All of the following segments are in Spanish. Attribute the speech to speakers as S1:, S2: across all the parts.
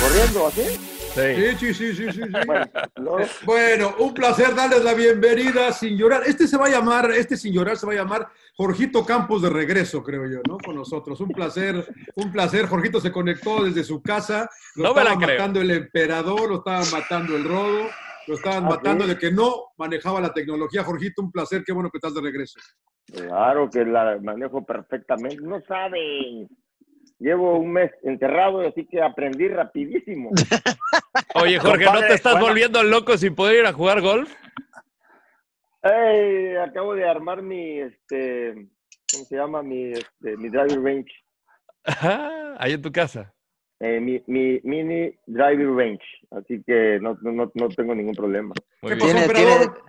S1: ¿Corriendo así?
S2: Sí, sí, sí, sí, sí. sí. Bueno, un placer darles la bienvenida sin llorar. Este se va a llamar, este sin llorar se va a llamar Jorgito Campos de regreso, creo yo, ¿no? Con nosotros. Un placer, un placer. Jorgito se conectó desde su casa. Lo
S3: No me la
S2: estaba
S3: creo.
S2: matando el emperador, lo estaba matando el rodo, lo estaban
S1: Ah,
S2: matando
S1: sí.
S2: de que no manejaba la tecnología. Jorgito, un placer. Qué bueno que estás de regreso.
S1: Claro que la manejo perfectamente. No saben. Llevo un mes enterrado, así que aprendí rapidísimo.
S3: Oye, Jorge, ¿no
S1: Compadre,
S3: te estás
S1: bueno.
S3: volviendo loco sin poder ir a jugar golf?
S1: Ey, acabo de armar mi, este, ¿cómo se llama? Mi, este, mi driving range.
S3: Ajá, ahí en tu casa.
S1: Eh, mi, mi mini driving range. Así que no, no- no, no tengo ningún problema.
S3: Muy
S2: ¿Qué
S3: bien.
S2: pasó,
S4: Tiene-
S2: emperador?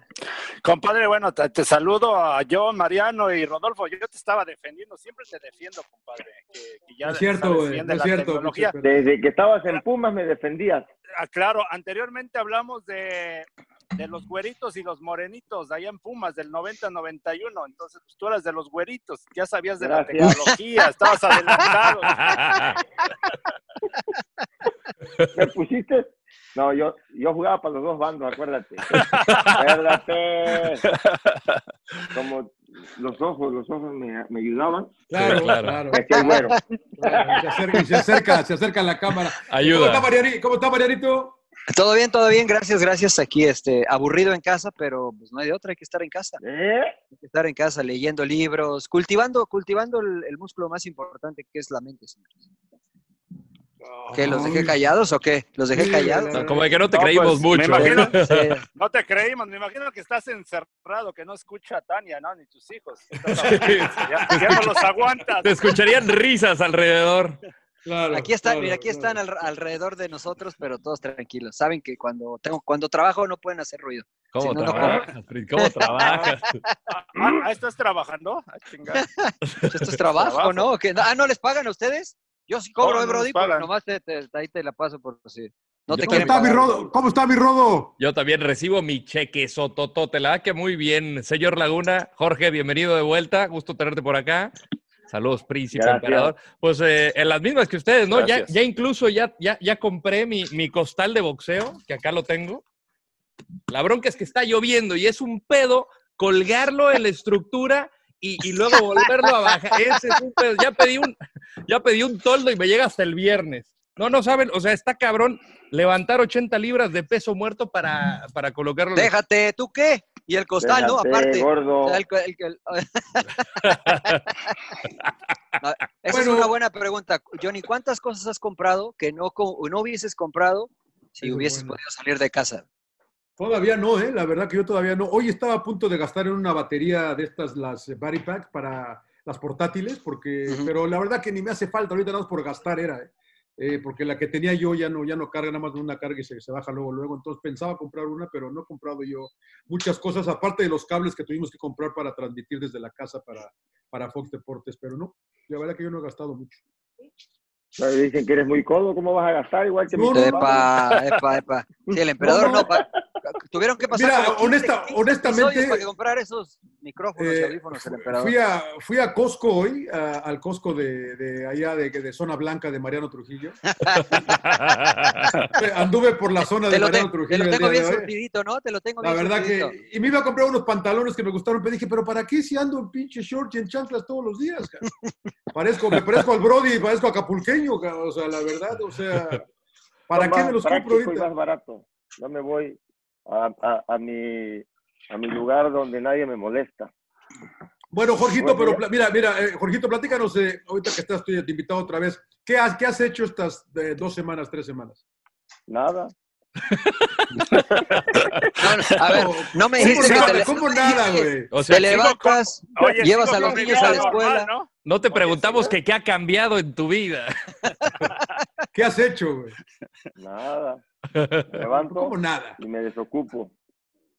S4: Compadre, bueno, te, te saludo a John, Mariano y Rodolfo. Yo te estaba defendiendo, siempre te defiendo, compadre. Que, que ya
S2: No es cierto,
S4: sabes
S2: güey, no
S4: bien de
S2: es
S4: la
S2: cierto,
S4: tecnología.
S2: pinche
S1: Desde que estabas en Pumas me defendías.
S4: Ah, Claro, anteriormente hablamos de, de los güeritos y los morenitos, de allá en Pumas, del 90-91. Entonces, pues, tú eras de los güeritos, ya sabías de la
S1: Gracias.
S4: tecnología, estabas adelantado.
S1: ¿Me pusiste? No, yo, yo jugaba para los dos bandos, acuérdate. acuérdate. Como los ojos, los ojos me, me ayudaban.
S2: Claro,
S3: Sí, claro.
S2: claro.
S1: Me hacía el güero.
S2: claro. Se acerca, se acerca, se acerca la cámara. ¿Cómo está,
S3: Ayuda.
S2: Mariani- ¿Cómo está Marianito?
S4: Todo bien, todo bien,
S5: Gracias, gracias. Aquí, este, aburrido en casa, pero pues no hay de otra, hay que estar en casa.
S1: ¿Eh?
S5: Hay que estar en casa leyendo libros, cultivando, cultivando el, el músculo más importante que es la mente. señores. ¿Qué, los dejé callados o qué? ¿Los dejé
S2: Sí,
S5: callados?
S2: la-
S3: Como de que no te
S4: No,
S3: creímos
S4: pues, me
S3: mucho. ¿eh?
S4: imagino-
S5: Sí.
S4: No te creímos, me imagino que estás encerrado, que no escucha a Tania, ¿no? Ni tus hijos. Estás aburrido, ya, ya no los aguantas.
S3: Te escucharían risas alrededor.
S2: Claro,
S5: Aquí están,
S2: claro,
S5: mira, aquí
S2: claro.
S5: están al- alrededor de nosotros, pero todos tranquilos. Saben que cuando tengo, cuando trabajo no pueden hacer ruido.
S3: ¿Cómo
S5: Si no, no
S3: trabajas, Fritz? ¿Cómo trabajas?
S4: Ah, ah, ¿Estás trabajando? Ah, chingada.
S5: Esto es trabajo,
S4: Trabajo.
S5: ¿no? ¿O qué? Ah, ¿no les pagan a ustedes? Yo sí
S4: No,
S5: cobro,
S4: no
S5: eh,
S4: nos
S5: Brody, pero
S4: pagan.
S5: nomás te- te- ahí te la paso por si no te
S2: ¿Cómo
S3: Yo-
S5: quieren
S2: está mi
S5: pagar.
S2: rodo? ¿Cómo está mi rodo?
S3: Yo también recibo mi cheque sototote. La verdad que muy bien, señor Laguna. Jorge, bienvenido de vuelta. Gusto tenerte por acá. Saludos, príncipe
S1: Gracias.
S3: emperador. Pues eh, en las mismas que ustedes, ¿no? Ya,
S4: Gracias.
S3: ya incluso ya, ya, ya compré mi, mi costal de boxeo, que acá lo tengo. La bronca es que está lloviendo y es un pedo colgarlo en la estructura y, y luego volverlo a bajar. Ese es un pedo. Ya pedí un, ya pedí un toldo y me llega hasta el viernes. No, no saben, o sea, está cabrón levantar 80 libras de peso muerto para, para colocarlo. en la-
S5: Déjate, ¿tú qué? Y el costal, ¿no?
S1: Déjate,
S5: Aparte.
S1: gordo.
S5: O sea, el- el- el- No, esa
S2: Bueno.
S5: es una buena pregunta. Johnny, ¿cuántas cosas has comprado que no, co- no hubieses comprado si
S2: Esa es
S5: hubieses
S2: buena.
S5: podido salir de casa?
S2: Todavía no, ¿eh? La verdad que yo todavía no. Hoy estaba a punto de gastar en una batería de estas, las eh, battery pack para las portátiles, porque,
S5: Ujú.
S2: pero la verdad que ni me hace falta, ahorita nada más por gastar era, ¿eh? Eh, porque la que tenía yo ya no, ya no carga, nada más de una carga y se, se baja luego, luego. Entonces pensaba comprar una, pero no he comprado yo muchas cosas, aparte de los cables que tuvimos que comprar para transmitir desde la casa para, para Fox Deportes, pero no, la verdad que yo no he gastado mucho.
S1: Pero Dicen que eres muy codo, ¿cómo vas a gastar? Igual que mi
S2: No, no,
S1: papá.
S5: Epa, epa, epa. Sí, el emperador
S2: no.
S5: no. pa- Tuvieron que pasar
S2: Mira,
S5: como 15,
S2: honesta-
S5: 15
S2: honestamente-
S5: episodios para que comprar esos micrófonos y
S2: Eh,
S5: audífonos del emperador.
S2: Fui a, fui a Costco hoy, a- al Costco de, de allá de, de Zona Blanca de Mariano Trujillo. Anduve por la zona de
S5: te lo,
S2: Mariano
S5: te-
S2: Trujillo.
S5: te lo
S2: el
S5: tengo
S2: día
S5: bien
S2: de hoy.
S5: surtidito, ¿no? Te lo tengo
S2: La
S5: bien
S2: verdad
S5: surtidito.
S2: que. Y me iba a comprar unos pantalones que me gustaron, pero dije, ¿pero para qué si ando en pinche shorts y en chanclas todos los días? cara? Parezco, me parezco al Brody, parezco acapulqueño, cara, o sea, la verdad, o sea, ¿para qué Pues
S1: Son más
S2: me los compro
S1: práctico y
S2: ahorita?
S1: más barato. Yo me voy a, a- a mi, a mi lugar donde nadie me molesta.
S2: Bueno, Jorgito,
S1: Bueno,
S2: pero
S1: ya.
S2: pla- mira, mira, eh, Jorgito, platícanos, eh, ahorita que estás tú ya te invitado otra vez, ¿qué has, qué has hecho estas eh, dos semanas, tres semanas?
S1: Nada.
S5: No, no, a ver, no me
S2: ¿Cómo
S5: dijiste que
S2: nada?
S5: te le-
S2: ¿Cómo nada, güey?
S3: O sea,
S5: te
S3: sigo
S5: levantas,
S3: con- Oye,
S5: llevas
S3: sigo
S5: a los
S3: con mi
S5: niños a la
S3: vida normal,
S5: escuela.
S4: ¿no?
S3: No te preguntamos que qué ha cambiado en tu vida.
S2: ¿Qué has hecho, güey?
S1: Nada. Me levanto
S2: ¿Cómo nada?
S1: y me desocupo.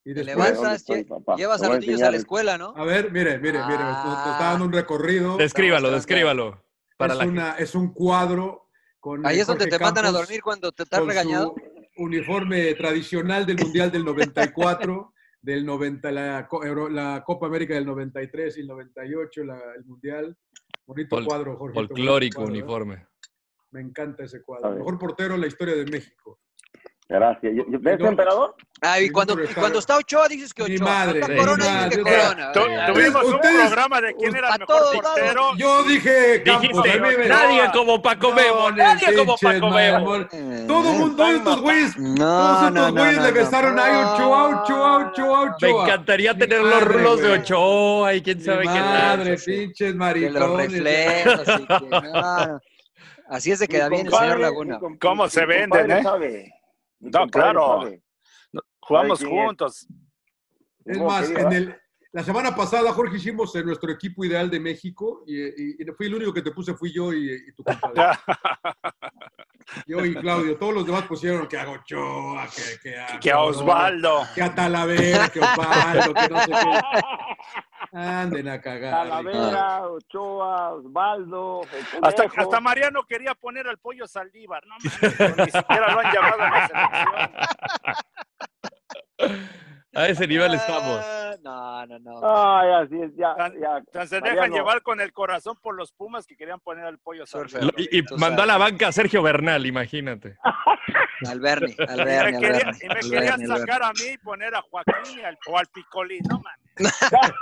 S2: Y
S5: Te
S2: después-
S5: levantas,
S1: ¿Dónde estoy,
S5: lle-
S1: papá?
S5: llevas
S1: Te
S5: a
S1: voy
S5: los
S1: a
S5: niños a la
S1: enseñar.
S5: escuela, ¿no?
S2: A ver, mire, mire, mire, te- te, está dando un recorrido.
S3: Descríbalo,
S5: Estamos
S3: descríbalo. Para
S2: es,
S3: la
S2: una- es un cuadro con.
S5: Ahí
S2: eh,
S5: es donde
S2: Jorge
S5: te mandan a
S2: Campos
S5: dormir cuando te estás
S2: con su
S5: regañado.
S2: Uniforme tradicional del Mundial del 94, del 90, la, Co- Euro- la Copa América del 93 y el 98, la- el Mundial. Bonito
S3: Fol-
S2: cuadro, Jorge.
S3: folclórico
S2: bonito cuadro, ¿eh?
S3: uniforme.
S2: Me encanta ese
S1: A
S2: cuadro.
S1: ver.
S2: Mejor portero en la historia de México.
S1: Gracias. Yo- yo- ¿Ves,
S2: no-
S1: emperador?
S5: Ah, y
S2: Mi
S5: cuando, y
S2: número está-
S5: cuando está Ochoa dices que
S2: Mi
S5: Ochoa.
S2: madre,
S5: Cuando
S2: mi
S5: está Corona
S2: madre,
S5: dices que
S2: o sea,
S5: Corona.
S4: Tu-
S3: eh,
S4: tuvimos un
S2: ustedes-
S4: programa de quién
S5: a
S4: era el mejor
S5: todos
S4: portero.
S2: Yo dije Campos. a
S3: Dijiste,
S2: mí me-
S3: nadie como Paco
S2: No,
S3: Memo, nadie como
S2: pinches
S3: Paco Memo.
S2: mamón.
S5: eh.
S2: Todo mundo, todos estos güeyes, todos
S5: No, no,
S2: estos
S5: no,
S2: güeyes
S5: no,
S2: le
S5: no.
S2: besaron a Ochoa, Ochoa, Ochoa, Ochoa.
S3: Me encantaría
S2: Mi
S3: tener los
S2: madre,
S3: rulos de
S2: güey.
S3: Ochoa y quién
S2: Mi
S3: sabe qué
S2: madre,
S3: tal.
S2: pinches
S5: Que los
S2: maricones.
S5: reflejos y que- no, no. Así es de queda
S1: Mi
S5: bien el señor
S1: compadre-
S5: Laguna.
S1: mi comp-
S4: ¿Cómo
S1: mi
S4: se venden,
S1: compadre
S4: eh?
S1: sabe. Mi
S4: No,
S1: compadre
S4: claro.
S1: sabe.
S4: Jugamos
S1: ¿Sabe quién es?
S4: juntos.
S2: Es
S1: Como
S2: más,
S1: que
S2: en
S1: diga,
S2: el, la semana pasada, Jorge, hicimos en nuestro equipo ideal de México y, y- y fui el único que te puse, fui yo y, y tu compadre. yo y Claudio. Todos los demás pusieron que hago Ochoa, que, que, a,
S4: Que a Osvaldo.
S2: Que a Talavera, que a Osvaldo, que no sé qué. Anden a cagar.
S1: Talavera, Ochoa, Osvaldo. el
S4: Ah. Hasta,
S1: Conejo.
S4: hasta Mariano quería poner al pollo Saldívar. No, mames, ni siquiera lo han llamado a la selección.
S3: A ese nivel estamos.
S5: Ah, No, no, no.
S1: Ay, así es, ya,
S4: Tan-
S1: ya.
S4: Tan se
S1: Mariano,
S4: dejan llevar con el corazón por los Pumas que querían poner al pollo
S5: Surfer.
S4: Saldívar.
S3: Y, y
S5: Tú
S3: mandó a la
S5: sabes.
S3: banca a Sergio Bernal, imagínate.
S5: Al Bernie, al
S4: Y me,
S5: Bernie, al
S4: quería-
S5: Bernie,
S4: y me
S5: al
S4: querían
S5: Bernie, al
S4: sacar a mí y poner a Joaquín y al- o al Picolín. No, mames.
S5: Bernie.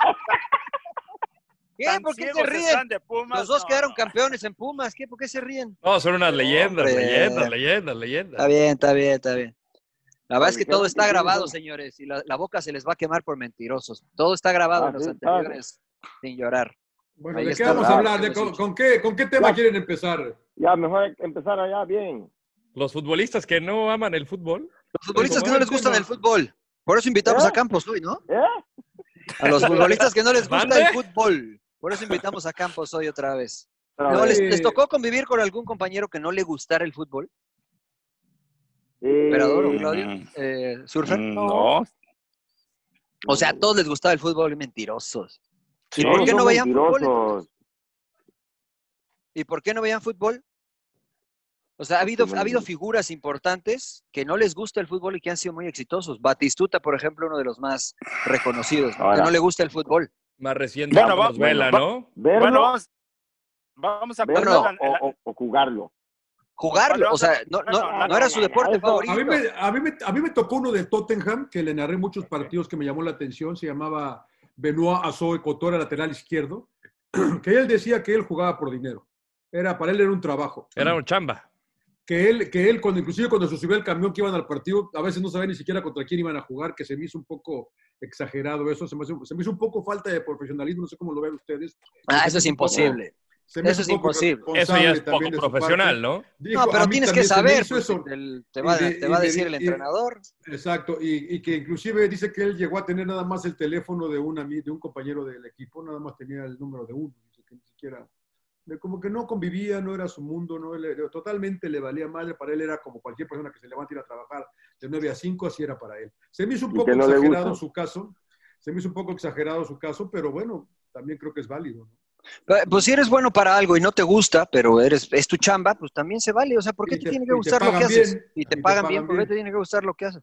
S5: ¿Qué?
S4: tan
S5: ¿Por qué se
S4: ciegos
S5: ríen?
S4: están de Pumas,
S5: Los dos
S4: no,
S5: quedaron
S4: no.
S5: campeones en Pumas. ¿Qué? ¿Por qué se ríen?
S3: No, son unas leyendas,
S5: hombre.
S3: leyendas, leyendas, leyendas.
S5: Está bien, está bien, está bien. La verdad es que
S1: Oye,
S5: todo
S1: ¿qué-
S5: está
S1: qué
S5: grabado,
S1: dices?
S5: señores, y la, la boca se les va a quemar por mentirosos. Todo está grabado en
S1: Así
S5: los
S1: está.
S5: anteriores, sin llorar.
S2: Bueno,
S5: Ahí
S2: ¿de qué
S5: está
S2: vamos
S1: la-
S2: a hablar? ¿De
S5: que
S2: con,
S5: nos
S2: con qué, ¿Con qué tema quieren empezar?
S1: Ya, mejor empezar allá bien.
S3: Los futbolistas que no aman el fútbol.
S5: Los futbolistas que no les gusta
S2: Bueno.
S5: el fútbol. Por eso invitamos
S1: ¿Eh?
S5: a Campos hoy, ¿no?
S1: ¿Eh?
S5: A los futbolistas que no les gusta
S3: ¿Mande?
S5: el fútbol. Por eso invitamos a Campos hoy otra vez.
S1: Otra
S5: ¿No
S1: vez.
S5: les,
S2: Eh,
S5: les tocó convivir con algún compañero que no le gustara el fútbol?
S1: Eh,
S5: ¿Emperador o Claudio? Eh, ¿Surfer?
S4: Mm, No,
S5: O sea, a todos les gustaba el fútbol, mentirosos. ¿Y
S4: Sí,
S5: por qué
S1: son
S5: no veían fútbol? entonces?
S1: mentirosos.
S5: ¿Y por qué no veían fútbol? O sea, ha habido, ha habido
S1: Mm.
S5: figuras importantes que no les gusta el fútbol y que han sido muy exitosos. Batistuta, por ejemplo, uno de los más reconocidos, ¿no? que
S1: Ahora.
S5: no le gusta el fútbol.
S3: Más reciente,
S4: Bueno,
S3: Carlos
S4: va-
S3: Vela,
S4: va-
S3: ¿no?
S1: Verlo,
S4: Bueno, vamos, vamos a poner
S1: verlo
S4: la- la-
S1: o, o- o jugarlo.
S5: Jugarlo,
S4: Vale,
S5: o sea, no, no-
S4: no,
S5: no era su
S1: no,
S5: deporte
S1: eso-
S5: favorito.
S2: A mí, me, a, mí me, a mí me tocó uno de Tottenham que le narré muchos partidos que me llamó la atención. Se llamaba Benoit Azoe Cotora, lateral izquierdo. Que él decía que él jugaba por dinero. Era, para él era un trabajo.
S3: Era un chamba.
S2: Que él, que él cuando, inclusive cuando se subió el camión que iban al partido, a veces no sabía ni siquiera contra quién iban a jugar, que se me hizo un poco exagerado eso. Se me, hizo- se me hizo un poco falta de profesionalismo, no sé cómo lo ven ustedes.
S5: Ah, eso es imposible.
S2: Se me
S5: Eso
S2: hizo un
S5: es
S2: poco
S5: imposible.
S3: Eso ya es
S2: irresponsable también de
S3: poco
S2: su parte.
S3: profesional, ¿no?
S2: Dijo,
S5: No,
S2: a
S5: pero
S2: mí
S5: tienes que
S2: también se me
S5: saber,
S2: hizo
S5: pues,
S2: eso.
S5: el- te va,
S2: Y de-
S5: te va
S2: y
S5: a
S2: de-
S5: decir el
S2: y-
S5: entrenador.
S2: Exacto, y, y que inclusive dice que él llegó a tener nada más el teléfono de un ami- de un compañero del equipo, nada más tenía el número de uno, dice que ni siquiera, de como que no convivía, no era su mundo, no él era- totalmente le valía madre, para él era como cualquier persona que se levanta a ir a trabajar de 9 a 5, así era para él. Se me hizo un
S1: Y
S2: poco
S1: que no le
S2: exagerado
S1: gusta.
S2: su caso, se me hizo un poco exagerado su caso, pero bueno, también creo que es válido. ¿no?
S5: Eh, Pues si eres bueno para algo y no te gusta, pero eres es tu chamba, pues también se vale. O sea, ¿por qué
S2: Y
S5: te,
S2: te-
S5: tiene
S2: y
S5: que
S2: te
S5: gustar lo que
S2: pagan
S5: haces?
S2: bien.
S5: Y te
S2: Y te
S5: pagan
S2: pagan
S5: bien, ¿por qué
S2: bien.
S5: te tiene que gustar lo que haces?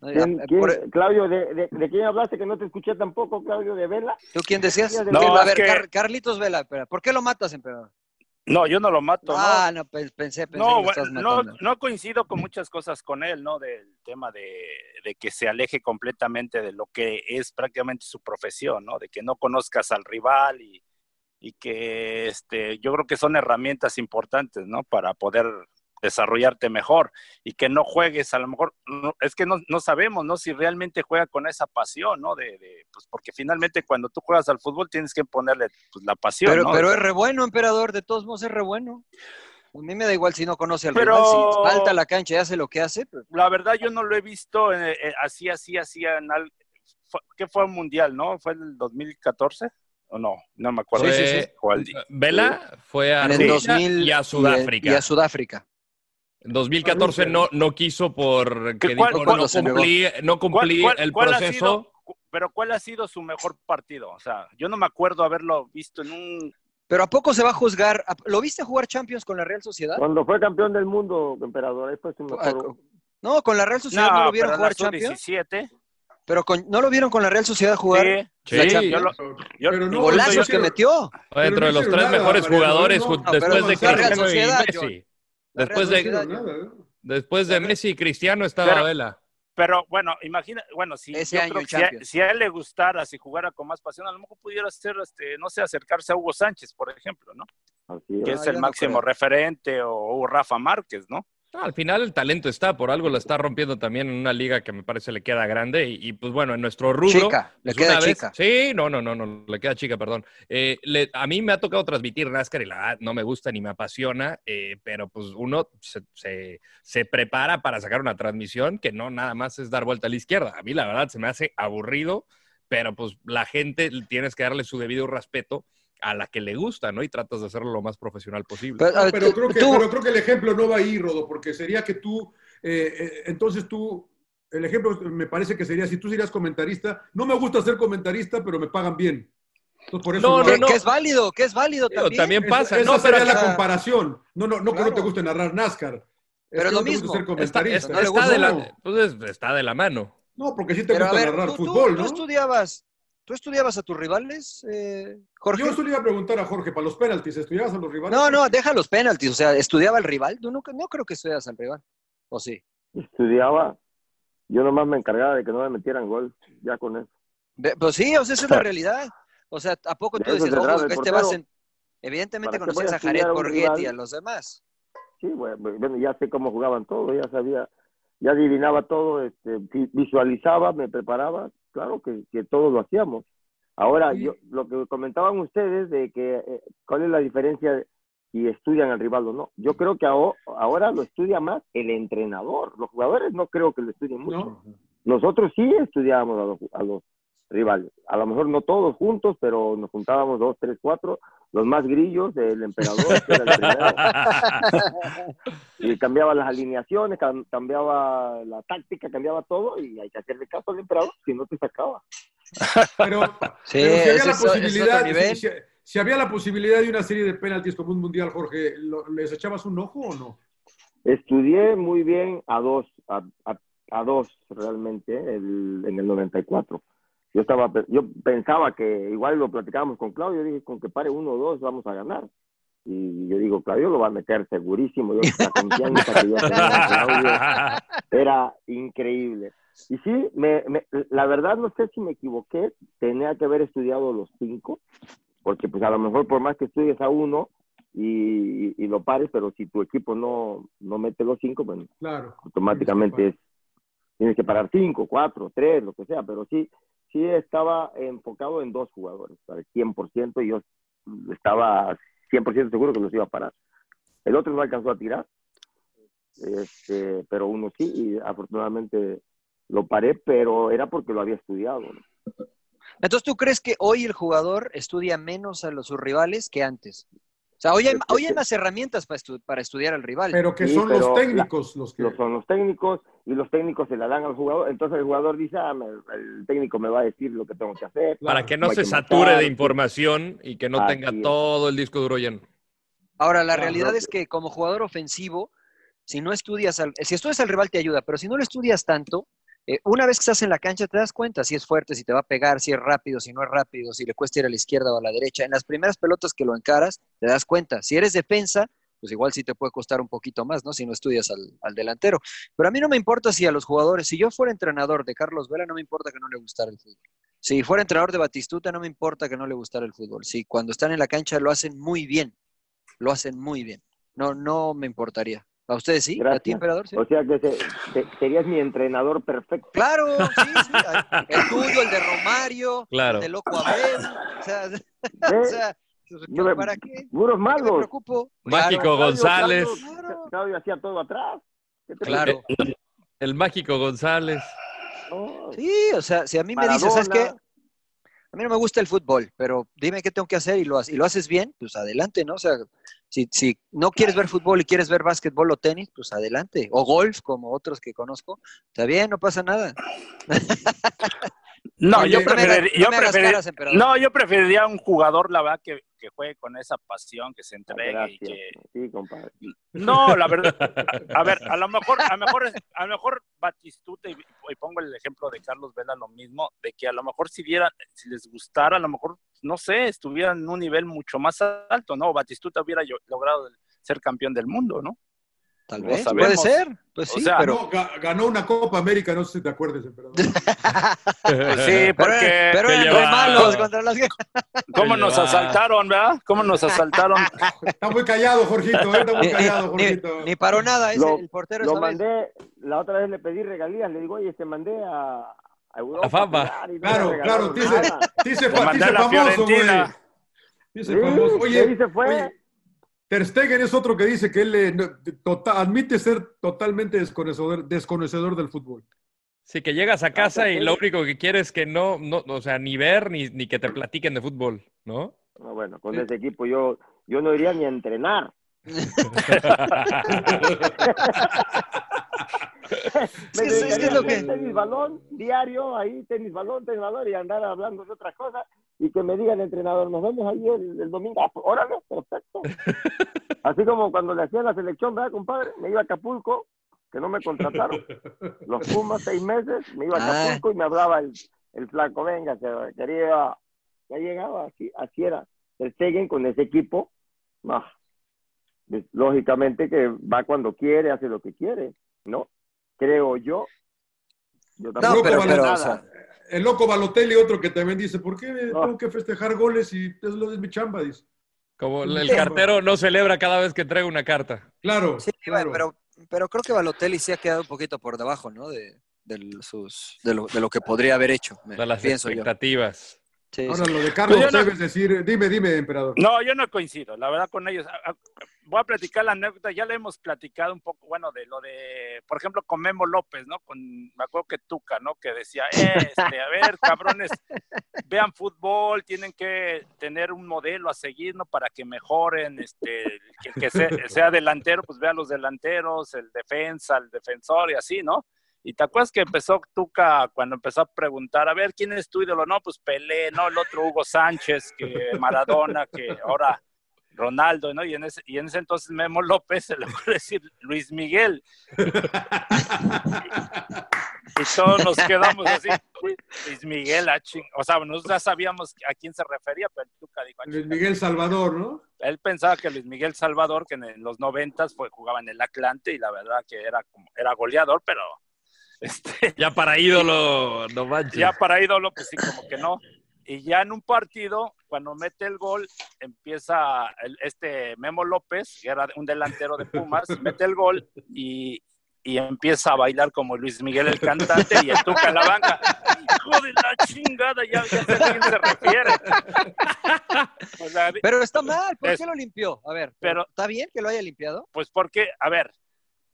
S1: ¿Quién- quién- Claudio, de, de- de quién hablaste que no te escuché tampoco, Claudio? ¿De Vela?
S5: ¿Tú quién decías?
S1: No,
S5: Que- a
S1: es
S5: ver,
S1: que-
S5: Car- Carlitos Vela, espera, ¿por qué lo matas, emperador?
S4: No, yo no lo mato.
S5: Ah,
S4: no.
S5: no, pe- pensé, pensé que
S4: No,
S5: lo
S4: bueno,
S5: estás
S4: no,
S5: matando.
S4: no coincido con muchas cosas con él, ¿no? Del tema de, de que se aleje completamente de lo que es prácticamente su profesión, ¿no? De que no conozcas al rival y, y que este, yo creo que son herramientas importantes, ¿no? Para poder desarrollarte mejor y que no juegues, a lo mejor, no- es que no, no sabemos, ¿no? Si realmente juega con esa pasión, ¿no? De, de- pues porque finalmente cuando tú juegas al fútbol tienes que ponerle pues, la pasión,
S5: Pero,
S4: ¿no?
S5: pero
S4: O sea,
S5: es re bueno, emperador, de todos modos es re bueno. A mí me da igual si no conoce al
S4: Pero-
S5: rival, si falta a la cancha y hace lo que hace. pues, pero-
S4: la verdad yo no lo he visto eh, eh, así, así, así. En al- fue- ¿Qué fue el mundial, no? ¿Fue el 2014? ¿O no? No me acuerdo.
S3: Sí, sí, sí.
S4: ¿O al-
S3: Vela fue a
S5: En el
S3: Rusia
S5: 2000
S3: y a Sudáfrica.
S5: Y a Sudáfrica.
S3: En 2014 no, no quiso por que
S4: ¿Cuál-
S3: dijo,
S4: cuál-
S3: no cumplí, no cumplí
S4: ¿Cuál- cuál-
S3: el
S4: cuál ha
S3: proceso.
S4: sido- cu- pero ¿cuál ha sido su mejor partido? O sea, yo no me acuerdo haberlo visto en un...
S5: Pero ¿a poco se va a juzgar? ¿A- ¿Lo viste jugar Champions con la Real Sociedad? Ah,
S1: Cuando fue campeón del mundo, emperador, ahí fue su mejor.
S5: No, con la Real Sociedad no, lo vieron
S4: pero
S5: jugar
S4: la
S5: Champions.
S4: 17
S5: Pero con- no lo vieron con la Real Sociedad jugar.
S3: Sí.
S5: la
S3: Sí.
S5: Champions?
S3: Yo lo-
S4: yo-
S5: El
S3: no,
S5: golazo
S3: yo
S5: que
S3: quiero-
S5: metió.
S3: Fue dentro de los tres mejores jugadores ju- después de
S5: la Real
S3: Cristiano y
S5: Sociedad, John.
S3: Messi.
S5: La Real
S3: Después de,
S5: Sociedad,
S2: ¿eh?
S5: John.
S3: después de Messi y Cristiano estaba
S4: Pero-
S3: Vela.
S4: Pero bueno, imagina, bueno, si,
S5: Ese
S4: yo
S5: año
S4: creo
S5: en
S4: que si, a,
S5: Champions.
S4: si a él le gustara, si jugara con más pasión, a lo mejor pudiera ser, este, no sé, acercarse a Hugo Sánchez, por ejemplo, ¿no?
S1: Así
S4: Que
S1: es.
S4: es
S5: yo
S4: el
S5: no
S4: máximo
S5: creo.
S4: referente, o, o Rafa Márquez, ¿no?
S3: No, al final el talento está, por algo la está rompiendo también en una liga que me parece le queda grande y, y, pues bueno, en nuestro rubro.
S5: Chica, le
S3: pues,
S5: queda
S3: una vez-
S5: chica.
S3: sí, no, no, no, no, le queda chica, perdón. Eh, le- a mí me ha tocado transmitir NASCAR y la verdad no me gusta ni me apasiona, eh, pero pues uno se, se- se prepara para sacar una transmisión que no nada más es dar vuelta a la izquierda. A mí la verdad se me hace aburrido, pero pues la gente tienes que darle su debido respeto a la que le gusta, ¿no? Y tratas de hacerlo lo más profesional posible.
S5: Pero, a ver,
S2: pero,
S5: tú-
S2: creo que,
S5: tú-
S2: pero creo que el ejemplo no va ahí, Rodo, porque sería que tú, eh, eh, entonces tú, el ejemplo me parece que sería, si tú serías comentarista, no me gusta ser comentarista, pero me pagan bien. Entonces, por eso
S3: No,
S2: lo
S3: no,
S2: hago.
S3: no.
S5: Que es válido, que es válido
S3: Digo,
S5: también.
S3: también pasa.
S2: Esa
S3: no, pero
S2: sería
S5: o
S2: la
S5: sea,
S2: comparación. No, no, no que no te
S5: claro.
S2: guste narrar NASCAR. Es
S5: Pero
S2: que
S5: lo
S2: no te gusta
S5: mismo,
S2: ser
S3: Está,
S2: comentarista.
S3: está-
S5: le
S3: está
S5: gusta
S3: de
S5: uno.
S3: la, pues, está de la mano.
S2: No, porque sí te
S5: Pero
S2: gusta
S5: a ver,
S2: narrar
S5: tú, tú-
S2: fútbol,
S5: tú
S2: ¿no?
S5: estudiabas, ¿tú estudiabas a tus rivales, eh, Jorge?
S2: Yo eso le iba a preguntar a Jorge, para los penaltis, ¿estudiabas a los rivales?
S5: No, no, deja los penaltis. O sea, ¿estudiaba al rival? Tú no, no creo que estudias al rival. ¿O sí?
S1: Estudiaba. Yo nomás me encargaba de que no me metieran gol, ya con eso.
S5: De- pues sí, o sea, esa es la realidad. O sea, ¿a poco
S1: De
S5: tú
S1: eso se
S5: dices, no,
S1: trata
S5: güey,
S1: el
S5: este
S1: portero.
S5: vas en... Evidentemente
S1: ¿Para qué
S5: conocías
S1: voy a
S5: a Jared
S1: estudiar a un
S5: Borghetti y a
S1: rival?
S5: los demás.
S1: Sí, bueno, bueno, ya sé cómo jugaban todos, ya sabía, ya adivinaba todo, este, vi- visualizaba, me preparaba, claro que, que todos lo hacíamos. Ahora,
S2: Sí.
S1: yo, lo que comentaban ustedes de que eh, cuál es la diferencia si estudian al rival o no. Yo creo que aho- ahora lo estudia más el entrenador. Los jugadores no creo que lo estudien mucho.
S2: ¿No?
S1: Nosotros sí estudiábamos a los, a los rivales. A lo mejor no todos juntos, pero nos juntábamos dos, tres, cuatro. Los más grillos, el emperador, que era el primero. Y cambiaba las alineaciones, cam- cambiaba la táctica, cambiaba todo. Y hay que hacerle caso al emperador, si no te sacaba.
S2: Pero,
S5: Sí,
S2: pero si
S5: ese
S2: había la
S5: es o- ese es
S2: posibilidad,
S5: otro nivel.
S2: si, si- si había la posibilidad de una serie de penaltis como un mundial, Jorge, ¿lo- ¿les echabas un ojo o no?
S1: Estudié muy bien a dos, a, a- a dos realmente, ¿eh? el- en el 94. Yo estaba, pe- yo pensaba que igual lo platicábamos con Claudio, yo dije, con que pare uno o dos vamos a ganar. Y yo digo, Claudio lo va a meter segurísimo, yo la confianza que yo tenía en Claudio era increíble. Y sí, me, me- la verdad no sé si me equivoqué, tenía que haber estudiado los cinco, porque pues a lo mejor por más que estudies a uno y, y lo pares, pero si tu equipo no, no mete los cinco, pues
S2: Claro.
S1: automáticamente es, tienes que parar cinco, cuatro, tres, lo que sea, pero sí, sí estaba enfocado en dos jugadores, para el 100%, y yo estaba 100% seguro que los iba a parar. El otro no alcanzó a tirar, este, pero uno sí, y afortunadamente lo paré, pero era porque lo había estudiado. ¿no?
S5: Entonces, ¿tú crees que hoy el jugador estudia menos a los, sus rivales que antes? O sea, hoy hay, hoy hay más herramientas para, estu- para estudiar al rival.
S2: Pero que
S1: Sí,
S2: son los
S1: pero
S2: técnicos los que...
S1: Lo son los técnicos, y los técnicos se la dan al jugador, entonces el jugador dice, ah, me- el técnico me va a decir lo que tengo que hacer.
S3: Para que no
S1: hay
S3: se
S1: que
S3: sature
S1: matar,
S3: de información y que no
S1: Así
S3: tenga
S1: es.
S3: todo el disco duro lleno.
S5: Ahora, la
S1: Claro,
S5: realidad
S1: no,
S5: es que como jugador ofensivo, si no estudias al, si estudias al rival te ayuda, pero si no lo estudias tanto, Eh, una vez que estás en la cancha, te das cuenta si es fuerte, si te va a pegar, si es rápido, si no es rápido, si le cuesta ir a la izquierda o a la derecha. En las primeras pelotas que lo encaras, te das cuenta. Si eres defensa, pues igual sí te puede costar un poquito más, ¿no? Si no estudias al, al delantero. Pero a mí no me importa si a los jugadores, si yo fuera entrenador de Carlos Vela, no me importa que no le gustara el fútbol. Si fuera entrenador de Batistuta, no me importa que no le gustara el fútbol. Si cuando están en la cancha lo hacen muy bien, lo hacen muy bien. No, no me importaría. ¿A ustedes sí? ¿A ti,
S1: Gracias.
S5: emperador? Sí.
S1: O sea que se- se- serías mi entrenador perfecto.
S5: Claro, sí, sí. El tuyo, el de Romario,
S1: Claro.
S5: el de Loco Abel. O sea, o sea, ¿para qué? ¿Para
S1: Puros
S5: qué me
S1: magos.
S5: preocupo?
S3: Mágico
S5: Claro.
S3: González.
S1: Claro. Claudio hacía todo atrás. ¿Qué te
S5: Claro.
S3: El, el mágico González.
S5: Sí, o sea, si a mí me dices, ¿sabes qué?
S3: Maradona.
S5: A mí no me gusta el fútbol, pero dime qué tengo que hacer y lo, ha- y lo haces bien, pues adelante, ¿no? O sea, si, si no quieres ver fútbol y quieres ver básquetbol o tenis, pues adelante. O golf, como otros que conozco, está bien, no pasa nada.
S4: No,
S5: Oye,
S4: yo
S5: no me hagas-
S4: preferiría,
S5: no
S4: yo
S5: me hagas
S4: preferiría-
S5: caras, emperador.
S4: no, yo preferiría un jugador, la verdad, que, que juegue con esa pasión, que se entregue y que...
S1: Sí, compadre.
S4: No, la verdad, a ver, a lo mejor, a lo mejor, a lo mejor Batistuta y, y pongo el ejemplo de Carlos Vela lo mismo, de que a lo mejor si diera, si les gustara, a lo mejor, no sé, estuvieran en un nivel mucho más alto, ¿no? Batistuta hubiera yo- logrado ser campeón del mundo, ¿no?
S5: Tal
S2: vez,
S5: puede ser, pues sí, pero-
S2: No, ga- ganó una Copa América, no sé si te acuerdas, emperador.
S1: Pues
S4: sí, porque...
S2: Pero eran Qué re llevado. malos
S5: contra las...
S4: ¿Cómo
S2: Qué
S4: nos
S2: llevado.
S4: asaltaron, verdad? ¿Cómo nos asaltaron?
S2: Está muy callado, Jorgito, eh, está muy
S4: Ni-
S2: callado,
S4: ni-
S2: Jorgito.
S5: Ni paró nada, ese,
S1: Lo-
S5: el portero
S1: Lo
S5: esta vez.
S1: mandé, la otra vez le pedí regalías, le digo, oye, te mandé a, a Europa.
S3: A Famba.
S1: jugar y no
S2: Claro,
S1: me
S2: claro,
S1: regalaron
S2: te hice-
S1: nada.
S2: te hice fa- Te mandé te hice a la famoso, güey. Fiorentina. Te hice
S1: Sí,
S2: famoso. Oye,
S1: te hice fue.
S2: oye, Ter Stegen es otro que dice que él eh, no- tota- admite ser totalmente desconocedor, desconocedor del fútbol.
S3: Sí, que llegas a casa y lo único que quieres es que no, no, o sea, ni ver ni, ni que te platiquen de fútbol, ¿no?
S1: No, bueno, con ese equipo yo, yo no iría ni a entrenar.
S5: que es- es que es lo que-
S1: Este, Tenis balón, diario, ahí tenis balón, tenis balón y andar hablando de otras cosas y que me digan entrenador, nos vemos ahí el, el domingo. Ah, pues, Órale, perfecto. Así como cuando le hacían la selección, ¿verdad, compadre? Me iba a Acapulco, que no me contrataron. Los Pumas seis meses, me iba a
S5: Ah.
S1: Acapulco y me hablaba el, el flaco, venga, se- quería, ya llegaba, así, así era. El Stegen con ese equipo, no, pues, lógicamente que va cuando quiere, hace lo que quiere, ¿no? Creo yo. Yo
S2: El loco
S1: tampoco hago
S2: Balotelli-
S1: nada.
S2: El loco Balotelli, otro que también dice, ¿por qué tengo que festejar goles y es lo de mi chamba? Dice.
S3: Como el, el
S2: Sí.
S3: cartero no celebra cada vez que entrega una carta.
S2: Claro.
S5: Sí, pero, pero creo que Balotelli sí ha quedado un poquito por debajo, ¿no? De, del- sus, de, lo, de lo que podría haber hecho. me-
S3: De las
S5: pienso yo.
S3: expectativas.
S5: Sí,
S2: Ahora
S5: sí.
S2: lo de Carlos
S4: Yo no-
S2: debes decir, dime, dime, emperador.
S4: No, yo no coincido, la verdad con ellos. A- a- Voy a platicar la anécdota, ya le hemos platicado un poco, bueno, de lo de, por ejemplo, con Memo López, ¿no? Con, me acuerdo que Tuca, ¿no? Que decía, "Eh, este, a ver, cabrones, vean fútbol, tienen que tener un modelo a seguir, ¿no? Para que mejoren, este, el que se- sea, delantero, pues vea a los delanteros, el defensa, el defensor y así, ¿no? Y te acuerdas que empezó Tuca cuando empezó a preguntar, a ver, ¿quién es tu ídolo? No, pues Pelé, ¿no? El otro Hugo Sánchez, que Maradona, que ahora Ronaldo, ¿no? Y en ese, y en ese entonces Memo López se le ocurre decir Luis Miguel. y todos nos quedamos así, "Uy, Luis Miguel, ah, ching-". o sea, nosotros ya sabíamos a quién se refería, pero el Tuca dijo, "Ah,
S2: Luis Miguel Salvador, ¿no?
S4: él pensaba que Luis Miguel Salvador, que en los noventas fue, jugaba en el Atlante y la verdad que era, como- era goleador, pero este,
S3: Ya para ídolo, no manches.
S4: ya para ídolo, pues sí, como que no. Y ya en un partido, cuando mete el gol, empieza el- este Memo López, que era un delantero de Pumas, y mete el gol y, y empieza a bailar como Luis Miguel el cantante y el Tuca en la banca. Hijo de la chingada, ya, ya sé a quién se refiere. O sea,
S5: Pero está mal, ¿por
S4: es-
S5: qué lo limpió? A ver,
S4: Pero-
S5: ¿está bien que lo haya limpiado?
S4: Pues porque, a ver,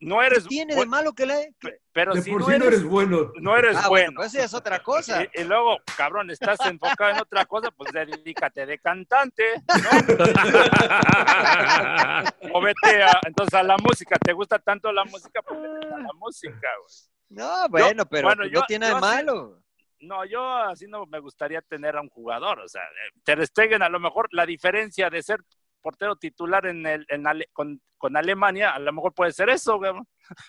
S4: no eres...
S5: ¿Qué tiene de
S4: bueno,
S5: malo que le.?
S4: Pero
S2: De
S4: si
S2: por
S4: no
S2: sí
S4: eres,
S2: no eres bueno.
S4: no eres
S5: Ah,
S4: bueno.
S5: pues eso ya es otra cosa.
S4: Y, y luego, cabrón, estás enfocado en otra cosa, pues dedícate de cantante, ¿no? o vete a, entonces a la música. ¿Te gusta tanto la música? Pues vete a la música, güey.
S5: No, bueno, pero pues no tiene nada de
S4: así-
S5: malo.
S4: no, yo así no me gustaría tener a un jugador. O sea, eh, Ter Stegen a lo mejor la diferencia de ser, por portero titular en el, en Ale- con, con Alemania, a lo mejor puede ser eso, güey.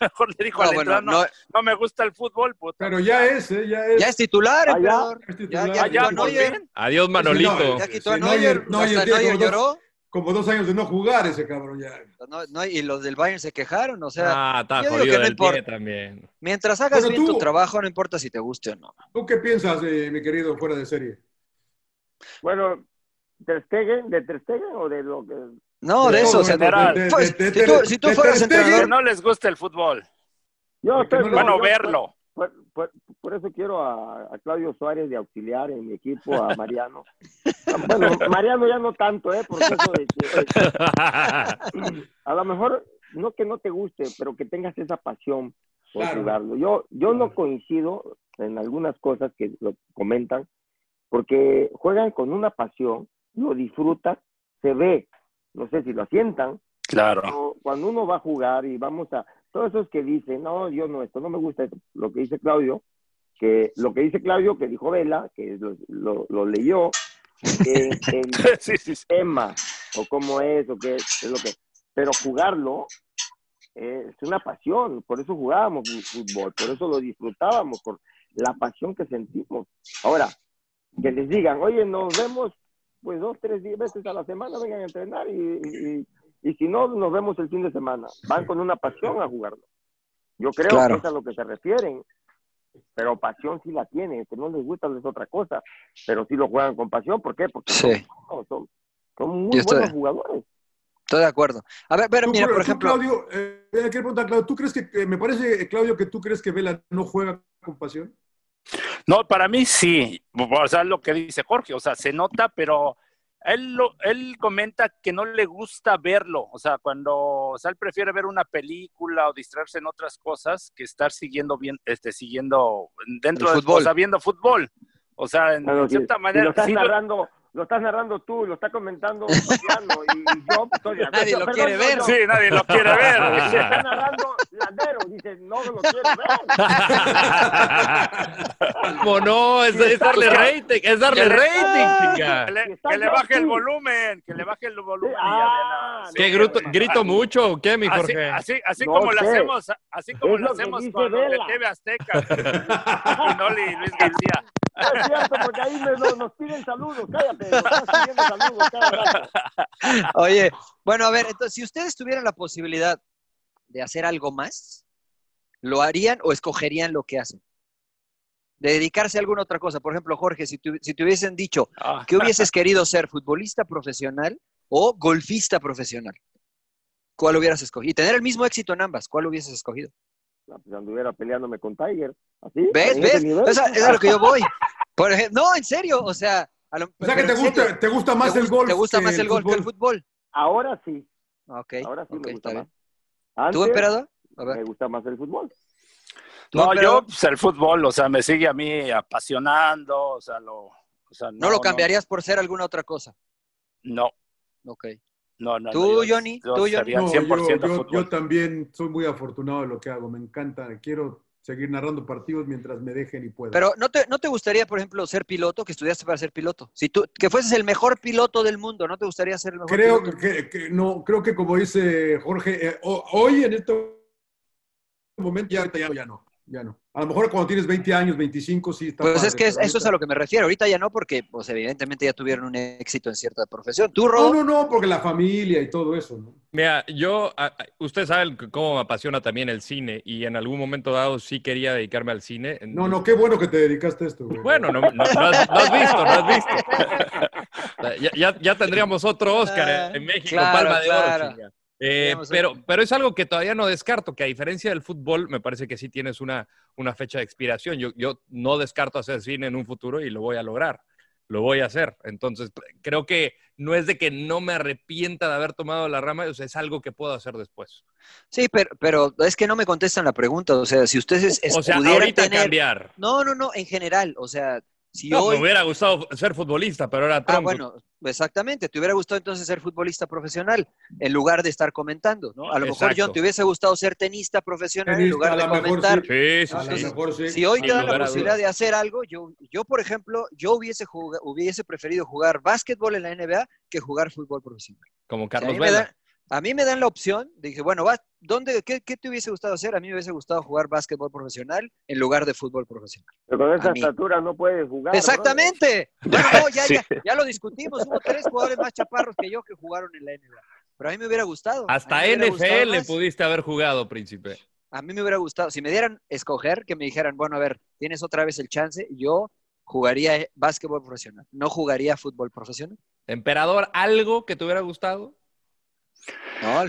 S4: Mejor le dijo
S5: No,
S4: al
S5: bueno,
S4: entrenador, no,
S5: no-
S4: no me gusta el fútbol, puta.
S2: Pero ya es, ¿eh? ya es.
S5: Ya es titular,
S4: Ah, ya.
S5: emperador.
S2: Es
S5: Ya,
S2: titular.
S5: ya, quitó
S2: Ah,
S5: a
S2: ya, por
S5: Neuer.
S2: fin.
S3: Adiós, Manolito.
S5: Pues Ya quitó
S2: Sí,
S5: a Neuer.
S2: Neuer- Neuer
S5: Hasta
S2: tiene
S5: Neuer
S2: como dos-
S5: lloró.
S2: Como dos años de no jugar ese cabrón ya.
S5: No, no, y los del Bayern se quejaron, o sea,
S3: Ah, está
S5: yo digo
S3: jodido
S5: que no
S3: del pie
S5: importa.
S3: también.
S5: mientras hagas
S2: Pero
S5: bien
S2: tú-
S5: tu trabajo, no importa si te guste o no.
S2: ¿Tú qué piensas, eh, mi querido fuera de serie?
S1: Bueno, ¿Ter Stegen? ¿De Ter Stegen o de lo que...?
S5: No, de
S2: todo
S5: eso, o sea,
S2: en general. De- de-
S5: pues,
S2: de-
S5: si tú-
S2: de-
S5: si tú
S2: de-
S5: fueras
S2: de- de-
S4: Que
S5: entrenador,
S4: no les gusta el fútbol.
S1: Yo
S2: Porque
S1: estoy-
S2: no le-
S4: Bueno,
S1: yo-
S4: verlo.
S1: Por, por- por eso quiero a, a Claudio Suárez de auxiliar en mi equipo, a Mariano. Bueno, Mariano ya no tanto, ¿eh? Porque eso de que- a lo mejor, no que no te guste, pero que tengas esa pasión por
S2: Claro.
S1: jugarlo. Yo, yo no coincido en algunas cosas que lo comentan, porque juegan con una pasión, lo disfrutan, se ve, no sé si lo asientan,
S4: Claro.
S1: cuando, cuando uno va a jugar y vamos a todos esos que dicen no yo no esto no me gusta esto", lo que dice Claudio que lo que dice Claudio que dijo Vela que lo, lo- lo leyó que el
S4: Sí, sí, sí.
S1: tema o cómo es o qué es lo que pero jugarlo eh, es una pasión por eso jugábamos fu- fútbol por eso lo disfrutábamos por la pasión que sentimos ahora que les digan oye nos vemos pues dos tres diez veces a la semana vengan a entrenar y- y- y y si no, nos vemos el fin de semana. Van con una pasión a jugarlo. Yo creo
S5: Claro.
S1: que es a lo que se refieren. Pero pasión sí la tienen. Que no les gusta es otra cosa. Pero sí lo juegan con pasión. ¿Por qué? Porque
S5: sí,
S1: son, son- son muy
S5: Yo estoy-
S1: buenos jugadores.
S5: estoy de acuerdo. A ver, pero
S2: Tú,
S5: mira,
S2: Cla-
S5: por
S2: tú,
S5: ejemplo,
S2: Claudio, eh, quiero preguntar, Claudio, ¿tú crees que, que- me parece, eh, Claudio, que tú crees que Vela no juega con pasión?
S4: No, para mí sí. O sea, lo que dice Jorge, o sea, se nota, pero él, lo, él comenta que no le gusta verlo. O sea, cuando, o sea, él prefiere ver una película o distraerse en otras cosas que estar siguiendo bien, este, siguiendo dentro
S5: El
S4: del
S5: fútbol.
S4: o sea, viendo fútbol. O sea, en
S1: Claro, si-
S4: cierta
S1: si
S4: manera.
S1: lo estás
S4: sí lo-
S1: narrando... Lo estás narrando tú, lo está comentando Mariano, y, y yo estoy de acuerdo.
S5: Nadie lo
S1: Perdón,
S5: quiere
S1: yo-
S5: ver.
S1: yo-
S4: sí, nadie lo quiere
S1: Lo está
S4: ver.
S1: narrando Landero, dice, no lo quiero ver.
S3: ¿Cómo no? Es, es darle rating, es darle
S4: Ah.
S3: rating, chica.
S4: Que le, que le baje el volumen, que le baje el volumen. y ya
S1: Ah,
S4: ven a-
S3: ¿Qué
S4: sí,
S3: grito,
S4: bueno.
S3: grito mucho o qué, mi
S4: Así,
S3: Jorge?
S4: así, así
S1: No
S4: como lo
S1: sé.
S4: hacemos, así como
S1: Es
S4: lo
S1: lo que
S4: hacemos
S1: dice
S4: con los de
S1: Vela.
S4: TV Azteca, Pinoli y Luis García.
S1: Es cierto, porque ahí me- nos, nos piden saludos, cállate, nos están pidiendo saludos cada rato.
S5: oye, bueno, a ver, entonces, si ustedes tuvieran la posibilidad de hacer algo más, ¿lo harían o escogerían lo que hacen? De dedicarse a alguna otra cosa. Por ejemplo, Jorge, si tu- si te hubiesen dicho, ¿Qué hubieses querido ser? ¿Futbolista profesional o golfista profesional? ¿Cuál hubieras escogido? Y tener el mismo éxito en ambas. ¿Cuál hubieses escogido?
S1: No, pues anduviera peleándome con Tiger, así.
S5: ¿Ves?
S1: en ese
S5: ¿Ves?
S1: nivel.
S5: Esa- es a lo que yo voy. Por ej- no, en serio. O sea, a lo-
S2: O
S5: pero
S2: sea, que te
S5: en serio,
S2: gusta, te gusta más
S5: te
S2: el
S5: gusta-
S2: golf.
S5: te gusta
S2: que
S5: más el golf que el
S2: fútbol.
S5: fútbol.
S1: Ahora sí,
S5: Ok.
S1: ahora sí
S5: ok,
S1: me
S5: está
S1: gusta más.
S5: bien.
S1: Antes
S5: ¿Tú, emperador? A ver,
S1: me gusta más el fútbol.
S5: ¿tú,
S4: No, yo
S5: emperador?
S4: pues, el fútbol, o sea, me sigue a mí apasionando, o sea, lo, o sea,
S5: ¿No lo cambiarías por ser alguna otra cosa?
S4: No,
S5: Ok.
S4: no, no.
S5: ¿Tú,
S4: no, yo-
S5: Johnny?
S4: yo
S5: ¿Tú, Johnny?
S4: sería
S2: No, yo-
S4: 100%
S2: yo,
S4: fútbol.
S2: yo también soy muy afortunado de lo que hago, me encanta. Quiero seguir narrando partidos mientras me dejen y pueda.
S5: Pero ¿no te, ¿no te gustaría, por ejemplo, ser piloto? Que estudiaste para ser piloto. Si tú, que fueses el mejor piloto del mundo, ¿no te gustaría ser el mejor
S2: creo
S5: piloto?
S2: que, que- no, creo que como dice Jorge, eh, ho- hoy en este momento ya, ahorita ya, ya no, ya no. A lo mejor cuando tienes 20 años, 25, sí está
S5: Pues
S2: padre,
S5: es que es-
S2: pero
S5: eso es
S2: ahorita-
S5: a lo que me refiero. Ahorita ya no, porque pues, evidentemente ya tuvieron un éxito en cierta profesión. Tú,
S2: No,
S5: Rodo,
S2: no, no, porque la familia y todo eso, ¿no?
S3: Mira, yo, a- a- ustedes saben c- cómo me apasiona también el cine y en algún momento dado sí quería dedicarme al cine.
S2: No, no, qué bueno que te dedicaste a esto, güey.
S3: Bueno, no, no- no has, no has visto, no has visto. O sea, Ya, ya- ya tendríamos otro
S5: Ah,
S3: Oscar en México,
S5: claro,
S3: Palma de
S5: claro.
S3: Oro. chinga. Eh,
S5: Tendríamos
S3: pero,
S5: otro.
S3: pero es algo que todavía no descarto, que a diferencia del fútbol, me parece que sí tienes una, una fecha de expiración. Yo, yo no descarto hacer cine en un futuro y lo voy a lograr. Lo voy a hacer. Entonces, creo que no es de que no me arrepienta de haber tomado la rama, o sea, es algo que puedo hacer después.
S5: sí, pero, pero es que no me contestan la pregunta. O sea, si ustedes es-
S3: O sea,
S5: pudieran
S3: ahorita
S5: tener...
S3: cambiar.
S5: No, no, no, en general. O sea, Si
S3: No,
S5: hoy-
S3: Me hubiera gustado ser futbolista, pero era
S5: Ah,
S3: tronco.
S5: bueno, exactamente. Te hubiera gustado entonces ser futbolista profesional en lugar de estar comentando, ¿no? A lo mejor,
S3: Exacto.
S5: John, te hubiese gustado ser tenista profesional en
S3: Tenista,
S5: lugar
S3: a
S5: de
S3: lo mejor
S5: comentar.
S3: sí. Sí,
S5: Entonces,
S3: sí, sí. A lo mejor sí.
S5: Si hoy
S3: Sin
S5: te dan
S3: lugar
S5: la
S3: a
S5: posibilidad
S3: dudas.
S5: de hacer algo, yo, yo por ejemplo, yo hubiese, juga- hubiese preferido jugar básquetbol en la NBA que jugar fútbol profesional. Si
S3: Como
S5: a mí
S3: Carlos
S5: me
S3: Vela.
S5: dan- A mí me dan la opción, dije, bueno, va, ¿dónde, qué, qué te hubiese gustado hacer? A mí me hubiese gustado jugar básquetbol profesional en lugar de fútbol profesional.
S1: Pero con esa
S5: A mí.
S1: estatura no puedes jugar. ¿no?
S5: Exactamente. Bueno, no, ya,
S1: Sí.
S5: ya, ya lo discutimos. Hubo tres jugadores más chaparros que yo que jugaron en la NBA. Pero a mí me hubiera gustado.
S3: Hasta
S5: A mí me hubiera gustado
S3: NFL
S5: más.
S3: pudiste haber jugado, príncipe.
S5: A mí me hubiera gustado. Si me dieran escoger, que me dijeran, bueno, a ver, tienes otra vez el chance, yo jugaría eh, básquetbol profesional. No jugaría fútbol profesional.
S3: Emperador, ¿algo que te hubiera gustado?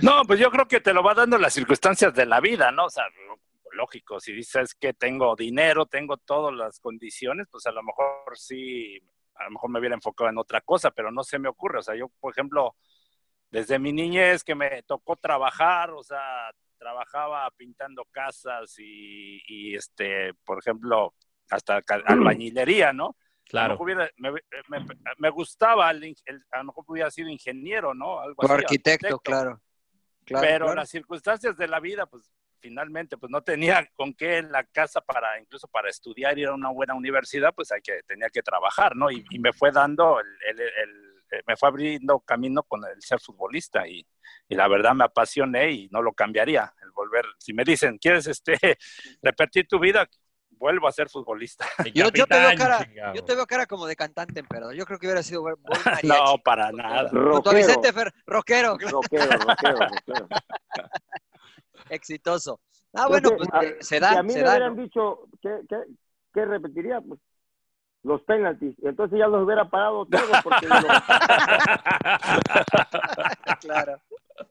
S4: No, pues yo creo que te lo va dando las circunstancias de la vida, ¿no? O sea, lo- lógico, si dices que tengo dinero, tengo todas las condiciones, pues a lo mejor sí, a lo mejor me hubiera enfocado en otra cosa, pero no se me ocurre. O sea, yo, por ejemplo, desde mi niñez que me tocó trabajar, o sea, trabajaba pintando casas y, y, este, por ejemplo, hasta ca- albañilería, ¿no?
S3: Claro.
S4: A lo mejor hubiera- me, me- me gustaba, el ing- el- a lo mejor hubiera sido ingeniero, ¿no? Algo
S5: O
S4: así,
S5: arquitecto, claro. Claro,
S4: pero
S5: claro.
S4: las circunstancias de la vida, pues finalmente, pues no tenía con qué en la casa para, incluso para estudiar, ir a una buena universidad, pues hay que, tenía que trabajar, ¿no? Y, y me fue dando, el, el- el- eh, me fue abriendo camino con el ser futbolista y, y la verdad me apasioné y no lo cambiaría, el volver, si me dicen, ¿quieres este, repetir tu vida? Vuelvo a ser futbolista.
S5: Yo, yo te veo cara, yo te veo cara como de cantante, emperador. Yo creo que hubiera sido buen buen mariachi.
S4: No, para nada.
S5: Junto a Vicente Fer, rockero. claro.
S1: Rockero, rockero, rockero.
S5: Exitoso. Ah,
S1: Yo
S5: bueno,
S1: sé,
S5: pues
S1: a-
S5: eh, se
S1: Si a
S5: da,
S1: mí
S5: se
S1: me
S5: da.
S1: hubieran
S5: ¿no?
S1: dicho, ¿qué, qué, qué repetiría? Pues, los penaltis. Y Entonces ya los hubiera parado todos porque... "Ah, lo-
S5: claro.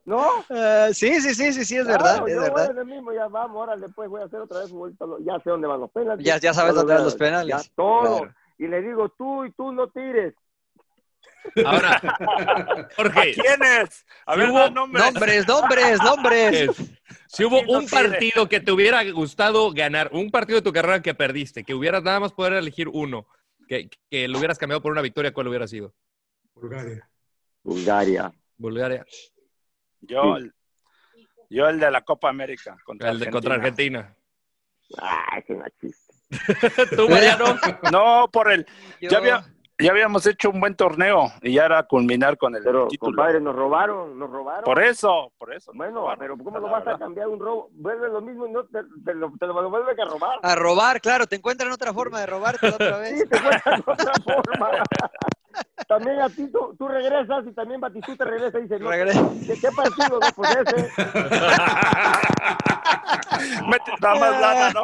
S1: ¿No?
S5: Eh, sí, sí, sí, sí, sí, es
S1: Claro,
S5: verdad, es
S1: yo
S5: verdad.
S1: voy a lo mismo, ya vamos, ahora después voy a hacer otra vez futbolista, lo- Ya sé dónde van los penaltis.
S5: Ya- ya sabes dónde van los
S1: ya-
S5: penales,
S1: Ya todo.
S5: claro.
S1: Y le digo, tú y tú no tires.
S3: Ahora, Jorge.
S4: ¿Quiénes? A
S3: ver, da nombres.
S5: Nombres, nombres, nombres.
S3: Si hubo
S5: no
S3: un
S5: tiene.
S3: partido que te hubiera gustado ganar, un partido de tu carrera que perdiste, que hubieras nada más poder elegir uno, que, que lo hubieras cambiado por una victoria, ¿cuál hubiera sido?
S2: Bulgaria.
S1: Bulgaria.
S3: Bulgaria.
S4: Yo, el- yo el de la Copa América contra
S3: El de contra Argentina.
S1: Ah, qué machista.
S3: Tú, Mariano.
S4: No, por el.
S5: Yo-
S4: Ya, había- ya habíamos hecho un buen torneo y ya era culminar con el
S1: Pero,
S4: título.
S1: compadre, nos robaron, nos robaron.
S4: Por eso, por eso.
S1: Bueno, pero ¿cómo
S4: la
S1: lo vas a
S4: verdad.
S1: cambiar un robo? Vuelve lo mismo y no te, te lo, te lo vuelve a robar.
S5: A robar, claro, te encuentran otra forma de robarte otra vez.
S1: También a ti tú, tú regresas y también Batistú te regresa y dice, no,
S5: Regresa.
S1: ¿qué, qué partido? No, pues ese.
S4: Mete- da más lana, ¿no?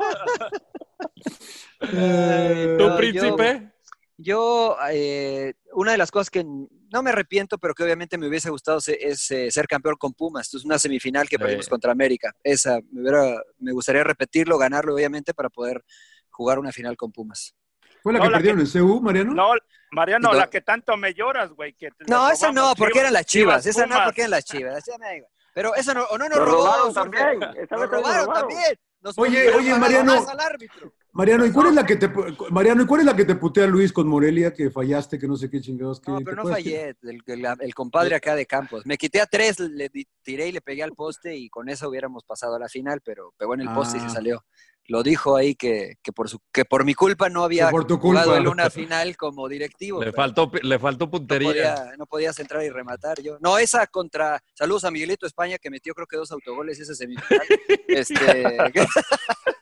S5: Ay,
S3: ¿Tu
S5: no,
S3: príncipe?
S5: Yo, yo, eh, una de las cosas que no me arrepiento, pero que obviamente me hubiese gustado se- es eh, ser campeón con Pumas. Esto es una semifinal que perdimos contra América. Esa, me, hubiera- me gustaría repetirlo, ganarlo, obviamente, para poder jugar una final con Pumas.
S2: ¿Fue la
S4: No,
S2: que
S4: la
S2: perdieron en CU, Mariano?
S4: No, Mariano,
S5: No.
S4: la que tanto me lloras, güey. que te-
S5: No,
S4: le
S5: esa no,
S4: robamos
S5: porque eran las chivas. esa no,
S4: Pumas.
S5: porque eran las chivas. Ya me da igual. Pero esa no, o no nos
S1: Nos
S5: robó, Jorge.
S1: robaron también, esa vez
S5: Nos
S1: nos
S5: robaron
S1: robaron.
S5: también. Nos
S2: Oye,
S5: hubieran
S2: oye,
S5: pagado
S2: Mariano.
S5: más al árbitro.
S2: Mariano, ¿y cuál es la que te pu- Mariano, ¿y cuál es la que te putea Luis con Morelia que fallaste, que no sé qué chingados que
S5: No,
S2: ¿te
S5: pero no
S2: acuerdas
S5: fallé, el, el- el compadre acá de Campos. Me quité a tres, le di- tiré y le pegué al poste y con eso hubiéramos pasado a la final, pero pegó en el poste y se
S2: Ah.
S5: salió. Lo dijo ahí que, que, por, su, que por mi culpa no había
S2: Que por tu culpa.
S5: jugado en una final como directivo.
S3: Le
S5: pero
S3: faltó, le faltó
S5: no,
S3: puntería.
S5: podía, no podía centrar y rematar yo. No, esa contra... Saludos a Miguelito España que metió creo que dos autogoles esa semifinal. este,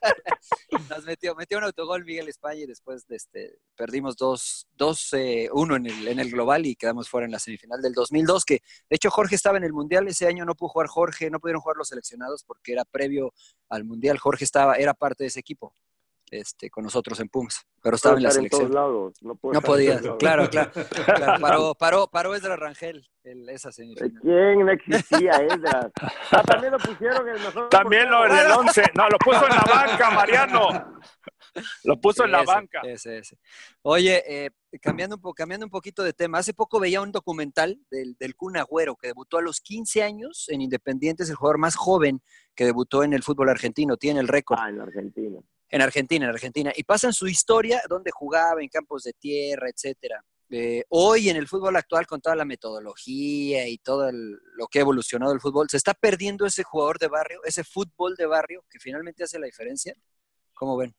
S5: nos metió, metió un autogol Miguel España y después de este, perdimos 2-1 dos, dos, eh, uno en, el, en el global y quedamos fuera en la semifinal del 2002, que de hecho Jorge estaba en el Mundial, ese año no pudo jugar Jorge, no pudieron jugar los seleccionados porque era previo al Mundial, Jorge estaba, era parte de ese equipo este, con nosotros en Pumas, pero estaba en la
S1: Puedo estar
S5: selección.
S1: todos lados. No, puedo
S5: No
S4: Pues,
S1: estar en
S5: podía,
S1: todos lados.
S5: claro, claro. claro paró, paró, paró Ezra Rangel el, esa
S4: Eh,
S5: semifinal.
S1: ¿Quién no existía Edras? Ah, también lo pusieron en nosotros.
S4: También lo en el
S1: Bueno,
S4: 11. No, lo puso en la banca, Mariano. Lo puso en la
S5: Ese,
S4: banca.
S5: ese, ese. Oye, eh, cambiando, un po- cambiando un poquito de tema, hace poco veía un documental del, del Kun Agüero, que debutó a los 15 años en Independiente, es el jugador más joven que debutó en el fútbol argentino, tiene el récord.
S1: Ah, en Argentina.
S5: en Argentina, en Argentina, y pasan su historia, dónde jugaba, en campos de tierra, etcétera. Eh, hoy en el fútbol actual, con toda la metodología y todo el- lo que ha evolucionado el fútbol, se está perdiendo ese jugador de barrio, ese fútbol de barrio que finalmente hace la diferencia. ¿Cómo ven?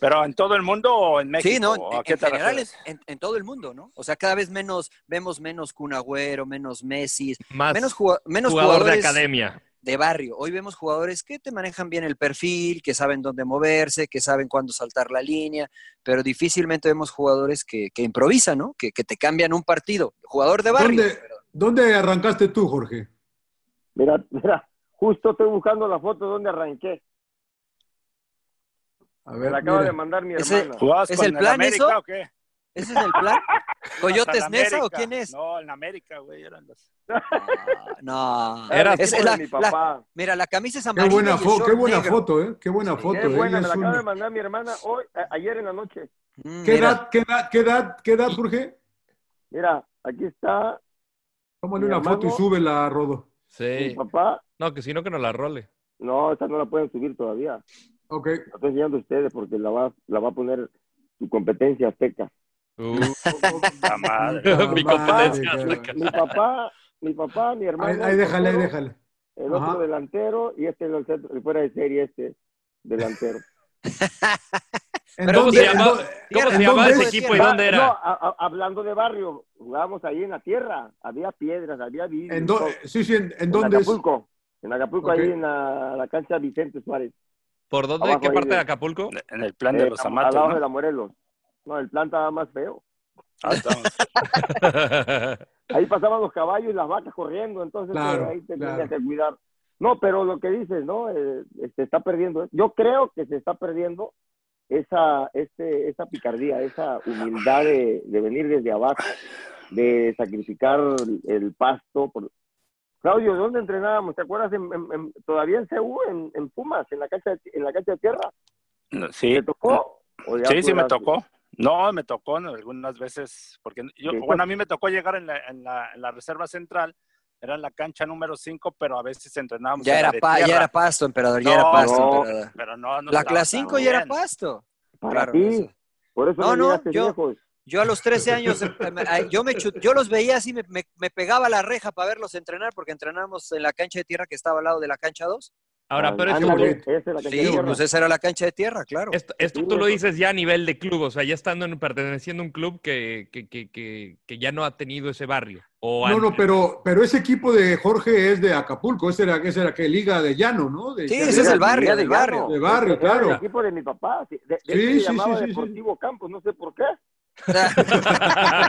S4: Pero en todo el mundo o en México.
S5: Sí, no,
S4: ¿O
S5: en,
S4: a qué
S5: en
S4: te
S5: general,
S4: refieres?
S5: en, en todo el mundo, ¿no? O sea, cada vez menos, vemos menos Kun Agüero, menos Messi,
S3: Más
S5: menos, jugua- menos
S3: jugador de
S5: jugadores
S3: academia.
S5: de barrio. Hoy vemos jugadores que te manejan bien el perfil, que saben dónde moverse, que saben cuándo saltar la línea, pero difícilmente vemos jugadores que, que improvisan, ¿no? Que, que te cambian un partido. Jugador de barrio.
S2: ¿Dónde, ¿Dónde arrancaste tú, Jorge?
S1: Mira, mira, justo estoy buscando la foto de donde arranqué.
S2: A
S1: Me
S2: ver,
S1: la acaba
S2: mira.
S1: de mandar mi
S5: ¿Ese-
S1: hermana.
S4: ¿Jugabas
S5: ¿Es
S4: con
S5: el plan
S4: América
S5: eso?
S4: o qué?
S5: ¿Ese es el plan?
S4: Hasta
S5: ¿Coyotes
S4: el
S5: Mesa o
S4: América.
S5: quién es?
S4: No, en América, güey, eran los.
S5: No.
S2: Era
S5: Es-
S2: tipo
S5: la-
S2: de mi papá.
S5: la- mira, la camisa es
S2: Qué
S5: amarilla. y
S2: buena,
S5: el
S2: fo-
S5: short
S2: qué buena
S5: negro.
S2: foto, ¿eh? Qué buena foto.
S1: Qué
S2: ¿eh?
S1: buena,
S2: Ella
S1: me
S2: es
S1: la acaba
S2: una-
S1: de mandar mi hermana hoy, a- ayer en la noche.
S5: Mm,
S2: ¿Qué,
S1: Mira.
S2: edad, qué, edad, ¿Qué edad, qué edad, Jorge?
S1: Mira, aquí está
S2: Tómale
S1: Mi
S2: una
S1: hermano-
S2: foto y súbela, Rodo.
S1: mi
S3: Sí.
S1: papá.
S3: No, que si no, que no la role.
S1: No, esta no la pueden subir todavía.
S2: Ok.
S1: La estoy enseñando a ustedes porque la va, la va a poner su competencia azteca.
S4: La madre.
S2: No
S3: Mi
S2: mames,
S3: competencia.
S2: cabrón.
S1: Mi papá, mi papá, mi
S2: Ahí,
S1: hermano.
S2: ahí
S1: el
S2: déjala, ahí
S1: portero,
S2: déjala.
S1: El otro
S2: Ajá.
S1: delantero y este es el, centro- el fuera de serie, este delantero.
S2: ¿En
S3: Pero
S2: dónde-
S3: se llamaba-
S2: en dónde-
S3: ¿Cómo se
S2: ¿en
S3: llamaba
S2: dónde
S3: ese
S2: es?
S3: equipo y
S1: Ah,
S3: Pues, dónde
S1: no,
S3: era?
S1: a- a- hablando de barrio, jugábamos ahí en la tierra. Había piedras, había vidrio.
S2: ¿En dó-
S1: todo.
S2: sí, sí, ¿en, en
S1: En
S2: dónde es?
S1: Acapulco. En Acapulco,
S2: Ok.
S1: ahí en la, la cancha Vicente Suárez.
S3: ¿Por dónde?
S1: Abajo
S3: ¿Qué
S1: ahí
S3: parte
S1: de-
S3: de Acapulco?
S4: En el plan de
S1: Eh,
S4: los
S1: al-
S4: amatos.
S1: Al lado
S4: ¿no?
S1: de la Morelos. No, el plan estaba más feo.
S4: Ah, estamos-
S1: Ahí pasaban los caballos y las vacas corriendo, entonces
S2: Claro,
S1: pues, ahí te
S2: claro.
S1: tenías que cuidar. No, pero lo que dices, ¿no? Eh, eh, se está perdiendo. Yo creo que se está perdiendo esa, este, esa picardía, esa humildad de, de venir desde abajo, de sacrificar el pasto. Por... Claudio, ¿dónde entrenábamos? ¿Te acuerdas? En- en- en- todavía en CU, en, en Pumas, en la cancha, de- en la cancha de tierra.
S4: no, Sí.
S1: ¿Te tocó? ¿O ya
S4: Sí,
S1: tú
S4: sí me
S1: eras-
S4: tocó. No, me tocó ¿no? algunas veces, porque yo,
S1: Sí, pues.
S4: bueno, a mí me tocó llegar en la, en la, en la Reserva Central, era en la cancha número 5, pero a veces entrenábamos
S5: Ya
S4: en la
S5: era,
S4: de
S5: pa- ya
S4: tierra.
S5: era pasto, emperador, ya
S4: No,
S5: era pasto,
S1: no.
S5: emperador.
S4: Pero no, no
S5: La
S4: estaba
S5: clase
S4: tan
S5: 5 ya era
S4: bien.
S5: pasto.
S1: Para
S5: Claro,
S1: ti.
S5: eso.
S1: Por eso
S5: No,
S1: no,
S5: no, yo-
S1: yo... lejos.
S5: Yo a los 13 años, eh, me- ay, yo, me chu- yo los veía así, me, me- me pegaba a la reja para verlos entrenar, porque entrenamos en la cancha de tierra que estaba al lado de la cancha 2.
S3: Ahora, pero esto,
S1: Ándale,
S3: tú-
S1: esa es la cancha de
S5: Sí,
S1: tierra.
S5: pues esa era la cancha de tierra, claro.
S3: esto, esto tú lo dices ya a nivel de club, o sea, ya estando en, perteneciendo a un club que, que, que, que, que ya no ha tenido ese barrio. O
S2: No,
S3: antes.
S2: no, pero, pero ese equipo de Jorge es de Acapulco. Ese era, ese era que liga de llano, ¿no? De-
S5: Sí,
S2: de-
S5: ese es el barrio,
S1: de
S5: del barrio.
S2: De barrio, claro.
S1: El equipo de mi papá. sí, De,
S2: Sí,
S1: de hecho, se
S2: sí,
S1: llamaba
S2: sí, sí,
S1: Deportivo Campos, no sé por qué.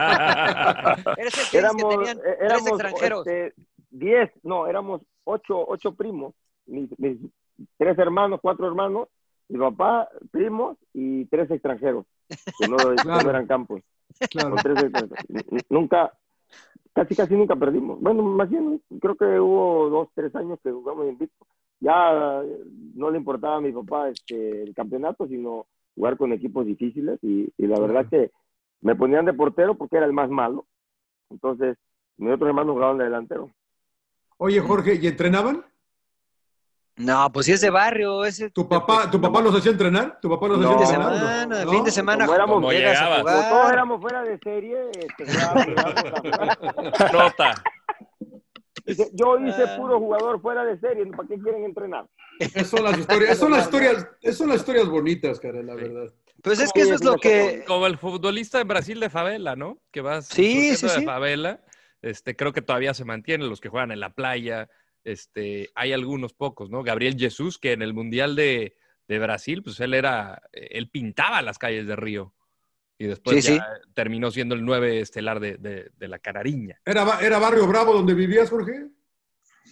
S5: Eres el que dices que
S1: Éramos,
S5: tenían
S1: eh,
S5: tres
S1: éramos
S5: extranjeros.
S1: este, diez, no, éramos ocho, ocho primos. Mis, mis tres hermanos, cuatro hermanos, mi papá, primos y tres extranjeros. Que no, que no
S2: Claro.
S1: eran Campos.
S2: Claro.
S1: con tres extranjeros. N- n- Nunca, casi casi nunca perdimos. Bueno, más bien, creo que hubo dos, tres años que jugamos invicto. Ya eh, no le importaba a mi papá este, el campeonato, sino jugar con equipos difíciles y, y la verdad que me ponían de portero porque era el más malo. Entonces, mis otros hermanos jugaban de delantero.
S2: Oye, Jorge, ¿y entrenaban?
S5: No, pues si es de barrio, ese
S2: ¿Tu papá, ¿Tu papá los hacía entrenar? ¿Tu papá los
S1: No.
S5: fin
S2: hacía
S5: de
S2: entrenar?
S5: semana,
S2: ¿No?
S5: fin de semana.
S1: Como éramos-
S3: Como
S5: llegas a
S3: llegabas.
S1: Como todos
S5: jugar.
S1: éramos fuera de serie, este, jugábamos- jugábamos la-
S3: Nota.
S1: Dice, yo hice puro jugador fuera de serie, ¿para qué quieren entrenar?
S2: Esas son las historias, esas son las historias, esas son las historias bonitas, cara, la verdad.
S5: Pues es que eso es lo que...
S3: Como el futbolista de Brasil de favela, ¿no? Que vas
S5: Sí,
S3: surgiendo
S5: sí,
S3: de
S5: sí.
S3: favela. Este, creo que todavía se mantienen los que juegan en la playa. Este, hay algunos pocos, ¿no? Gabriel Jesús, que en el Mundial de, de Brasil, pues él era, él pintaba las calles de Río. Y después
S5: Sí,
S3: ya terminó siendo el nueve estelar de, de- de la Canariña.
S2: ¿Era, ba- ¿Era barrio bravo donde vivías, Jorge?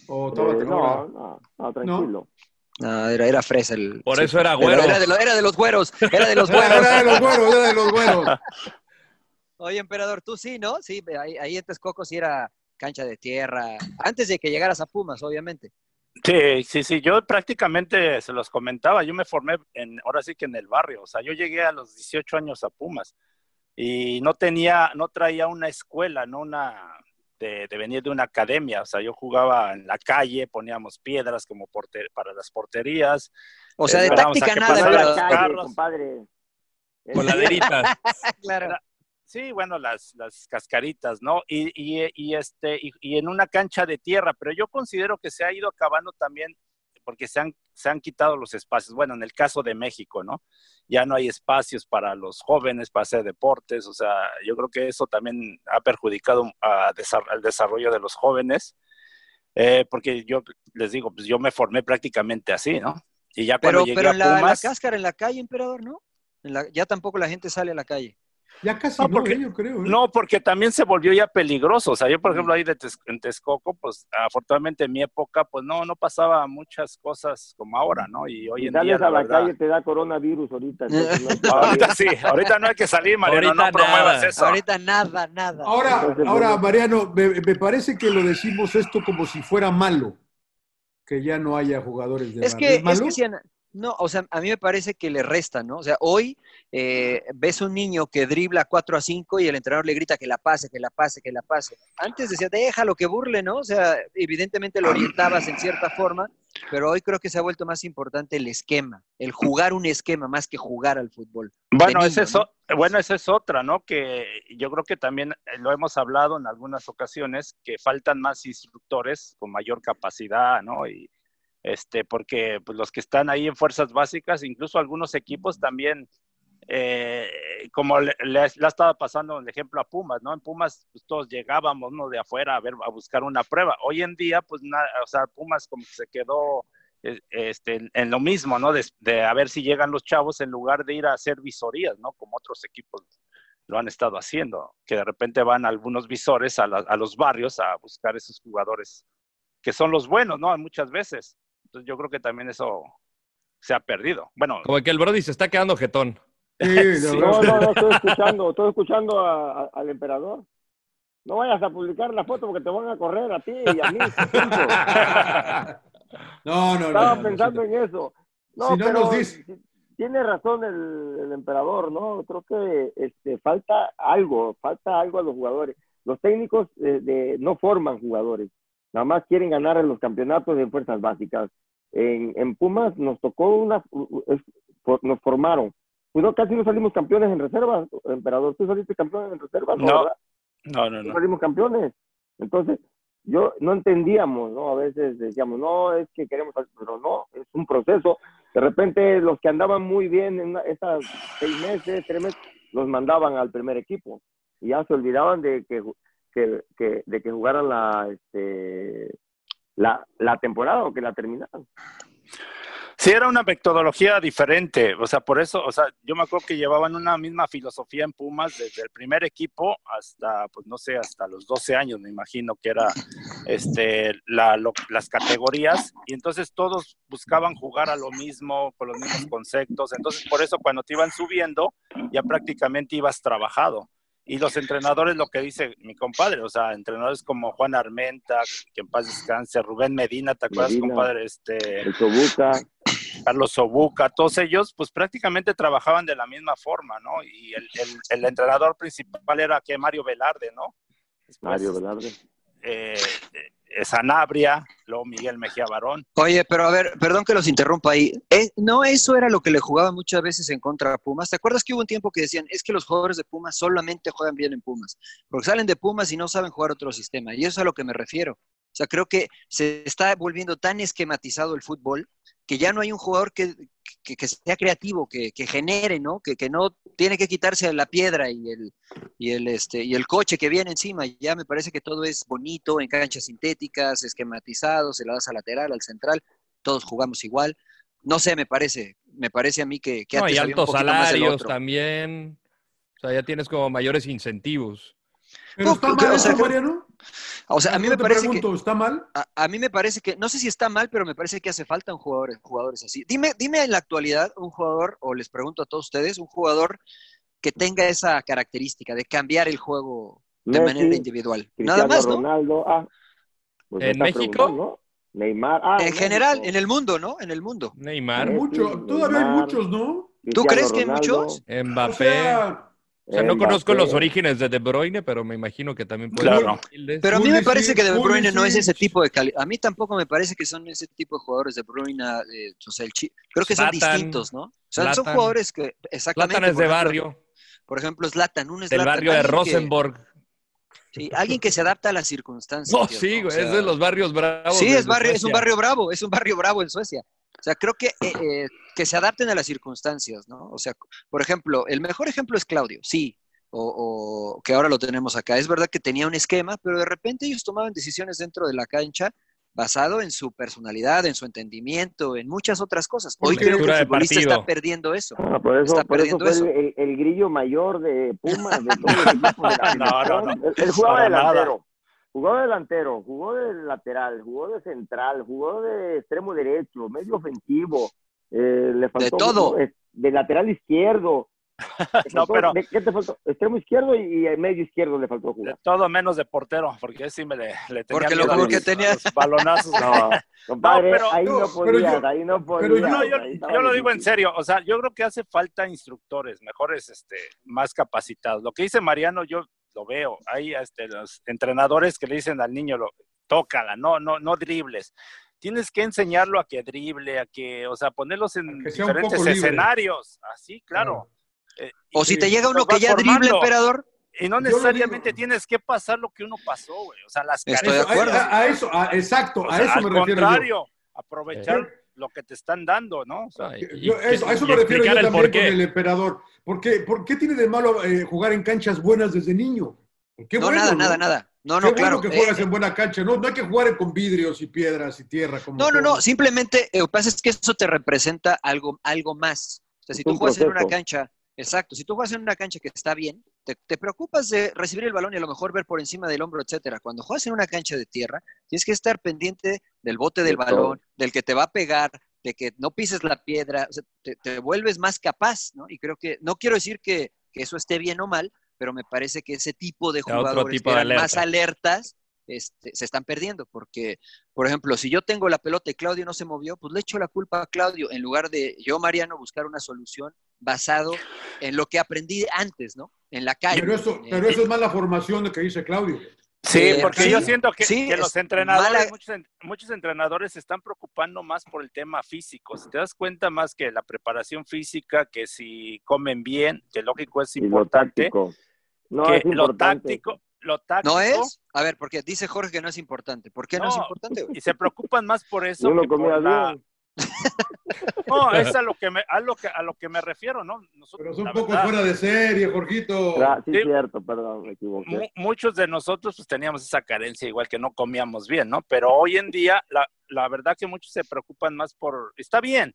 S2: ¿O estaba
S1: Eh, no,
S2: tranquilo?
S1: no, no, tranquilo.
S5: No, era, era fresa el...
S3: Por
S5: sí.
S3: eso era
S5: Pero
S3: güero.
S5: Era de, lo- era de los güeros, era de los
S2: Era,
S5: güeros.
S2: era de los güeros, era de los güeros.
S5: Oye, emperador, tú sí, ¿no? Sí, ve, ahí, ahí en Texcoco sí era cancha de tierra, antes de que llegaras a Pumas, obviamente.
S4: Sí, sí, sí, yo prácticamente se los comentaba, yo me formé en, ahora sí que en el barrio, o sea, yo llegué a los 18 años a Pumas y no tenía, no traía una escuela, no una, de, de venir de una academia. O sea, yo jugaba en la calle, poníamos piedras como porter- para las porterías.
S5: O sea, de
S4: Esperábamos a
S5: táctica
S4: que
S5: nada,
S4: pasaran
S5: pero-
S4: los
S5: Calle,
S4: carros.
S3: Coladeritas.
S5: claro.
S4: Sí, bueno, las, las cascaritas, ¿no? Y, y- y este, y, y en una cancha de tierra, pero yo considero que se ha ido acabando también porque se han, se han quitado los espacios. Bueno, en el caso de México, ¿no? Ya no hay espacios para los jóvenes, para hacer deportes, o sea, yo creo que eso también ha perjudicado a desa- al desarrollo de los jóvenes, eh, porque yo les digo, pues yo me formé prácticamente así, ¿no? Y ya cuando
S5: Pero,
S4: llegué
S5: pero
S4: a
S5: en la, la
S4: Pumas,
S5: cáscara en la calle, emperador, ¿no? En la- ya tampoco la gente sale a la calle.
S2: Ya casi eh,
S4: no, porque, no, porque también se volvió ya peligroso. O sea, yo, por ejemplo, ahí de Tez- en Texcoco, pues afortunadamente en mi época, pues no, no pasaba muchas cosas como ahora, ¿no? Y hoy
S1: Si
S4: en día,
S1: sales
S4: la
S1: a la
S4: verdad.
S1: calle te da coronavirus ahorita.
S4: Ahorita sí, ahorita no hay que salir, Mariano, no promuevas eso.
S5: Ahorita nada, nada.
S2: Ahora, ahora Mariano, me, me parece que lo decimos esto como si fuera malo, que ya no haya jugadores de
S5: Es
S2: bar.
S5: que, es
S2: malo?
S5: que si ana- no, o sea, a mí me parece que le resta, ¿no? O sea, hoy eh, ves un niño que dribla 4 a 5 y el entrenador le grita que la pase, que la pase, que la pase. Antes decía, déjalo que burle, ¿no? O sea, evidentemente lo orientabas en cierta forma, pero hoy creo que se ha vuelto más importante el esquema, el jugar un esquema más que jugar al fútbol.
S4: Bueno,
S5: De
S4: esa
S5: niño,
S4: es,
S5: ¿no?
S4: o- bueno, esa es otra, ¿no? Que yo creo que también eh, lo hemos hablado en algunas ocasiones, que faltan más instructores con mayor capacidad, ¿no? Y este, porque pues, los que están ahí en fuerzas básicas, incluso algunos equipos también, eh, como le, le- le ha estado pasando el ejemplo a Pumas, ¿no? En Pumas pues, todos llegábamos, ¿no? De afuera a ver, a buscar una prueba. Hoy en día, pues nada, o sea, Pumas como que se quedó eh, este, en- en lo mismo, ¿no? De, de a ver si llegan los chavos en lugar de ir a hacer visorías, ¿no? Como otros equipos lo han estado haciendo, que de repente van algunos visores a, la- a los barrios a buscar esos jugadores que son los buenos, ¿no? Muchas veces. Entonces yo creo que también eso se ha perdido. Bueno,
S3: Como que el Brody se está quedando jetón.
S1: No, no, no, estoy escuchando, estoy escuchando a- a- al emperador. No vayas a publicar la foto porque te van a correr a ti y a mí.
S2: No, no, no,
S1: Estaba
S2: no, no,
S1: pensando en eso. No,
S2: Si no
S1: pero
S2: nos dice-
S1: tiene razón el, el emperador, ¿no? Creo que este, falta algo, falta algo a los jugadores. Los técnicos eh, de- no forman jugadores, nada más quieren ganar en los campeonatos de fuerzas básicas. En, en Pumas nos tocó una, es- for- nos formaron. Pues no, casi no salimos campeones en reservas, emperador. ¿Tú saliste campeón en reservas?
S4: No.
S1: ¿verdad?
S4: no, no,
S1: no
S4: no.
S1: salimos campeones. Entonces, yo no entendíamos, ¿no? A veces decíamos, no, es que queremos, salir", pero no, es un proceso. De repente, los que andaban muy bien en estas seis meses, tres meses, los mandaban al primer equipo. Y ya se olvidaban de que, ju- que, que- de que jugaran la, este, la, la temporada o que la terminaran.
S4: Sí, era una metodología diferente, o sea, por eso, o sea, yo me acuerdo que llevaban una misma filosofía en Pumas desde el primer equipo hasta, pues no sé, hasta los 12 años, me imagino que era este, la- lo- las categorías, y entonces todos buscaban jugar a lo mismo, con los mismos conceptos, entonces por eso cuando te iban subiendo, ya prácticamente ibas trabajado. Y los entrenadores, lo que dice mi compadre, o sea, entrenadores como Juan Armenta, que en paz descanse, Rubén Medina, ¿te acuerdas,
S1: Medina.
S4: compadre? Este,
S1: El Tobuca,
S4: Carlos Sobuca, todos ellos, pues prácticamente trabajaban de la misma forma, ¿no? Y el, el- el entrenador principal era que Mario Velarde, ¿no?
S1: Mario Velarde.
S4: Eh, eh, Sanabria, luego Miguel Mejía Barón.
S5: Oye, pero a ver, perdón que los interrumpa ahí. Eh, no, eso era lo que le jugaba muchas veces en contra a Pumas. ¿Te acuerdas que hubo un tiempo que decían, es que los jugadores de Pumas solamente juegan bien en Pumas? Porque salen de Pumas y no saben jugar otro sistema. Y eso es a lo que me refiero. O sea, creo que se está volviendo tan esquematizado el fútbol que ya no hay un jugador que, que, que sea creativo, que, que genere, ¿no? Que, que no tiene que quitarse la piedra y el, y el este y el coche que viene encima ya me parece que todo es bonito en canchas sintéticas esquematizado se la das al lateral al central todos jugamos igual no sé me parece me parece a mí que, que
S3: No,
S5: antes
S3: y
S5: había un
S3: altos
S5: poquito más del
S3: salarios
S5: otro.
S3: también. O sea, ya tienes como mayores incentivos.
S2: ¿Pero está mal
S5: o sea,
S2: eso,
S5: que-
S2: Mariano?
S5: o sea a mí
S2: Yo
S5: me
S2: te
S5: parece
S2: pregunto,
S5: que
S2: ¿está mal
S5: a, a mí me parece que no sé si está mal pero me parece que hace falta un jugador jugadores así dime dime en la actualidad un jugador o les pregunto a todos ustedes un jugador que tenga esa característica de cambiar el juego de
S1: Messi,
S5: manera individual
S1: Cristiano
S5: nada más ¿no?
S1: Ronaldo. Ah, pues me
S5: ¿En
S1: está
S5: México?
S1: preguntando, ¿no? Neymar. Ah,
S5: en general en el mundo no en el mundo
S3: Neymar.
S1: Messi,
S2: mucho? Todavía hay
S1: Neymar,
S2: muchos, ¿no?
S5: ¿Tú
S1: Cristiano
S5: crees que hay
S1: Ronaldo. eh,
S5: muchos?
S3: Mbappé.
S2: O sea,
S3: O sea, no
S4: Mbappé.
S3: conozco los orígenes de De Bruyne, pero me imagino que también puede
S4: Claro.
S5: Pero a mí me
S3: Pulisic,
S5: parece que De Bruyne no es
S3: Pulisic.
S5: ese tipo de calidad. A mí tampoco me parece que son ese tipo de jugadores de Bruyne. eh, o sea, el chi- Creo que son
S3: Zlatan,
S5: distintos, ¿no? O sea, son
S3: Zlatan.
S5: jugadores que exactamente.
S3: Zlatan es
S5: por
S3: de
S5: ejemplo,
S3: barrio.
S5: Por ejemplo, Zlatan, un
S3: Del
S5: Zlatan,
S3: barrio de
S5: alguien que-
S3: Rosenborg.
S5: sí, alguien que se adapta a las circunstancias.
S3: No,
S5: tío,
S3: sí,
S5: O
S3: güey,
S5: sea,
S3: es de los barrios bravos.
S5: Sí,
S3: de
S5: es, barrio, es un
S3: Suecia.
S5: barrio bravo, es un barrio bravo en Suecia. O sea, creo que, eh, eh, que se adapten a las circunstancias, ¿no? O sea, por ejemplo, el mejor ejemplo es Claudio, sí, o, o que ahora lo tenemos acá. Es verdad que tenía un esquema, pero de repente ellos tomaban decisiones dentro de la cancha basado en su personalidad, en su entendimiento, en muchas otras cosas. Hoy
S3: Lectura
S5: creo que el
S3: de
S5: futbolista
S3: partido.
S5: está perdiendo eso.
S1: Ah, por eso,
S5: está
S1: por eso
S5: perdiendo
S1: fue
S5: eso.
S1: el, el- el grillo mayor de Pumas, de todo el equipo de la
S4: No, no, no.
S1: Él- él jugaba
S4: Para nada.
S1: delantero. Jugó de delantero, jugó de lateral, jugó de central, jugó de extremo derecho, medio ofensivo. eh, le faltó
S5: todo.
S1: eh, de lateral izquierdo. Le
S4: No,
S1: faltó-
S4: pero-
S1: ¿de ¿Qué te faltó? Extremo izquierdo y, y medio izquierdo le faltó jugar.
S4: Todo menos de portero, porque sí me le, le tenía
S5: Porque lo
S4: miedo a los-
S5: que tenía-
S4: a los balonazos.
S1: No, compadre,
S4: No, pero-
S1: ahí no,
S4: no, pero
S1: podías,
S4: yo-
S1: ahí no
S4: Pero
S1: podías.
S4: yo, no, yo-
S1: ahí
S4: yo
S1: estaba
S4: lo digo en
S1: difícil.
S4: serio, o sea, yo creo que hace falta instructores mejores, este, más capacitados. Lo que dice Mariano, yo lo veo. Hay este, los entrenadores que le dicen al niño, lo, tócala, no, no, no dribles. Tienes que enseñarlo a que drible, a que, o sea, ponerlos en
S2: que sea un
S4: diferentes
S2: poco libre.
S4: escenarios. Así, claro. Eh,
S5: O
S4: y-
S5: si te
S4: y
S5: llega uno
S4: los va
S5: que ya drible,
S4: formando.
S5: emperador.
S4: Y no
S2: Yo lo
S4: necesariamente tienes que pasar lo que uno pasó, güey. O sea, las
S5: Estoy de
S2: A,
S5: acuerdo.
S2: a- a eso, a- exacto,
S4: o
S2: a
S4: sea,
S2: eso
S4: al
S2: me refiero yo. Eh.
S4: contrario, aprovechar lo que te están dando, ¿no? O sea,
S3: Ay, Eh, y-
S2: Yo- Eh, eso, a eso
S3: y
S2: me refiero yo
S3: explicar el
S2: también
S3: porqué.
S2: con el emperador. ¿Por qué, por qué tiene de malo eh, jugar en canchas buenas desde niño? Qué
S5: No,
S2: bueno,
S5: nada,
S2: ¿no?
S5: nada, nada. No,
S2: Qué
S5: no,
S2: bueno
S5: claro.
S2: que
S5: eh,
S2: juegas en buena cancha. No, no hay que jugar con vidrios y piedras y tierra. Como
S5: No, no,
S2: todo.
S5: no, simplemente eh, lo que pasa es que eso te representa algo, algo más. O sea, si
S1: Es
S5: tú
S1: un
S5: juegas en una
S1: proceso.
S5: cancha, exacto, si tú juegas en una cancha que está bien, te, te preocupas de recibir el balón y a lo mejor ver por encima del hombro, etcétera. Cuando juegas en una cancha de tierra, tienes que estar pendiente del bote del
S1: De
S5: balón, del que te va a pegar, de que no pises la piedra, o sea, te, te vuelves más capaz, ¿no? Y creo que, no quiero decir que, que eso esté bien o mal, pero me parece que ese tipo de
S3: Era otro
S5: jugadores
S3: tipo
S5: que
S3: de
S5: eran más
S3: alerta.
S5: alertas este, se están perdiendo, porque por ejemplo, si yo tengo la pelota y Claudio no se movió, pues le echo la culpa a Claudio en lugar de yo, Mariano, buscar una solución basado en lo que aprendí antes, ¿no? En la calle.
S2: Pero eso,
S5: Eh,
S2: pero eso es más la formación de que dice Claudio.
S4: Sí,
S5: Eh,
S4: porque
S5: sí,
S4: yo siento que,
S5: sí,
S4: que
S5: es
S4: los entrenadores,
S5: mala-
S4: muchos, en- muchos entrenadores se están preocupando más por el tema físico. Si te das cuenta más que la preparación física, que si comen bien, que lógico es
S1: Y lo
S4: importante,
S1: táctico. No,
S4: que
S1: es
S4: lo
S1: importante.
S4: táctico, lo táctico,
S5: ¿No es? A ver, porque dice Jorge que no es importante. ¿Por qué no, es
S4: No.
S5: importante? güey?
S4: y se preocupan más por eso
S1: Uno
S4: que por
S1: comía
S4: la-
S1: bien.
S4: No, es a lo que me, a lo que a lo que me refiero, ¿no?
S2: Pero
S4: Nosotros,
S2: son
S4: la
S2: un poco
S4: verdad,
S2: fuera de serie, Jorgito.
S1: Tra- sí,
S4: Sí.
S1: cierto, perdón, me equivoqué.
S4: mu- muchos de nosotros pues teníamos esa carencia, igual que no comíamos bien, ¿no? Pero hoy en día, la, la verdad que muchos se preocupan más por, está bien,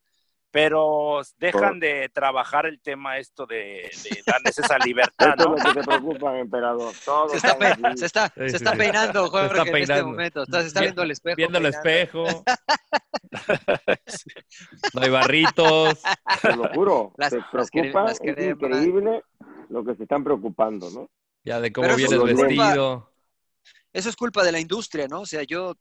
S4: pero dejan de trabajar el tema esto de, de darles esa libertad,
S1: Esto
S4: ¿no?
S1: es lo que te preocupa, emperador. Todo
S5: Se está, pe- se está-
S3: Sí,
S5: se
S3: sí,
S5: está
S3: sí.
S5: peinando, Jorge,
S3: está
S5: en este
S3: peinando.
S5: momento. Está, se está
S3: Vi-
S5: viendo el espejo.
S3: Viendo el
S5: peinando.
S3: espejo. No hay barritos.
S1: te lo juro.
S5: Las-
S1: se
S5: las
S1: preocupa,
S5: cre- las
S1: es
S5: cremas.
S1: increíble lo que se están preocupando, ¿no?
S3: Ya de cómo
S5: Pero
S3: vienes
S1: eso es culpa-
S3: vestido.
S5: Eso es culpa de la industria, ¿no? O sea, yo,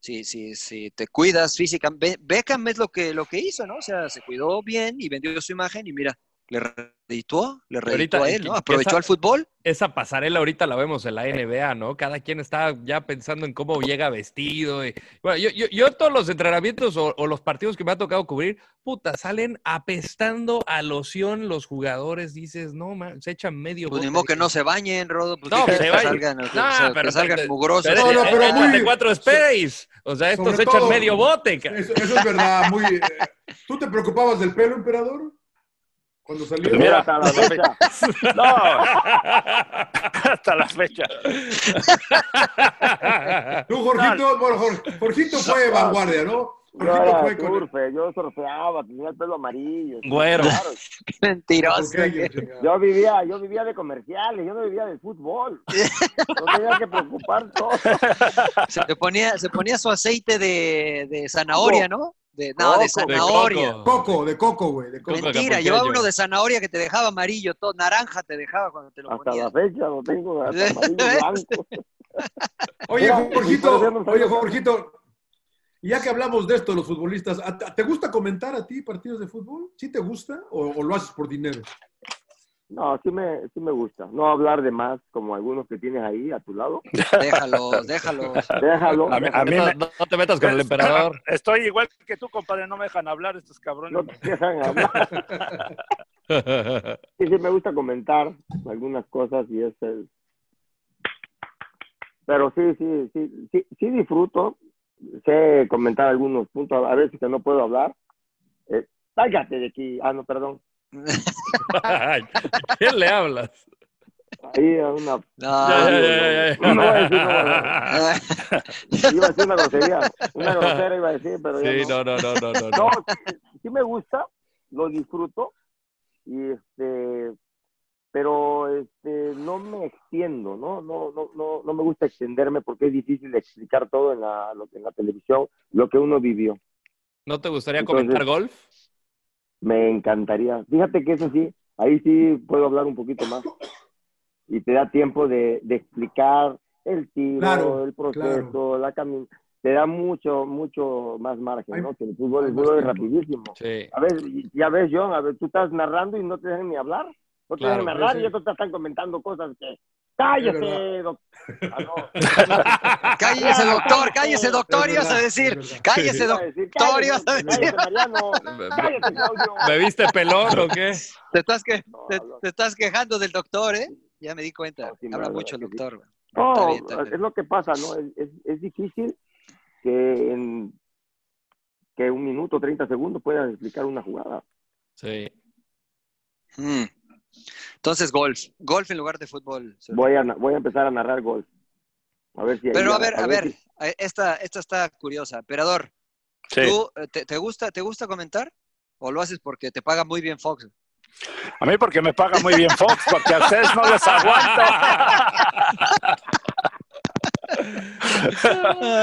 S5: si, si, si te cuidas físicamente, Be- Beckham es lo que, lo que hizo, ¿no? O sea, se cuidó bien y vendió su imagen y mira, le redituó, le redituó
S3: Ahorita,
S5: a
S3: ¿y
S5: él, ¿no?
S3: qué- qué
S5: Aprovechó
S3: sa-
S5: al fútbol.
S3: Esa pasarela ahorita la vemos en la NBA, ¿no? Cada quien está ya pensando en cómo llega vestido. y- Bueno, yo, yo, yo todos los entrenamientos o, o los partidos que me ha tocado cubrir, puta, salen apestando a loción los jugadores. Dices, no, man, se echan medio.
S5: Pues
S3: bote
S5: ni modo
S3: de-
S5: que no se bañen, Rodo. Pues
S3: No,
S5: ¿qué
S3: se
S5: quieres?
S3: bañen.
S5: Que salgan, o sea,
S3: No,
S5: o sea,
S3: pero-
S5: que salgan mugrosos.
S2: No,
S3: Pero,
S2: no,
S3: eh,
S2: pero
S3: eh,
S2: muy-
S3: de cuatro Space. O sea, estos
S2: sobre
S3: se echan
S2: todo-
S3: medio bote. ca-
S2: Eso, eso es verdad. Muy, eh, ¿Tú te preocupabas del pelo, emperador? Cuando salió.
S4: Pues mira,
S1: Hasta la fecha.
S4: No, hasta la fecha.
S2: Tú, Jorgito, bueno, Jor- Jorgito fue vanguardia, ¿no?
S1: Yo
S2: Jorgito
S1: era
S2: fue con.
S1: surfe, yo surfeaba, tenía el pelo amarillo. sí,
S3: Güero.
S1: claro.
S5: Mentiroso.
S2: Ok, chingada.
S1: Yo vivía, yo vivía de comerciales, yo no vivía del fútbol. No tenía que preocupar todo.
S5: Se, te ponía, se ponía su aceite de, de zanahoria, ¿no? De, no, de
S1: Coco.
S3: de
S5: zanahoria.
S3: coco.
S2: Coco, de Coco, güey. De coco.
S3: Coco
S5: Mentira,
S3: acapulqueño.
S5: llevaba uno de zanahoria que te dejaba amarillo, todo naranja te dejaba cuando te lo
S1: Hasta
S5: ponías.
S1: la fecha lo tengo hasta amarillo blanco.
S2: Oye,
S1: Mira, mi padre
S2: Jorgito,
S1: no sabe-
S2: oye, Jorgito. y Ya que hablamos de esto, los futbolistas, ¿a- ¿te gusta comentar a ti partidos de fútbol? ¿Sí te gusta o, o lo haces por dinero?
S1: No, sí me, sí me gusta. No hablar de más como algunos que tienes ahí a tu lado.
S5: Déjalos, déjalos.
S1: Déjalo.
S3: A mí- a mí me- No- no te metas con el emperador.
S4: Estoy igual que tú, compadre. No me dejan hablar estos cabrones.
S1: No te dejan hablar. Sí, sí, me gusta comentar algunas cosas y es el... Pero sí, sí, sí, sí, sí disfruto. Sé comentar algunos puntos, a veces que no puedo hablar. Eh, sálgate de aquí. Ah, no, perdón.
S3: ¿Quién le hablas?
S1: Ahí a una...
S3: Ya, ya, ya, ya, ya.
S1: No voy a decir, no voy a decir. Iba a decir una grosería. Una grosera iba a decir, pero ya
S3: Sí,
S1: no.
S3: no, no, no, no, no.
S1: No,
S3: no.
S1: sí, sí me gusta, lo disfruto, y este, pero este, no me extiendo, ¿no? No, no, no, no me gusta extenderme porque es difícil explicar todo en la, lo que- en la televisión, lo que uno vivió.
S3: ¿No te gustaría
S1: Entonces-
S3: comentar golf?
S1: Me encantaría. Fíjate que eso sí, ahí sí puedo hablar un poquito más. Y te da tiempo de, de explicar el tiro,
S2: Claro,
S1: el proceso, la camina. Te da mucho, mucho más margen, ¿no? Que el fútbol, el
S2: más
S1: fútbol es
S2: tiempo.
S1: rapidísimo.
S3: Sí.
S1: A ver, ya ves, John, a ver, tú estás narrando y no te dejan ni hablar. No te
S3: Claro,
S1: dejan narrar
S3: sí, sí.
S1: y otros te están comentando cosas que.
S2: Es
S1: ¡Cállese, Ah,
S2: verdad.
S1: doctor!
S5: Cállese,
S1: Ah,
S5: doctor, cállese, doctor, ibas a decir. Cállese, doctor, ibas a decir.
S1: Mariano! ¡Cállese, Claudio!
S3: ¿Me viste pelón o qué?
S5: Te estás, que, te, te estás quejando del doctor, ¿eh? Ya me di cuenta.
S1: sin
S5: Habla
S1: duda,
S5: mucho el doctor. güey. Está
S1: No,
S5: bien, está bien.
S1: es lo que pasa, ¿no? Es, es- es difícil que en que un minuto, 30 segundos puedas explicar una jugada.
S3: Sí.
S5: Mm. Entonces, golf. Golf en lugar de fútbol. señor.
S1: Voy a, na- voy a empezar a narrar golf. A ver si ahí-
S5: Pero a ver, a ver,
S1: si-
S5: a- eh, esta, esta está curiosa. Emperador, ¿tú, eh, te, te gusta, ¿te gusta comentar? ¿O lo haces porque te paga muy bien Fox?
S4: A mí porque me paga muy bien Fox, porque a ustedes no les aguanto.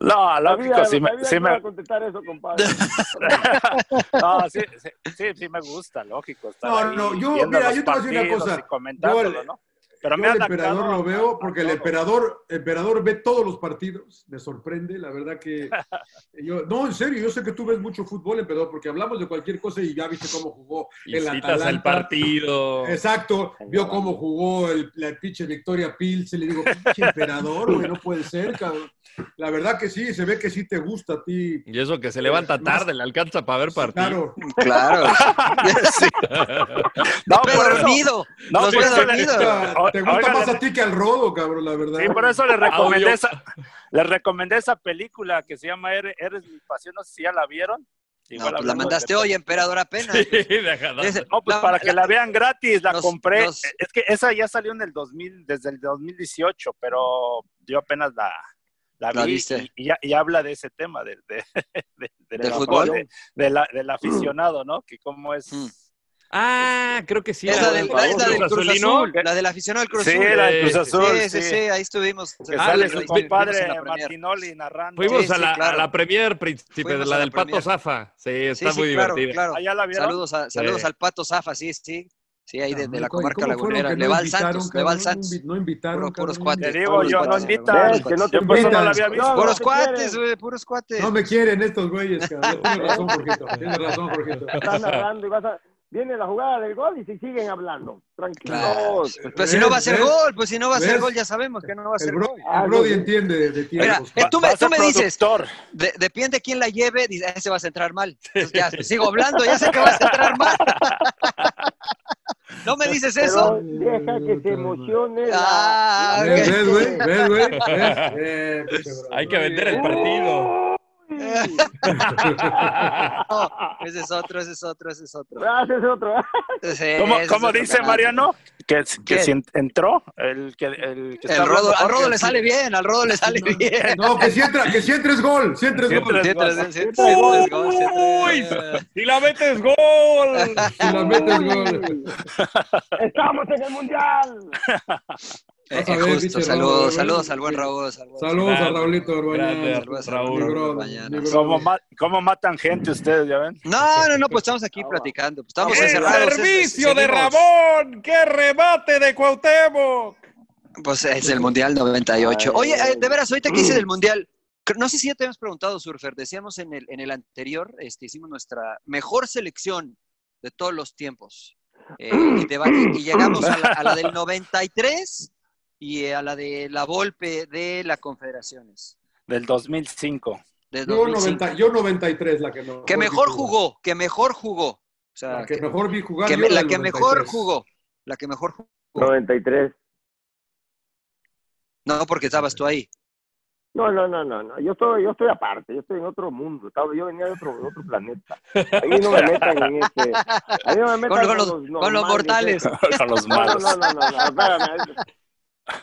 S4: No, lógico,
S1: Sabía-
S4: sí me,
S1: sabía
S4: sí
S1: que iba
S4: me,
S1: a contestar eso, compadre.
S4: no, Ah, sí, sí, sí, sí me gusta, lógico. estar
S2: No,
S4: ahí
S2: no, yo-
S4: viendo
S2: mira,
S4: los
S2: yo te voy a decir una
S4: partidos
S2: cosa.
S4: y comentándolo,
S2: Yo al-
S4: ¿no? Pero
S2: Yo
S4: me ha
S2: al
S4: adaptado
S2: emperador
S4: a-
S2: lo
S4: a
S2: veo porque el
S4: todo.
S2: emperador, emperador ve todos los partidos, me sorprende, la verdad que yo, no, en serio, yo sé que tú ves mucho fútbol, emperador, porque hablamos de cualquier cosa y ya viste cómo jugó
S3: Y
S2: el
S3: citas
S2: Atalanta.
S3: el partido.
S2: Exacto, vio cómo jugó el, la pinche Victoria Pils y le digo, pinche emperador, güey, no puede ser, cabrón. La verdad que sí, se ve que sí te gusta a ti.
S3: Y eso que se levanta tarde, le alcanza para ver partido.
S2: Claro,
S5: Claro.
S4: No,
S5: Pero
S4: por eso-
S5: dormido.
S4: No,
S5: los
S4: pero
S5: veo
S4: eso le-
S5: dormidos.
S4: O-
S2: te gusta
S4: oigan,
S2: más a ti que al rodo, cabrón, la verdad.
S4: Sí, por eso les
S3: Audio.
S4: recomendé, esa, les recomendé esa película que se llama Eres, Eres mi pasión. No sé si ya la vieron.
S5: No,
S4: Igual
S5: pues la
S4: hablando de-
S5: mandaste hoy, emperador, apenas.
S3: Sí, deja-
S5: Ese-
S4: No, pues
S5: no,
S4: para que la vean gratis, la
S5: nos-
S4: compré.
S5: nos-
S4: Es que esa ya salió en el 2000, desde el 2018, pero yo apenas la, la
S5: La
S4: vi
S5: viste.
S4: y, y ya- y habla de ese tema, de, de- de- de
S5: ¿Del
S4: la-
S5: fútbol?
S4: de- de la- del aficionado, ¿no? Que cómo es...
S5: Mm.
S3: Ah, creo que sí.
S5: Es la, del, la- es la del
S3: Cruz
S5: Cruz
S3: Azulino.
S5: Azul, la del aficionado del Cruz
S4: Sí,
S5: Azul.
S4: la del Cruz
S3: Sí,
S4: Azul,
S5: sí, sí, sí, ahí estuvimos.
S4: Que
S5: Ah,
S4: sale
S5: lo
S4: su
S5: hicimos en
S4: compadre
S5: la Premier.
S4: Martinoli narrando.
S3: Fuimos
S5: Sí,
S3: a,
S5: sí,
S3: la,
S5: claro.
S3: a la Premier, príncipe,
S5: Fuimos
S3: de
S5: a
S3: la
S5: la
S3: del Pato
S5: Premier.
S3: Zafa. Sí,
S5: Sí,
S3: está
S5: sí,
S3: muy
S5: claro,
S3: divertida.
S5: claro.
S4: ¿Allá la vieron?
S5: Saludos, a- saludos al Pato Zafa, sí, sí. Sí, ahí desde
S2: Cabrón,
S5: la
S2: ¿cómo
S5: comarca
S2: fueron
S5: lagunera.
S2: que
S5: Le
S2: no
S5: va al
S2: invitaron,
S5: Santos, le
S2: cabrón?
S5: va al
S2: No
S5: Santos.
S2: invi- No invitaron.
S5: Puros- puros
S2: cabrón,
S4: Te
S5: cuates.
S4: digo, yo no
S5: Puros
S4: invitan.
S5: cuates.
S1: Que no te
S4: yo por eso no la había
S2: invitan.
S4: visto.
S2: No,
S5: Puros
S1: te
S5: cuates,
S1: quieren.
S5: güey, puros cuates.
S2: No me quieren estos güeyes, cabrón. Tienes razón, Jorgito. Tienes razón, Jorgito.
S1: Estás narrando y vas a... Viene la jugada del gol y se siguen hablando.
S5: Claro.
S1: Tranquilos.
S5: Pues si no va a ser
S2: ¿Ves?
S5: gol, pues si no va a ser
S2: ¿Ves?
S5: gol, ya sabemos que no va a
S2: ¿Eh? El,
S5: ser
S2: bro,
S5: gol.
S2: el Brody entiende de, de
S5: Mira,
S2: tiempos.
S5: eh, tú
S4: Pues
S5: me,
S4: Va a ser
S5: tú me dices,
S4: productor.
S5: de- depende quién la lleve, dice, "Ah, ese vas a entrar mal. Entonces ya sigo hablando, ya sé que vas a entrar mal. ¿No me dices
S1: Pero
S5: eso?
S1: deja que se emocione. la-
S5: Ah,
S1: la
S2: ¿Ves,
S5: ok.
S2: ves, güey?
S1: gente.
S2: ¿Ves, güey? ¿Ves? Eh, pinche Brody.
S3: Hay que
S5: Oh.
S3: vender el partido.
S5: No, ese es otro, ese es otro, ese es otro.
S1: Ah, ese es otro.
S5: Ese-
S4: ¿Cómo,
S5: ese
S4: cómo
S5: es otro
S4: dice
S5: canal.
S4: Mariano? Que, que
S5: ¿Quién?
S4: si ent- entró, el que, el que está
S5: El rodo,
S4: hablando
S5: al rodo
S4: Jorge,
S5: le sale bien, al rodo le sale bien.
S2: No, que si entra, que si entra es gol. Si entra es
S4: Si entra
S2: gol.
S4: es-
S5: Sí, tres,
S4: gol.
S5: sí, tres, tres, gol, sí,
S3: ¡Uy!
S5: tres.
S3: ¡Si la metes, gol!
S2: Si la metes, gol.
S1: ¡Estamos en el mundial!
S5: Eh,
S2: Vas a ver,
S5: justo,
S2: bicho,
S5: saludos,
S2: Raúl.
S5: saludos al buen Raúl. saludos.
S2: Saludos a
S3: Grande,
S2: Raulito Orbañán.
S3: grande, Raúl.
S2: Mi brother,
S5: Orbañán.
S2: mi
S4: ¿Cómo,
S2: brother.
S4: ma- cómo matan gente ustedes, ya ven?
S5: No, no, no, pues estamos aquí platicando. pues estamos
S3: ¡El
S5: encerrados. es- es-
S3: servicio de
S5: seguimos.
S3: Ramón! ¡Qué remate de Cuauhtémoc!
S5: Pues es el Mundial 98.
S1: Ay,
S5: Oye,
S1: ay,
S5: eh, de veras, ahorita que hice del Mundial, cre- no sé si ya te habíamos preguntado, Surfer, decíamos en el, en el anterior, este, hicimos nuestra mejor selección de todos los tiempos. eh, y, debate, y llegamos a la, a la del 93 y eh, a la de la golpe de las confederaciones.
S4: Del 2005.
S5: Del
S2: Yo,
S5: 2005.
S2: 90, yo 93, la que no.
S5: que mejor jugó, que mejor jugó. O sea,
S2: La que mejor vi jugar.
S5: que
S2: yo
S5: me- la
S2: del
S5: que mejor
S2: 93.
S5: jugó. La que mejor jugó.
S1: 93.
S5: No, porque estabas tú ahí.
S1: No, no, no, no, no. Yo estoy, yo estoy aparte, yo estoy en otro mundo. estaba- Yo venía de otro, de otro planeta. A mí no me metan en este. A mí no me metan
S5: Con- con los- con los
S1: normales,
S5: mortales.
S1: ¿eh?
S5: Con los
S1: No,
S5: malos.
S1: No, no, no, no, espérame.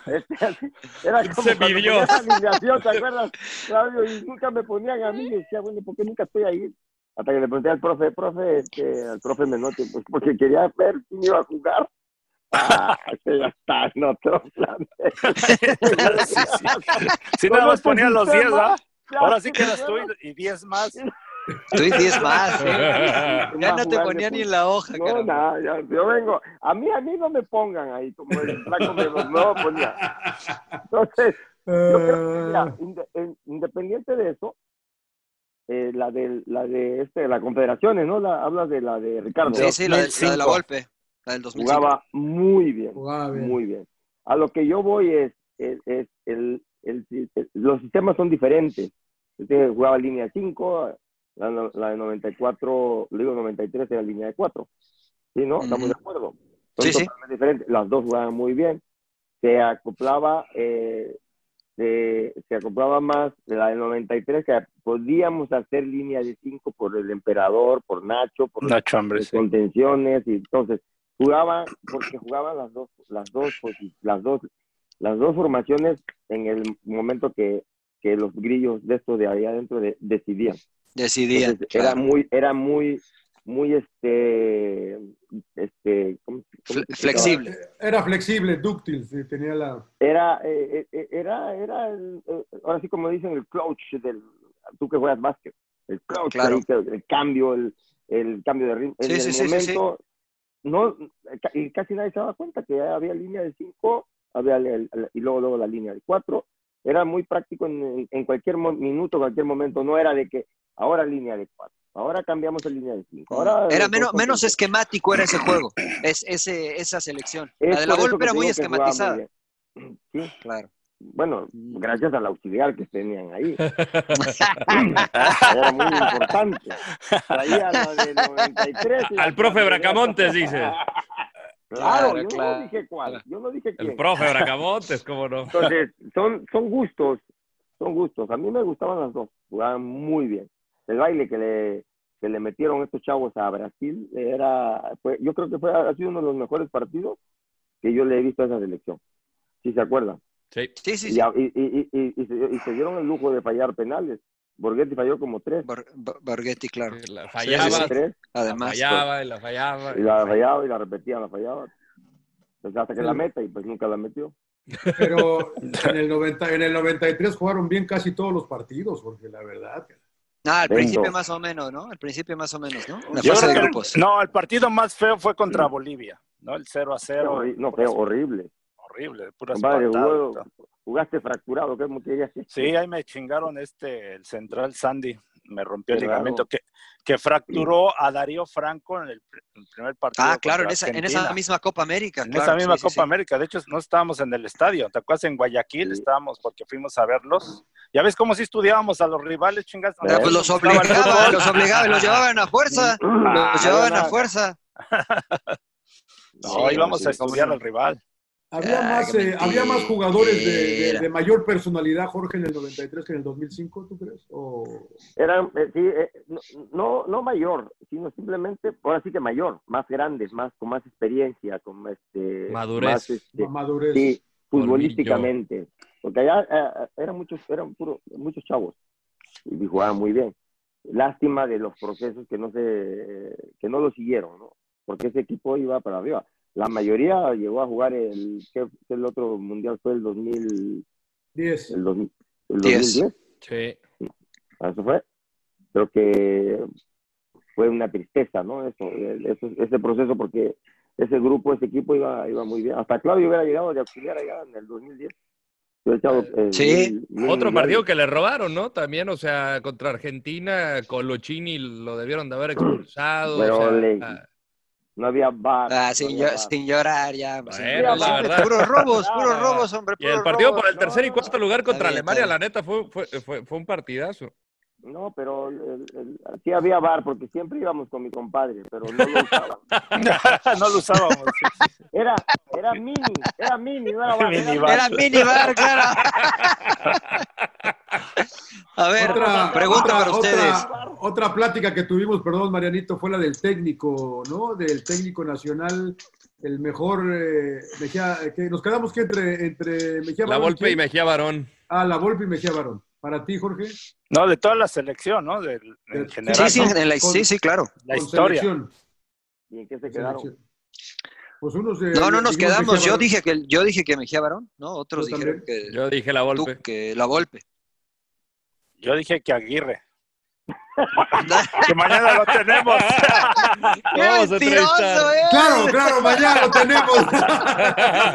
S1: Este, era como
S4: Se
S1: cuando
S4: vivió.
S1: ponía esa alineación, ¿te acuerdas, Claudio? Y nunca me ponían a mí. Y decía, bueno, ¿por qué nunca estoy ahí? Hasta que le pregunté al profe, profe, este, al profe Menotti, pues porque quería ver quién iba a jugar. Ah, este ya está en otro planeta.
S4: Si
S1: Con
S4: nada más
S1: otro
S4: ponía los
S1: sistema.
S4: 10, ¿va?
S1: Ya,
S4: Ahora sí que
S1: ya,
S4: eras tú y y 10 más.
S5: Tú y 10 más. ¿eh? Ya
S1: Va a
S5: no te
S1: jugar
S5: ponía ni
S1: de
S5: en la hoja,
S1: pues. No,
S5: carajo.
S1: nada, ya, yo vengo. A mí, a mí no me pongan ahí como el flaco me los no ponía. Entonces, yo
S2: Ah.
S1: creo que, mira, inde- en- independiente de eso, eh, la de la de este, las confederaciones, ¿no? La, hablas de la de Ricardo.
S5: Sí, sí, la, de- la de la
S1: 2005.
S5: golpe. La del 2005.
S1: Jugaba muy bien,
S2: Jugaba
S5: Ah,
S2: bien.
S1: muy bien. A lo que yo voy es, es, es el, el- el- los sistemas son diferentes. Este jugaba línea 5, la, no- la de 94, le digo 93 era línea de 4. ¿Sí, no? Estamos de acuerdo. Son
S5: Sí, sí.
S1: totalmente diferentes. Las dos jugaban muy bien. Se acoplaba, eh, se, se acoplaba más de la del 93, que podíamos hacer línea de 5 por el emperador, por Nacho, por
S4: Nacho
S5: Pues
S4: Ambriz, sí.
S1: contenciones. Y entonces jugaba, porque jugaban las dos, las dos, posi- las dos, las dos formaciones en el momento que, que los grillos de estos de allá adentro de- decidían.
S5: Decidían,
S1: Entonces,
S5: claro.
S1: Era muy, era muy, muy este, este, ¿cómo se- cómo se
S5: Flexible.
S2: Era flexible, dúctil, sí, tenía la.
S1: era, eh, eh, era, era el, eh, ahora sí como dicen, el crouch del, tú que juegas básquet, el crouch,
S5: Claro.
S1: ahí, que- el, cambio, el, el cambio de ritmo.
S5: Sí,
S1: en
S5: sí, sí,
S1: el
S5: sí, sí.
S1: momento, no, ca- y casi nadie se daba cuenta que había línea de 5, había el- el- el- y luego, luego la línea de 4. Era muy práctico en, en- en cualquier mo- minuto, cualquier momento. No era de que ahora línea de 4, ahora cambiamos a línea de 5. Ahora
S5: Era
S1: los
S5: menos,
S1: dos
S5: menos
S1: son-
S5: esquemático era ese juego, es, ese, esa selección.
S1: Es
S5: La de la
S1: por eso
S5: golpe
S1: que
S5: era
S1: te
S5: muy
S1: digo que jugaba muy
S5: esquematizada.
S1: bien. Sí,
S5: claro.
S1: Bueno,
S3: Mm.
S1: gracias al auxiliar que tenían ahí. Era muy importante. Traía la del 93 y la-
S3: Al profe Bracamontes, dice.
S1: Claro,
S3: Claro,
S1: yo
S3: claro.
S1: no dije cuál. Yo no dije quién.
S3: El profe Bracamontes, cómo no.
S1: Entonces, son, son gustos. Son gustos. A mí me gustaban las dos. Jugaban muy bien. El baile que le, que le metieron estos chavos a Brasil era. Fue, yo creo que fue, ha sido uno de los mejores partidos que yo le he visto a esa selección. Si se acuerdan.
S3: Sí.
S5: Sí, sí,
S1: Y, a- y- y- y- y se, y se dieron el lujo de fallar penales. Borghetti falló como tres.
S5: Borghetti, claro.
S4: Ah,
S3: fallaba,
S1: Tres.
S5: Además,
S3: La fallaba, y la fallaba.
S1: Y la fallaba y la repetía, la fallaba. Pues hasta que la meta y pues nunca la metió.
S2: Pero en el, 90, en el 93 jugaron bien casi todos los partidos, porque la verdad.
S5: Ah, al
S2: Vengo.
S5: principio más o menos, ¿no? Al principio más o menos, ¿no? En La
S4: Yo
S5: fase de
S4: creo que-
S5: grupos.
S4: no, el partido más feo fue contra Bolivia, ¿no? El 0 a 0.
S1: Horri- no, fue horrible.
S4: Horrible, puras
S1: Compadre,
S4: patadas y
S1: jugó-
S4: todo.
S1: jugaste fracturado, ¿qué querías decir?
S4: Sí, ahí me chingaron este, el central Sandy. Me rompió el
S1: Qué
S4: ligamento
S1: raro.
S4: que, que fracturó a Darío Franco en el, pr- el primer partido.
S5: Ah, claro, en
S4: contra
S5: esa, en
S4: Argentina.
S5: esa misma Copa América.
S4: En
S5: claro,
S4: esa misma
S5: sí, sí,
S4: Copa
S5: sí.
S4: América. De hecho, no estábamos en el estadio. ¿Te acuerdas? En Guayaquil estábamos porque fuimos a verlos. Ya ves cómo si estudiábamos a los rivales, chingas.
S5: Pero pues los obligaban, los obligaban, los llevaban a fuerza.
S4: Ah,
S5: Los llevaban a
S4: nada.
S5: fuerza.
S4: No,
S5: Sí,
S4: íbamos
S5: sí,
S4: a estudiar al rival.
S2: Había,
S4: Ah,
S2: más,
S4: qué
S2: eh, había más jugadores de, de-
S4: mentira.
S2: de mayor personalidad, Jorge, en el 93 que en el 2005, ¿tú crees? O...
S1: Era, eh, sí, eh, no, no, no mayor, sino simplemente, ahora sí que mayor, más grandes, más con más experiencia, con este,
S3: Madurez.
S1: más, este,
S2: Madurez.
S1: sí, futbolísticamente, porque allá eh, eran muchos, eran puro- muchos chavos y jugaban muy bien. Lástima de los procesos que no se, que no lo siguieron, ¿no? Porque ese equipo iba para arriba. La mayoría llegó a jugar el, ¿qué- qué el otro mundial fue el 2000,
S2: 10.
S1: el, 2000, el
S3: Diez.
S1: 2010.
S3: Sí.
S1: Eso Ah, fue. Creo que fue una tristeza, ¿no? Eso, el- eso- ese proceso, porque ese grupo, ese equipo iba, iba muy bien. Hasta Claudio hubiera llegado de auxiliar allá en el 2010. Hubiera echado, eh, mil- mil
S3: Otro
S1: mundiales.
S3: partido que le robaron, ¿no? También, o sea, contra Argentina, Colochini lo debieron de haber expulsado. o ah,
S1: Pero
S3: sea,
S1: le- No había bar.
S5: Ah, sin,
S1: pues, no había
S5: llo-
S1: bar.
S5: sin llorar ya. pues, sin
S3: Bueno,
S5: llorar.
S3: la verdad.
S5: Puros robos, puros robos, hombre.
S3: Y el
S5: puros
S3: partido
S5: robos.
S3: por el tercer y cuarto lugar contra
S5: bien, está
S3: Alemania,
S5: bien.
S3: la neta, fue, fue, fue- fue un partidazo.
S1: No, pero el- el- sí había bar porque siempre íbamos con mi compadre, pero no lo usábamos.
S4: no lo usábamos.
S1: Era, era mini, era mini, no era bar.
S4: Minibar. Era
S5: minibar, claro. A ver, pregunta para ustedes.
S2: Otra, otra plática que tuvimos, perdón, Marianito, fue la del técnico, ¿no? Del técnico nacional, el mejor eh, Mejía, eh, que nos quedamos que entre, entre Mejía
S3: La
S2: Barón,
S3: Volpe
S2: ¿quién?
S3: y Mejía Barón.
S2: Ah, la Volpe y Mejía Barón. Para ti, Jorge.
S4: No, de toda la selección, ¿no? Del- en
S5: Sí,
S4: general.
S5: sí,
S4: ¿no?
S5: en la-
S4: Con-
S5: sí, sí, claro.
S4: La
S2: Con
S4: historia.
S2: selección.
S1: ¿Y en qué se
S2: quedaron? Pues unos de-
S5: No, no nos
S2: dijimos
S5: quedamos.
S2: Mejía
S5: Yo
S2: Barón.
S5: dije que yo dije que Mejía Barón, ¿no? Otros
S2: Yo
S5: dijeron que
S3: Yo dije la Volpe.
S5: que la Volpe.
S4: Yo dije que Aguirre. que mañana lo tenemos.
S5: ¡Qué mentiroso, eh!
S2: Claro, claro, mañana lo tenemos.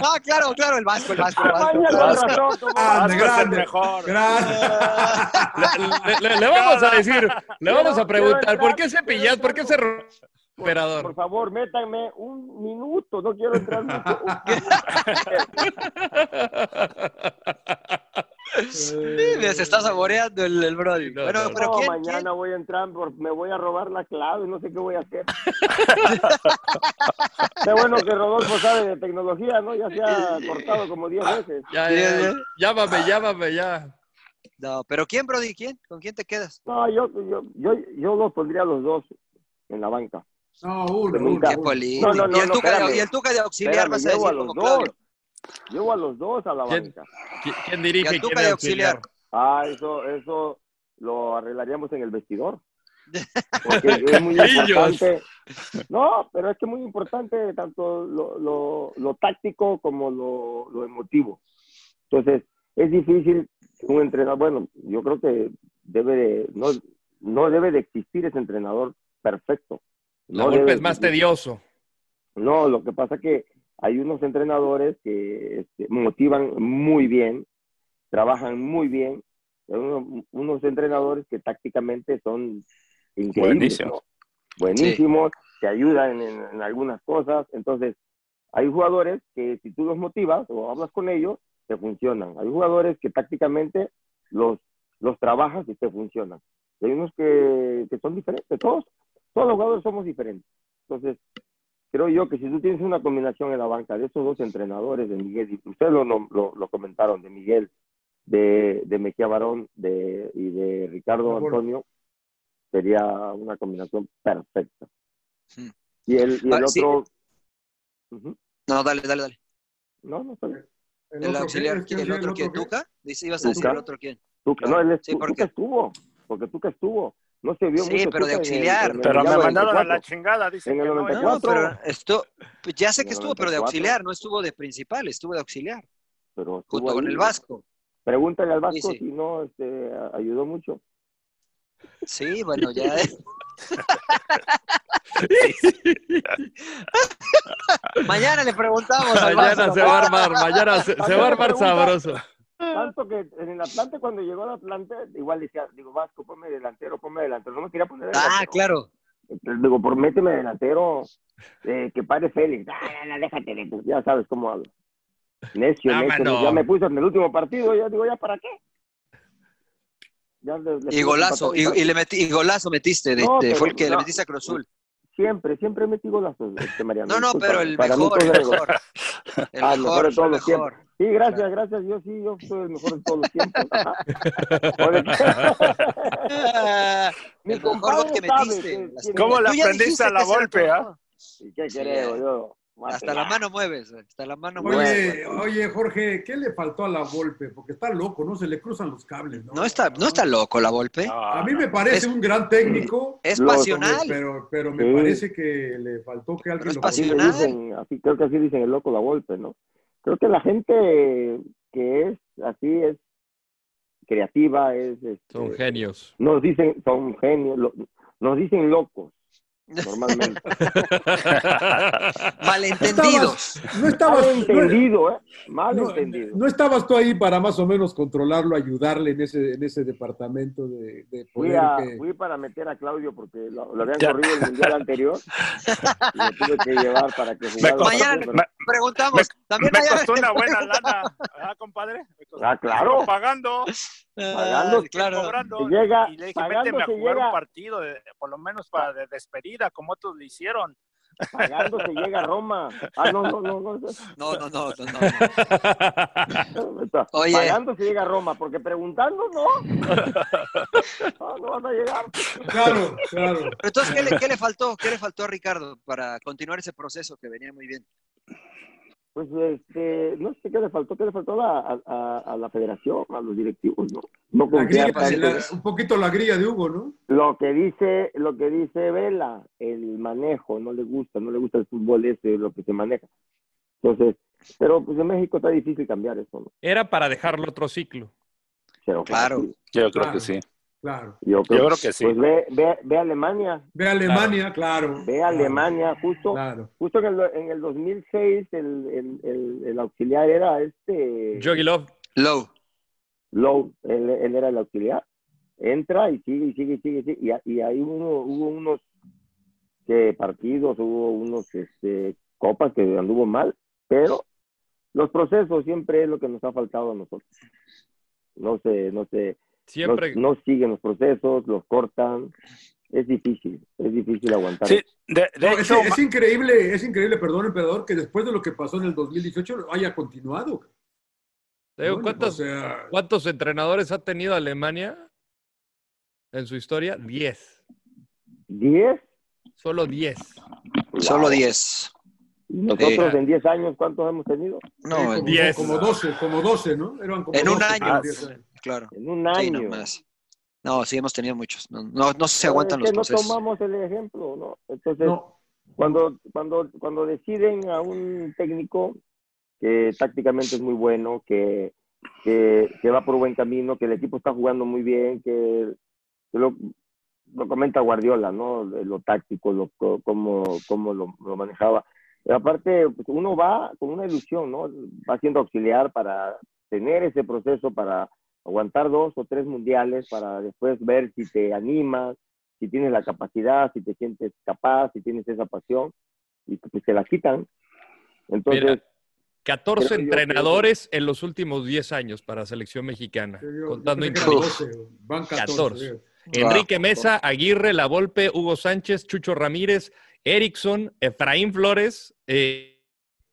S5: Ah, claro, claro, el Vasco, el Vasco, el Vasco.
S1: España con
S5: Vasco.
S1: razón, como
S2: Grande,
S4: Vasco es el
S2: grande.
S4: mejor.
S2: Grande.
S3: Le, le- le vamos a decir, le vamos a preguntar, ¿por qué se pillas? ¿Por qué se ro-
S1: Por
S3: operador?
S1: favor, métanme un minuto, no quiero entrar mucho.
S5: Sí, se está saboreando el, el Brody.
S3: No,
S5: bueno,
S3: no,
S5: pero
S1: Oh, No,
S5: ¿quién,
S1: mañana voy a entrar, por- me voy a robar la clave, no sé qué voy a hacer. qué bueno que Rodolfo sabe de tecnología, ¿no? Ya se ha cortado como
S5: Ah.
S1: 10 veces.
S3: Ya, ya, ya. Llámame, llámame, ya.
S5: quién- No, pero ¿quién, Brody? ¿Quién? ¿Con quién te quedas?
S1: No, yo, yo, yo, yo los pondría a los dos en la banca.
S2: No, uno, uno.
S1: Nunca.
S5: Qué
S2: uno.
S5: político.
S1: No, no, no,
S5: y, el
S1: no,
S5: tuca de,
S1: espérame.
S5: y el Tuca de auxiliar
S1: Espérame,
S5: vas a
S1: llevo
S5: decir
S1: a los
S5: como
S1: dos.
S5: Claudio.
S1: Llevo a los dos a la
S3: ¿Quién?
S1: banca.
S3: ¿Qui- ¿Quién
S5: Y
S3: dirige
S5: el
S3: y quién
S5: Tuca de auxiliar.
S1: Ah, eso, eso lo arreglaríamos en el vestidor. Porque es muy
S3: Ellos.
S1: importante. No, pero es que es muy importante tanto lo, lo, lo táctico como lo, lo emotivo. Entonces, es difícil que un entrenador, bueno, yo creo que debe de, no, no debe de existir ese entrenador perfecto.
S3: La
S1: No
S3: Volpe
S1: debe
S3: es más
S1: de existir.
S3: tedioso.
S1: No, lo que pasa es que hay unos entrenadores que este, motivan muy bien, trabajan muy bien, y hay uno- unos entrenadores que tácticamente son increíbles,
S4: Buenísimo.
S1: ¿no? buenísimos, te ayudan en, en algunas cosas, entonces hay jugadores que si tú los motivas o hablas con ellos, te funcionan. Hay jugadores que tácticamente los, los trabajas y te funcionan. Y hay unos que, que son diferentes, todos, todos los jugadores somos diferentes. Entonces, creo yo que si tú tienes una combinación en la banca de esos dos entrenadores, de Miguel, y ustedes lo, nom- lo, lo comentaron, de Miguel, de, de Mejía Barón de, y de Ricardo
S2: Por favor.
S1: Antonio, sería una combinación perfecta.
S5: Hmm.
S1: Y el, y el
S5: Ah, sí.
S1: otro... Ujú.
S5: No, dale, dale, dale.
S1: No, no, está bien.
S2: El
S5: El,
S2: otro,
S5: auxiliar,
S2: ¿quién?
S5: ¿quién?
S2: ¿Quién?
S5: ¿El otro quién?
S2: qué?
S5: ¿Tuca? Dice, ibas a decir
S1: Tuca.
S5: el otro quién.
S1: Tuca, no, él
S5: Sí,
S1: estu-
S5: porque-
S1: Tuca estuvo, porque Tuca estuvo. No se vio
S5: Sí,
S1: mucho
S5: pero de
S1: Tuca en el-
S5: auxiliar.
S1: en el
S4: Pero me
S1: Mundial
S4: mandaron a la
S1: 94.
S4: chingada, dicen
S1: En el
S4: que no.
S5: No,
S1: 94.
S5: pero esto, pues ya sé que estuvo, pero de
S1: 94.
S5: auxiliar, no estuvo de principal, estuvo de auxiliar,
S1: Pero estuvo
S5: junto con
S1: ahí.
S5: el Vasco.
S1: Pregúntale al Vasco
S5: sí.
S1: si no este, a- ayudó mucho.
S5: Sí, bueno, ya. eh. Mañana le preguntamos. al
S3: Mañana
S5: Vasco.
S3: se va a armar, mañana se, se va a armar sabroso.
S1: Tanto que en el Atlante, cuando llegó al Atlante, igual decía, digo, Vasco, ponme delantero, ponme delantero. No me quería poner delantero.
S5: Ah, claro.
S1: Digo, por méteme delantero, eh, que pare Félix. Ah, no, no, déjate de tus- Ya sabes cómo hablo. Necio,
S3: Ah,
S1: necio.
S3: mano.
S1: Ya me puso en el último partido, ya digo, ¿ya para qué? Ya le- le
S5: Y golazo, y, y le metí, y golazo metiste, de-
S1: No,
S5: de- fue
S1: pero-
S5: el que le
S1: no.
S5: metiste a Cruz Azul.
S1: Siempre, siempre metí golazos, este Mariano.
S5: No, no,
S1: disculpa.
S5: pero el
S1: Para mí
S5: mejor,
S1: todo
S5: el
S1: era gol.
S5: mejor. El
S1: Ah,
S5: mejor,
S1: el mejor de
S5: fue el
S1: todos los
S5: mejor.
S1: Sí, gracias, gracias. Yo sí, yo soy el mejor de todos los tiempos. Ajá.
S5: Ah,
S1: Mi
S5: el mejor
S1: compadre
S5: gol que
S1: sabe
S5: metiste.
S1: que-
S5: Las-
S1: que-
S4: ¿Cómo
S5: Tú
S4: le
S5: ya
S4: aprendiste
S5: dijiste
S4: a la
S5: que se lo
S4: Volpe,
S1: ¿ah?
S5: trabajó.
S1: ¿Y ¿Qué
S5: Sí,
S1: creo
S5: eh.
S1: yo? Mate,
S5: Hasta la mano mueves, hasta la mano mueves.
S2: Oye, oye, Jorge, ¿qué le faltó a la Volpe? Porque está loco, ¿no? Se le cruzan los cables, ¿no?
S5: No está, no está loco la Volpe.
S2: A mí
S4: Ah, me
S2: me parece
S5: Es-
S2: un gran técnico.
S5: Es
S1: Loco,
S5: pasional.
S2: Pero, pero me
S1: Sí.
S2: parece que le faltó que alguien
S5: es
S2: lo
S1: Así
S5: pasional.
S1: le dicen, así, creo que así dicen el loco la golpe, ¿no? Creo que la gente que es así es creativa, es, este,
S3: Son genios.
S1: nos dicen, son genios, lo- nos dicen locos. normalmente.
S5: Malentendidos.
S2: No estabas, no-
S1: Mal entendido, ¿eh? Mal
S2: no-
S1: entendido.
S2: no estabas tú ahí para más o menos controlarlo, ayudarle en ese, en ese departamento de, de
S1: Fui,
S2: poder
S1: a-
S2: que-
S1: fui para meter a Claudio porque lo, lo habían corrido el mundial anterior y lo tuve que llevar para que jugara.
S4: costó-
S1: el partido,
S4: me-
S1: pero-
S5: Preguntamos. también
S4: Me
S5: hay-
S4: costó una buena lana, ¿ah, compadre? Me costó-
S1: Ah, claro.
S4: Pagando,
S5: Ah,
S1: Pagando,
S4: estoy cobrando.
S1: se llega-
S4: y le dije,
S1: pagando
S4: méteme a
S1: se
S4: jugar
S1: llega-
S4: un partido, de- por lo menos para de despedida, como otros le hicieron.
S1: Pagando se llega a Roma. Ah, no, no, no. no.
S5: No, no, no, no, no. Oye.
S1: Oye. Pagando se llega a Roma, porque preguntando no. No, no vas a llegar.
S2: Claro, claro.
S5: Pero entonces, ¿qué le, qué le faltó? ¿Qué le faltó a Ricardo para continuar ese proceso que venía muy bien?
S1: Pues, este, no sé qué le faltó, qué le faltó a, a- a- a la federación, a los directivos, ¿no? No
S2: la grilla-
S1: confiar tanto.
S2: la- un poquito la grilla de Hugo, ¿no?
S1: Lo que dice, lo que dice Vela, el manejo, no le gusta, no le gusta el fútbol ese, lo que se maneja. Entonces, pero pues en México está difícil cambiar eso, ¿no?
S3: Era para dejarlo otro ciclo.
S1: Pero, pues,
S5: Claro.
S4: Yo creo
S2: Claro.
S4: que sí.
S2: Claro.
S1: Yo creo,
S4: Yo creo que sí.
S1: Pues ve, ve, ve a Alemania,
S2: Ve a Alemania, claro.
S1: ve a Alemania, justo,
S2: Claro.
S1: justo en el, en el 2006 el, el, el, el auxiliar era este...
S3: Jogi Love.
S5: Low.
S1: Lowe, él, él era el auxiliar, entra y sigue y sigue y sigue, y sigue. Y, a- y ahí uno, hubo unos eh, partidos, hubo unos este, copas que anduvo mal, pero los procesos siempre es lo que nos ha faltado a nosotros. No sé, no sé,
S3: Siempre.
S1: no, no siguen los procesos, los cortan, es difícil, es difícil aguantar.
S4: Sí, de, de
S2: No, es,
S4: hecho,
S2: es increíble, es increíble, perdón, emperador, que después de lo que pasó en el 2018 haya continuado.
S3: Te digo,
S2: ¿no?
S3: ¿cuántos,
S2: O sea,
S3: ¿Cuántos entrenadores ha tenido Alemania en su historia? Diez.
S1: ¿Diez?
S3: Solo diez.
S5: Solo 10.
S1: Nosotros en diez años, ¿cuántos hemos tenido?
S2: sí,
S5: No, eh,
S2: como,
S3: diez. Ah,
S2: como 12, como 12, ¿no? Eran como
S5: En un
S2: 12,
S5: año.
S2: en 10 años.
S5: claro.
S1: En un
S5: Sí,
S1: año.
S5: no más. No, sí, hemos tenido muchos. No, no, no se aguantan
S1: Es
S5: los
S1: que no
S5: procesos.
S1: tomamos el ejemplo, ¿no? Entonces,
S2: No,
S1: cuando cuando cuando deciden a un técnico que tácticamente es muy bueno que, que, que va por buen camino que el equipo está jugando muy bien que, que lo, lo comenta Guardiola no lo táctico lo co- cómo cómo lo, lo manejaba Pero aparte pues, uno va con una ilusión no va siendo auxiliar para tener ese proceso para aguantar dos o tres mundiales para después ver si te animas si tienes la capacidad, si te sientes capaz, si tienes esa pasión, y pues te la quitan. Entonces,
S3: Mira, 14
S1: creo yo que-
S3: entrenadores en los últimos 10 años para selección mexicana,
S2: sí, yo- yo
S3: contando
S2: pensé que eran
S3: incluidos.
S2: 12, van 14.
S3: Enrique Mesa, Aguirre, Lavolpe, Hugo Sánchez, Chucho Ramírez, Erickson, Efraín Flores, eh,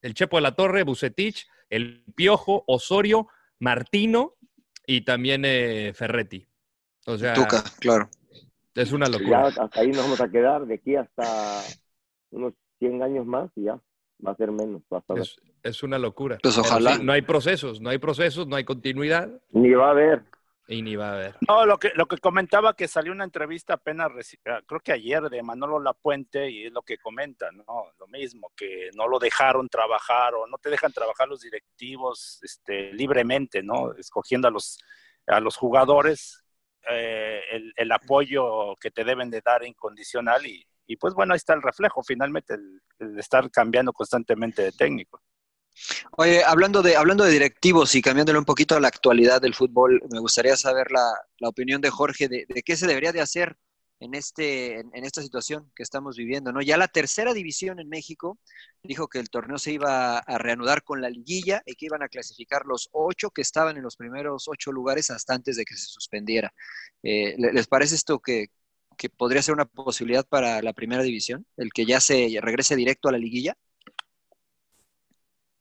S3: el Chepo de la Torre, Bucetich, el Piojo, Osorio, Martino y también eh, Ferretti. O sea,
S5: Tuca, claro.
S3: es una
S1: ya
S3: locura.
S1: hasta ahí nos vamos a quedar, de aquí hasta unos 100 años más y ya va a ser menos. vas a ver.
S3: Es, es una locura.
S5: Pues
S3: Pero
S5: ojalá.
S3: sí, no hay procesos, no hay procesos, no hay continuidad
S1: Ni va a haber.
S3: y ni va a haber.
S4: no, lo que, lo que comentaba que salió una entrevista apenas, reci- ah, creo que ayer, de Manolo Lapuente, y es lo que comenta, ¿no? Lo mismo, que no lo dejaron trabajar o no te dejan trabajar los directivos este, libremente, ¿no? Escogiendo a los, a los jugadores eh, el, el apoyo que te deben de dar incondicional y, y pues bueno, ahí está el reflejo, finalmente, el- el estar cambiando constantemente de técnico.
S5: Oye, hablando de, hablando de directivos y cambiándole un poquito a la actualidad del fútbol, me gustaría saber la, la opinión de Jorge de, de qué se debería de hacer en, este, en, en esta situación que estamos viviendo. ¿no? Ya la tercera división en México dijo que el torneo se iba a reanudar con la liguilla y que iban a clasificar los ocho que estaban en los primeros ocho lugares hasta antes de que se suspendiera. Eh, ¿le- ¿Les parece esto que, que podría ser una posibilidad para la primera división? El que ya se regrese directo a la liguilla.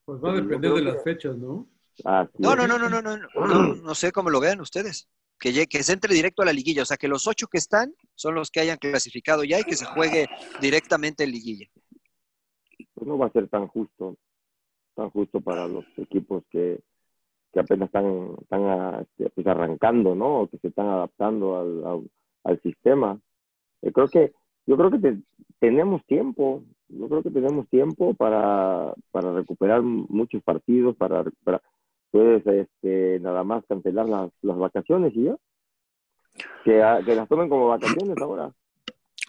S2: Pues va a depender de las fechas, ¿no?
S1: Así
S5: No,
S1: es.
S5: no, no, no, no, no, no, no sé cómo lo vean ustedes. Que, llegue- que se entre directo a la liguilla, o sea, que los ocho que están son los que hayan clasificado ya y que se juegue directamente en liguilla.
S1: Pues no va a ser tan justo, tan justo para los equipos que, que apenas están, están ah, este, pues arrancando, ¿no? O que se están adaptando al, al- al sistema. Yo creo que, yo creo que te- tenemos tiempo, yo creo que tenemos tiempo para, para recuperar m- muchos partidos, para recuperar, puedes este, nada más cancelar las, las vacaciones y ya. Que, ah, que las tomen como vacaciones ahora.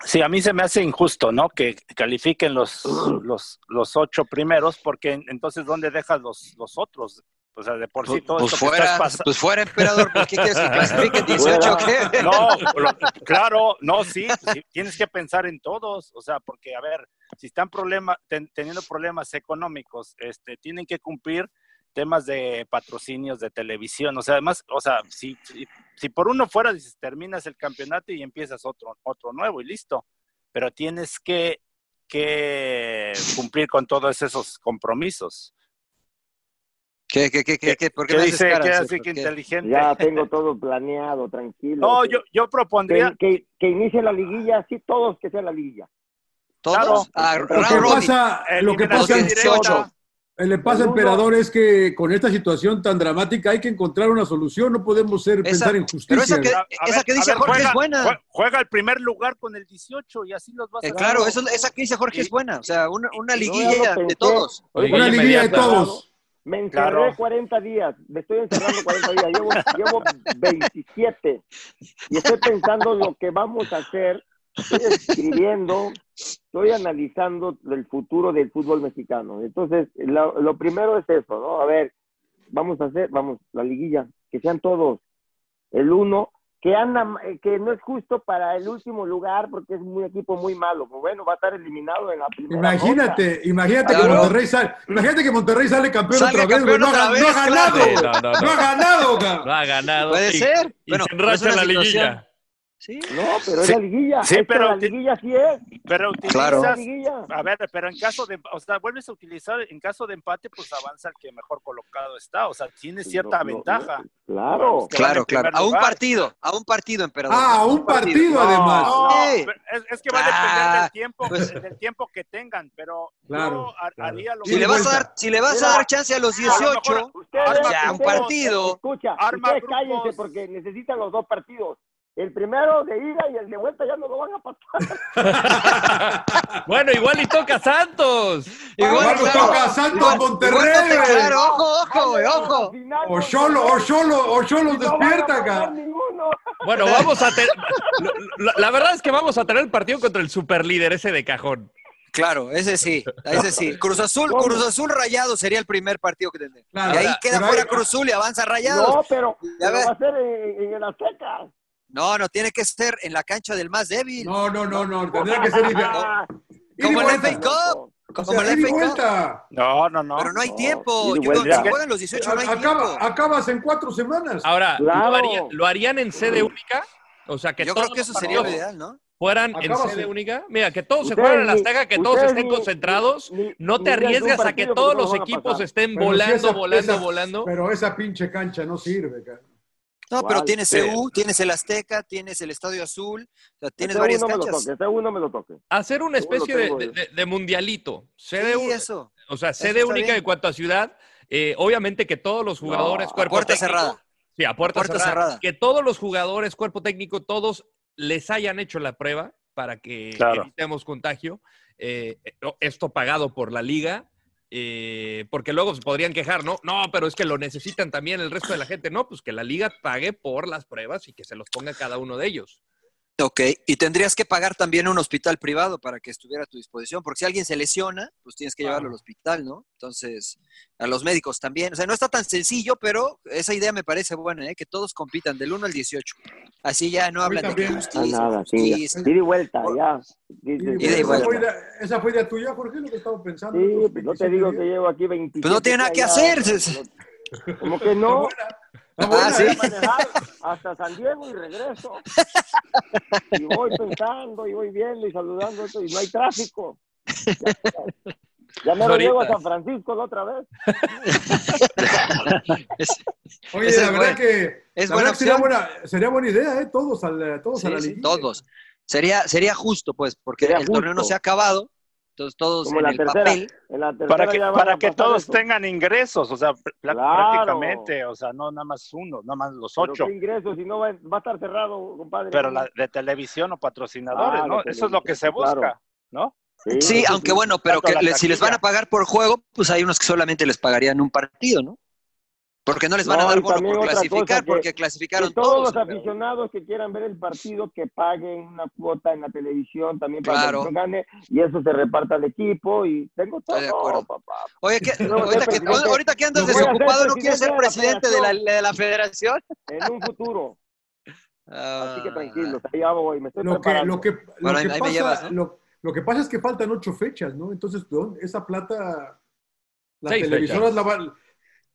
S4: Sí, a mí se me hace injusto, ¿no? Que califiquen los, los, los ocho primeros, porque en- entonces, ¿dónde dejas los, los otros? O sea, de por sí todo
S5: Pues
S4: esto que
S5: fuera,
S4: estás pas-
S5: pues fuera, emperador, ¿por qué quieres que clasifiquen 18 o
S4: Fuera.
S5: qué?
S4: No, lo- claro, no, sí, pues sí, tienes que pensar en todos, o sea, porque, a ver, si están problema, ten- teniendo problemas económicos, este, tienen que cumplir temas de patrocinios de televisión, o sea, además, o sea, si, si, si por uno fuera, dices, terminas el campeonato y empiezas otro, otro nuevo y listo, pero tienes que, que cumplir con todos esos compromisos.
S5: ¿Qué, qué, qué, qué, qué? ¿Por qué,
S4: ¿Qué
S5: me haces
S4: dice?
S5: caras?
S4: ¿Qué
S5: ¿Por
S4: hace que inteligente?
S1: Ya tengo todo planeado, tranquilo.
S4: No,
S1: Que-
S4: yo, yo propondría...
S1: que, que, que inicie la liguilla, sí, todos que sea la liguilla.
S5: ¿Todos? Ah,
S2: Lo que pasa,
S5: eh,
S2: lo que pasa,
S4: Eliminación directa.
S2: eh, le pasa al emperador es que con esta situación tan dramática hay que encontrar una solución, no podemos ser, pensar en justicia.
S4: A- a ver, a ver, juega- jue- Juega el primer lugar con el 18 y así los vas
S5: Eh,
S4: a
S5: claro, eso- esa que dice Jorge es buena. O sea, una, una liguilla de todos.
S2: Una liguilla de todos.
S1: Me encerré
S5: Claro.
S1: 40 días, me estoy encerrando 40 días, llevo, llevo 27 y estoy pensando lo que vamos a hacer, estoy escribiendo, estoy analizando el futuro del fútbol mexicano. Entonces, lo, lo primero es eso, ¿no? A ver, vamos a hacer, vamos, la liguilla, que sean todos, el uno, que anda, eh, que no es justo para el último lugar porque es un equipo muy malo, pues bueno, va a estar eliminado en la primera.
S2: Imagínate, imagínate que,
S1: Claro.
S2: Monterrey sale, imagínate que Monterrey sale campeón
S1: Sale
S2: otra vez, güey.
S1: campeón
S2: No, ha-
S1: otra vez,
S2: no ha ganado.
S1: claro.
S2: güey.
S1: Sí, no,
S2: no,
S1: no, no.
S2: ha ganado, cabrón.
S3: No ha ganado.
S5: Puede
S3: y-
S5: ser.
S3: y
S5: Bueno, pues
S3: se enracha
S5: es una
S3: la
S5: situación-
S3: liguilla.
S1: No, pero es la liguilla.
S4: Sí,
S1: Esta
S4: pero
S1: la
S4: ti-
S1: liguilla sí es.
S4: Pero utilizas,
S5: Claro.
S4: a ver, pero en caso de, o sea, vuelves a utilizar, en caso de empate, pues avanza el que mejor colocado está, o sea, tiene cierta
S1: no, no,
S4: ventaja.
S1: Claro.
S5: Claro,
S4: primer
S5: claro. A un
S4: lugar.
S5: partido, a un partido, emperador.
S2: Ah, a un partido además.
S4: No,
S5: Sí. Ah, pues.
S4: pero es, es que va a depender del tiempo, del tiempo que tengan, pero
S2: Claro,
S4: yo ha- haría lo
S5: Si le vas a dar, si le vas a dar chance a los 18,
S1: Ustedes,
S5: ya un
S1: ustedes,
S5: partido.
S1: Escucha,
S4: Arma
S1: ustedes
S4: grupos.
S1: cállense porque necesitan los dos partidos. El primero de ida y el de vuelta ya no lo van a pasar.
S3: Bueno, igual y toca Santos.
S2: Igual nos toca Santos Monterrey, güey.
S5: ojo, ojo, güey, ojo.
S2: O Cholo, o Cholo, o Cholo, despierta, cabrón.
S3: Bueno, vamos a tener. La, la verdad es que vamos a tener el partido contra el superlíder ese de cajón.
S5: Claro, ese sí, ese sí. Cruz Azul,
S1: ¿Cómo?
S5: Cruz Azul Rayado sería el primer partido que tendría.
S2: Claro.
S5: y ahí
S2: Ahora,
S5: queda
S2: Ah, pero
S5: fuera
S2: ahí-
S5: Cruz Azul y avanza Rayados.
S1: No, pero,
S5: Ya
S1: pero
S5: ves.
S1: va a ser en, en el Azteca.
S5: No, no tiene que ser en la cancha del más débil.
S2: No, no, no, no, tendría que ser ida-
S1: Ah,
S2: ida y
S5: Como el
S2: vuelta.
S5: FA Cup.
S2: O
S5: Como
S2: sea,
S5: el
S2: ida y
S5: FA Cup.
S2: vuelta.
S4: No, no, no.
S5: Pero no hay tiempo.
S1: ida y
S5: Yo creo que
S1: vuelta.
S5: si juegan los 18 no hay
S2: Acaba-
S5: tiempo.
S2: acabas en cuatro semanas.
S3: Ahora,
S1: Claro.
S3: ¿lo, haría- lo harían en sede única? O sea, que
S5: Yo
S3: todos
S5: creo que eso
S3: los
S5: sería lo
S3: partidos
S5: ideal, ¿no?
S3: fueran
S2: Acabas
S3: en sede
S2: en-
S3: única. Mira, que todos se
S1: Ustedes
S3: juegan en la
S1: ni-
S3: Azteca, que todos
S1: ustedes
S3: estén
S1: ni-
S3: concentrados.
S1: ni- ni-
S3: No te
S1: ni
S3: arriesgas
S1: vean un
S3: a que
S1: partido
S3: todos
S1: porque
S3: los
S1: no van a
S3: equipos
S1: pasar.
S3: estén
S2: Pero si
S3: volando,
S2: esa-
S3: volando,
S2: esa-
S3: volando.
S2: Pero esa pinche cancha no sirve, cabrón.
S5: No, pero
S1: Igual,
S5: tienes
S3: sí.
S5: CU, tienes el Azteca, tienes el Estadio Azul, o sea, tienes
S2: E
S1: Ese
S5: varias
S1: uno me lo
S5: canchas.
S1: toque, ese uno me lo toque.
S3: Hacer una
S1: Seguro
S3: especie
S1: lo
S3: de,
S1: tengo
S3: de-
S1: yo.
S3: de- de mundialito. Sede
S2: E
S5: Sí,
S3: un-
S5: eso.
S3: O sea,
S5: Eso
S3: sede
S5: está
S3: única
S5: bien.
S3: de cuanto a ciudad. eh, obviamente que todos los jugadores,
S1: a
S3: cuerpo
S5: puerta
S3: técnico-
S5: cerrada.
S3: Sí, a puerta,
S5: A puerta
S3: cerrada.
S5: cerrada.
S3: Que todos los jugadores, cuerpo técnico, todos les hayan hecho la prueba para que
S4: Claro.
S3: evitemos contagio. Eh, esto pagado por la liga. eh, porque luego se podrían quejar, ¿no? No, pero es que lo necesitan también el resto de la gente. No, pues que la liga pague por las pruebas y que se los ponga cada uno de ellos.
S5: Ok, y tendrías que pagar también un hospital privado para que estuviera a tu disposición, porque si alguien se lesiona, pues tienes que llevarlo al hospital, ¿no? Entonces, a los médicos también. O sea, no está tan sencillo, pero esa idea me parece buena, ¿eh? Que todos compitan del 1 al 18. Así ya no hablan de que
S2: también.
S1: Ah,
S5: justicia,
S1: nada, sí.
S5: justicia.
S1: ya. Ida y vuelta, ya.
S5: Ida y
S2: Esa
S5: vuelta.
S2: fue idea- Esa fue idea tuya, Jorge, lo que estaba pensando.
S1: Sí,
S2: Esos
S1: pues no te digo que
S2: 27 días.
S1: llevo aquí 25.
S5: Pues no tiene nada que hacer. se-
S1: Como que no.
S2: Ah,
S1: Voy
S2: bueno,
S1: a
S5: sí.
S4: ¿eh?
S1: manejar hasta San Diego y regreso. Y voy pensando y voy viendo y saludando esto, y no hay tráfico. Ya, me lo
S3: Ahorita.
S1: llego a San Francisco la otra vez.
S5: es-
S2: Oye,
S5: Esa
S2: la
S5: es
S2: verdad
S5: buena.
S2: que,
S5: Es buena
S2: la verdad que sería,
S5: opción.
S2: buena, sería buena idea, ¿eh? Todos a la, todos a
S5: sí,
S2: la
S5: sí,
S2: liguilla.
S5: todos. Sería, sería justo, pues, porque
S1: Sería
S5: el torneo no
S1: justo.
S5: se ha acabado, entonces todos
S1: Como
S5: en
S1: la
S5: el
S1: tercera.
S5: papel.
S1: En la tercera
S4: Para que,
S1: ya van
S4: para
S1: a
S4: que
S1: pasar
S4: todos
S1: eso.
S4: tengan ingresos, o sea, pr- pl-
S1: Claro.
S4: prácticamente, o sea, no nada más uno, nada más los
S1: Pero
S4: ocho.
S1: qué ingresos, si no va, va a estar cerrado, compadre.
S4: Pero la de televisión o patrocinadores,
S1: Ah,
S4: ¿no?
S1: de
S4: Eso es lo que se busca,
S1: televisión, claro.
S4: ¿no?
S5: Sí,
S1: eso
S5: aunque bueno, pero
S4: Tanto
S5: que
S4: la
S5: le- si les van a
S4: taquilla.
S5: pagar por juego, pues hay unos que solamente les pagarían un partido, ¿no? Porque no les van a
S1: No,
S5: dar
S1: y
S5: bono
S1: también
S5: por
S1: otra cosa,
S5: clasificar,
S1: que-
S5: porque clasificaron
S1: que todos
S5: todos.
S1: los aficionados que quieran ver el partido que paguen una cuota en la televisión también para
S5: Claro.
S1: que no gane y eso se reparta al equipo y tengo todo papá.
S5: Oye, ¿qué- ahorita que- ahorita que andas desocupado, ¿no quieres ser presidente de la- de la federación?
S1: En un futuro.
S5: Así
S1: que tranquilo,
S5: Ah.
S1: allá voy, me estoy
S2: Lo que,
S1: preparando.
S2: lo que, lo
S1: Bueno, ahí-
S2: que
S1: ahí me
S2: pasa,
S1: llevas, ¿no?
S2: lo, lo que pasa es que faltan ocho fechas, ¿no? Entonces, ¿dónde- esa plata, las
S3: Seis
S2: televisoras
S3: fechas.
S2: la van...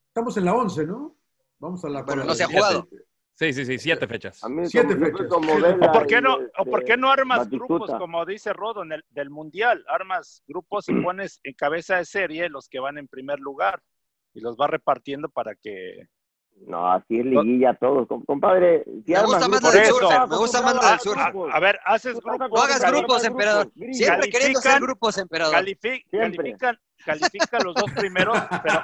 S2: Estamos en la once, ¿no? Vamos a la...
S3: Bueno,
S2: con la-
S3: Sí, sí, sí, siete fechas.
S2: Siete fechas.
S1: Vela
S4: ¿O por qué no,
S1: y, este,
S4: o por qué no armas
S1: Batistuta.
S4: grupos, como dice Rodo, en el, del Mundial? Armas grupos y pones en cabeza de serie los que van en primer lugar y los vas repartiendo para que...
S1: No, así es liguilla a todos, com- compadre. si armas grupos-
S4: Por eso.
S5: la del
S4: Ah,
S5: surf.
S4: A, a ver, haces grupos.
S5: No hagas grupos, emperador. Ah, Siempre queriendo
S4: queriendo
S5: hacer grupos, emperador.
S4: Califican, califican los dos primeros, pero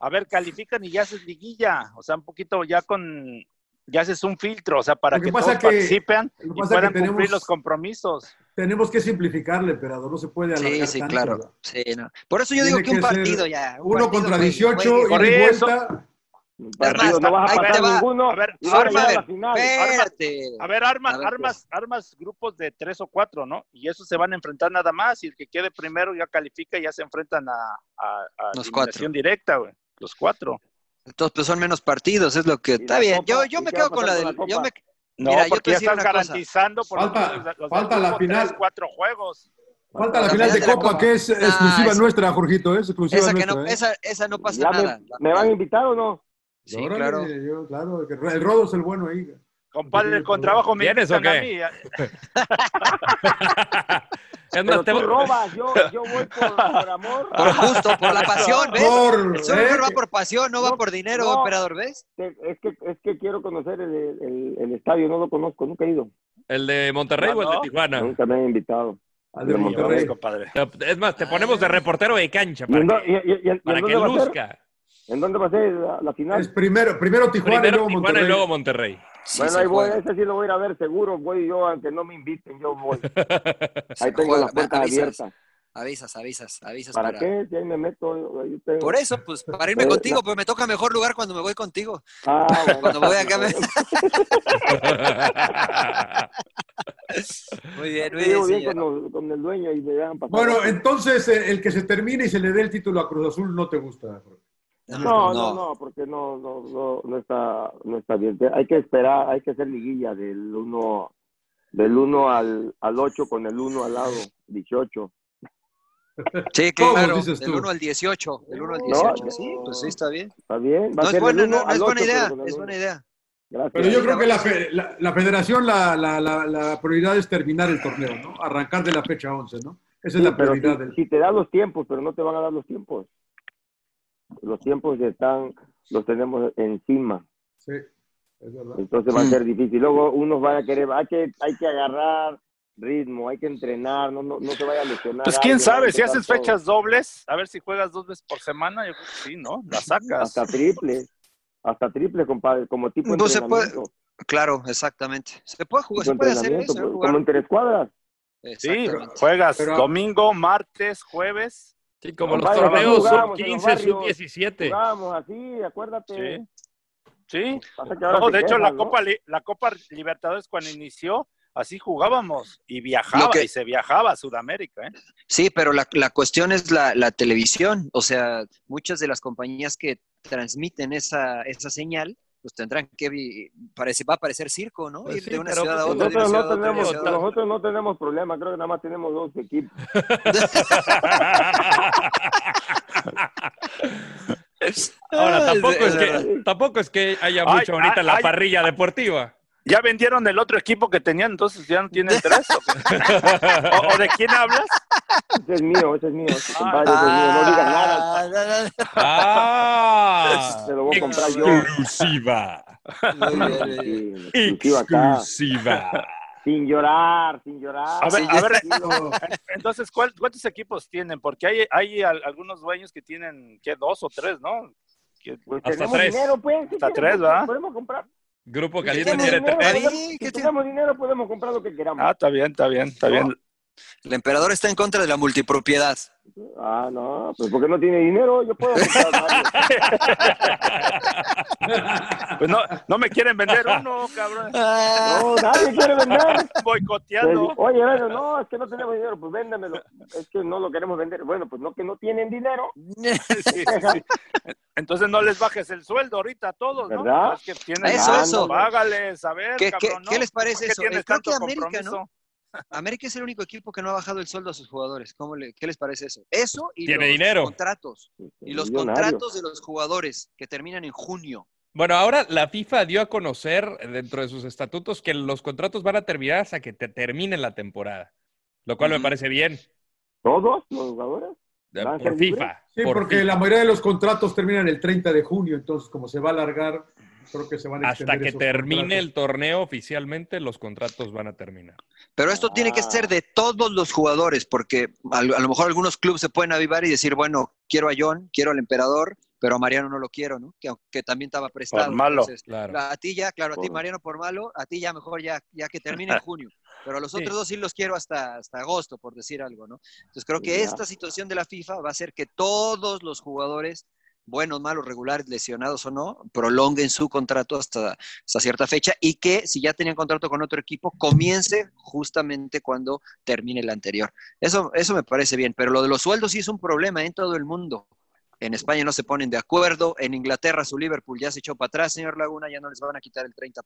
S4: a ver, califican y ya haces liguilla, o sea, un poquito ya con, ya haces un filtro, o sea, para
S2: Lo que
S4: que,
S2: pasa
S4: todos
S2: que-
S4: participen
S2: lo que
S4: y
S2: pasa que
S4: puedan cumplir
S2: tenemos-
S4: los compromisos.
S2: Tenemos que simplificarle, emperador. No se puede
S5: Sí,
S2: alargar
S5: sí,
S2: tanto,
S5: claro.
S2: ¿verdad?
S5: Sí, no. Por eso yo digo
S2: Tiene
S5: que un
S2: ser
S5: partido ya. un
S2: Uno
S5: partido
S2: contra
S5: juegue,
S2: 18 y
S5: juegue.
S2: de
S4: eso-
S2: vuelta.
S1: Partido, no vas a
S5: ahí te
S1: pasar
S5: va.
S1: ninguno.
S4: A ver,
S1: y vas a
S4: arma-
S1: llegar a la
S4: arma-
S1: final.
S5: Espérate.
S4: a ver, arma-
S5: A ver,
S4: armas, armas grupos de tres o cuatro, ¿no? Y esos se van a enfrentar nada más, y el que quede primero ya califica y ya se enfrentan a, a, a
S5: Los
S4: eliminación directa, güey. Los cuatro.
S5: Entonces, pues son menos partidos, es lo que. Está
S4: la
S5: bien,
S4: copa?
S5: yo, yo
S4: ¿Y
S5: me
S4: qué va a
S5: quedo con la
S4: pasar
S5: del.
S4: con la
S5: yo me-
S4: copa?
S2: Pues
S4: No,
S5: Mira, yo te
S4: porque ya
S5: decía
S4: estás
S5: una cosa.
S4: garantizando por
S2: Falta-
S4: los, los del
S2: falta la
S4: grupo tres,
S2: final.
S4: cuatro juegos.
S2: Falta la final de Copa, que es
S5: Nah,
S2: exclusiva
S5: esa-
S2: nuestra, Jorgito. Es exclusiva
S5: Ah, Esa, que
S2: nuestra.
S5: no,
S2: ¿eh?
S5: esa, esa no pasa
S1: Ya me-
S5: nada.
S1: ¿Me van a invitar o no?
S5: Sí,
S2: Órale,
S5: claro.
S2: yo- claro, que El rodo es el bueno ahí.
S4: Compadre, con trabajo me
S3: ¿Vienes o
S4: invitan a
S3: qué?
S4: mí.
S3: Es
S1: Pero
S3: más, te- Ah.
S1: tú robas, yo, yo voy por, por amor.
S5: Por gusto, por la pasión, ¿ves?
S2: Por-
S5: Pues, el surfer
S2: ¿eh?
S5: va por pasión, no, va por dinero,
S1: no.
S5: emperador, ¿ves?
S1: Te- Este, Es que, es que quiero conocer el, el- el estadio, no lo conozco, nunca he ido.
S3: ¿El de Monterrey o el de
S4: ¿No?
S3: Tijuana?
S1: Nunca me han invitado.
S2: Al de
S1: Sí,
S2: Monterrey.
S4: compadre.
S3: Es más, te ponemos de reportero de cancha
S1: ¿Y en,
S3: para
S1: dó-
S3: que,
S1: y- y- y- y en
S3: para que
S1: dónde va a ser?
S3: luzca.
S1: ¿En dónde va a ser la, la final?
S2: Es primero, primero Tijuana
S3: Primero
S2: y luego
S3: Tijuana y
S2: Monterrey.
S3: luego Monterrey.
S1: bueno, ahí
S5: se
S1: voy,
S5: juega.
S1: ese sí lo voy a ir a ver, seguro voy yo, aunque no me inviten, yo voy.
S5: Se
S1: Ahí tengo
S5: juega.
S1: las puertas
S5: Avisas.
S1: abiertas.
S5: Avisas, avisas, avisas.
S1: ¿Para qué? Si ahí me meto. ahí tengo-
S5: Por eso, pues, para irme
S1: Eh,
S5: contigo,
S1: la-
S5: pues me toca mejor lugar cuando me voy contigo.
S1: Ah, bueno.
S5: Cuando voy acá me... Muy bien,
S1: Me
S5: muy
S1: llevo
S5: bien,
S1: bien
S5: señor.
S1: con, los- con el dueño y me dejan pasar.
S2: Bueno, entonces eh, el que se termine y se le dé el título a Cruz Azul no te gusta. Jorge.
S1: No, no, no, porque no, no, no, no está, no está bien. Hay que esperar, hay que hacer liguilla del 1 del uno al, al 8 con el 1 al lado, 18.
S5: Sí,
S2: ¿Cómo
S5: claro,
S2: dices
S5: del
S2: tú?
S5: 1 al 18, del 1 al
S1: No,
S5: 18,
S1: no.
S5: sí, pues sí, está bien.
S1: ¿Está bien?
S5: No
S1: Va a
S5: es
S1: ser
S5: buena,
S1: del uno
S5: no, no
S1: al
S5: es buena
S1: ocho, pero
S5: idea,
S1: con el
S5: es
S1: uno.
S5: buena idea.
S1: Gracias.
S2: Pero yo
S5: Sí,
S2: creo que la,
S5: vamos.
S2: fe- la- la federación, la, la- la- la prioridad es terminar el torneo, ¿no? Arrancar de la fecha 11, ¿no? Esa es
S1: Sí,
S2: la
S1: pero
S2: prioridad.
S1: si,
S2: del-
S1: si te dan los tiempos, pero no te van a dar los tiempos. Los tiempos están, los tenemos encima.
S2: Sí, es verdad.
S1: Entonces
S5: Mm.
S1: va a ser difícil. Luego unos van a querer, hay que, hay que agarrar ritmo, hay que entrenar, no, no, no se vaya a lesionar.
S4: Pues quién
S1: alguien, hay
S4: sabe,
S1: que
S4: si
S1: tocar
S4: haces
S1: todo.
S4: fechas dobles, a ver si juegas dos veces por semana, yo creo que sí, ¿no? La sacas.
S1: Hasta triple, hasta triple, compadre, como tipo
S5: No se puede-
S1: entrenamiento.
S5: Claro, exactamente. Se puede
S1: tipo
S5: jugar, se puede hacer
S1: entrenamiento,
S5: eso,
S1: pues,
S5: jugar.
S1: como entre escuadras.
S4: Sí,
S5: Exactamente.
S4: juegas
S2: Pero-
S4: domingo, martes, jueves.
S3: Sí, como los
S1: Compadre,
S3: torneos
S1: nosotros jugábamos en los
S3: sub-15,
S1: barrios,
S3: sub-17.
S1: Jugábamos así, acuérdate.
S4: Sí. Sí.
S1: Pasa que ahora
S4: No,
S1: se
S4: de hecho,
S1: quejan,
S4: la
S1: ¿no?
S4: Copa, Li- la Copa Libertadores cuando inició, así jugábamos y viajaba
S5: Lo que-
S4: y se viajaba a Sudamérica, ¿eh?
S5: Sí, pero la, la cuestión es la, la televisión. O sea, muchas de las compañías que transmiten esa, esa señal, pues tendrán que... vi- Parece, va a parecer circo, ¿no?
S3: Pues
S5: Ir
S3: sí,
S5: de una
S3: pero
S5: ciudad a
S3: pues
S5: otra, de una
S1: Nosotros
S5: ciudad a
S1: no,
S5: otra, de una
S1: tenemos,
S5: ciudad a otra.
S1: nosotros no tenemos problema, creo que nada más tenemos dos equipos.
S3: Ahora, tampoco es,
S5: verdad.
S3: que, tampoco es que haya
S4: Ay,
S3: mucho ahorita en la
S4: ay.
S3: parrilla deportiva.
S4: Ya vendieron el otro equipo que tenían, entonces ya no tienen tres. ¿O, qué? ¿O- o de quién hablas?
S1: Ese es mío, ese es mío,
S4: Ah,
S3: Pues,
S1: compadre, ese es mío, no digas nada.
S5: Ah, no,
S3: ¡Ah!
S1: Te lo voy a comprar yo.
S3: Exclusiva.
S5: Ah, no, no. Muy bien, muy bien.
S1: Sí, exclusiva acá.
S3: Exclusiva.
S1: Sin llorar, sin llorar.
S4: A ver,
S5: Sí,
S4: a
S5: ya-
S4: ver,
S1: Tranquilo.
S4: entonces, ¿cuál- ¿cuántos equipos tienen? Porque hay, hay al- algunos dueños que tienen, ¿qué? Dos o tres, ¿no? Que-
S1: Pues
S3: Hasta
S1: tenemos
S3: tres.
S1: dinero, pues. ¿qué
S4: Hasta
S1: quieres?
S4: tres, ¿verdad?
S1: Podemos comprar.
S3: Grupo
S1: Si
S3: Caliente
S1: tenemos
S3: quiere
S1: dinero,
S3: tener.
S5: tener-
S1: podemos-
S5: Sí,
S1: Si
S5: ¿qué te-
S1: tenemos dinero, podemos comprar lo que queramos.
S4: Ah, está bien, está bien, está bien.
S5: El emperador está en contra de la multipropiedad.
S1: Ah, no, pues porque no tiene dinero, yo puedo. comprar varios.
S4: Pues no, no me quieren vender uno, cabrón.
S5: Ah,
S1: No, nadie quiere vender.
S4: Boicoteando.
S1: Pues, Oye, bueno, no, es que no tenemos dinero, pues véndemelo. Es que no lo queremos vender. Bueno, pues no que no tienen dinero.
S4: Sí, sí. Entonces no les bajes el sueldo ahorita a todos, ¿no?
S1: ¿Verdad?
S4: Los que tienen
S5: Eso,
S4: lana,
S5: eso.
S4: Págales, a ver,
S5: ¿Qué, qué-
S4: cabrón, ¿no?
S5: qué les parece
S4: ¿Por qué
S5: eso?
S4: tienes
S5: Eh, creo que
S4: tanto
S5: América,
S4: compromiso?
S5: ¿no? América es el único equipo que no ha bajado el sueldo a sus jugadores. ¿Cómo le- ¿Qué les parece eso? Eso y
S3: Tiene
S5: los
S3: dinero.
S5: contratos. Y los
S3: Millonario.
S5: contratos de los jugadores que terminan en junio.
S3: Bueno, ahora la FIFA dio a conocer eh, dentro de sus estatutos que los contratos van a terminar hasta que te termine la temporada, lo cual me parece bien.
S1: ¿Todos los jugadores?
S3: Eh,
S1: ¿Van a
S3: Por
S1: ser
S3: FIFA.
S2: Sí,
S3: por
S2: porque
S3: FIFA.
S2: la mayoría de los contratos terminan el 30 de junio, entonces como se va a alargar, creo que se van a
S3: Hasta
S2: extender
S3: que
S2: esos
S3: termine
S2: contratos.
S3: el torneo oficialmente, los contratos van a terminar.
S5: Pero esto tiene que ser de todos los jugadores, porque a, lo a lo mejor algunos clubes se pueden avivar y decir, bueno, quiero a John, quiero al emperador, pero a Mariano no lo quiero, ¿no? Que, que también estaba prestado.
S4: malo,
S3: claro.
S5: A ti ya, claro, a ti
S4: Por-
S5: Mariano por malo, a ti ya mejor ya, ya que termine en junio. Pero a los
S3: Sí.
S5: otros dos sí los quiero hasta, hasta agosto, por decir algo, ¿no? Entonces creo que
S1: Ya.
S5: esta situación de la FIFA va a hacer que todos los jugadores, buenos, malos, regulares, lesionados o no, prolonguen su contrato hasta, hasta cierta fecha y que si ya tenían contrato con otro equipo, comience justamente cuando termine el anterior. Eso, eso me parece bien, pero lo de los sueldos sí es un problema en todo el mundo. En España no se ponen de acuerdo, en Inglaterra su Liverpool ya se echó para atrás, señor Laguna, ya no les van a quitar el 30%.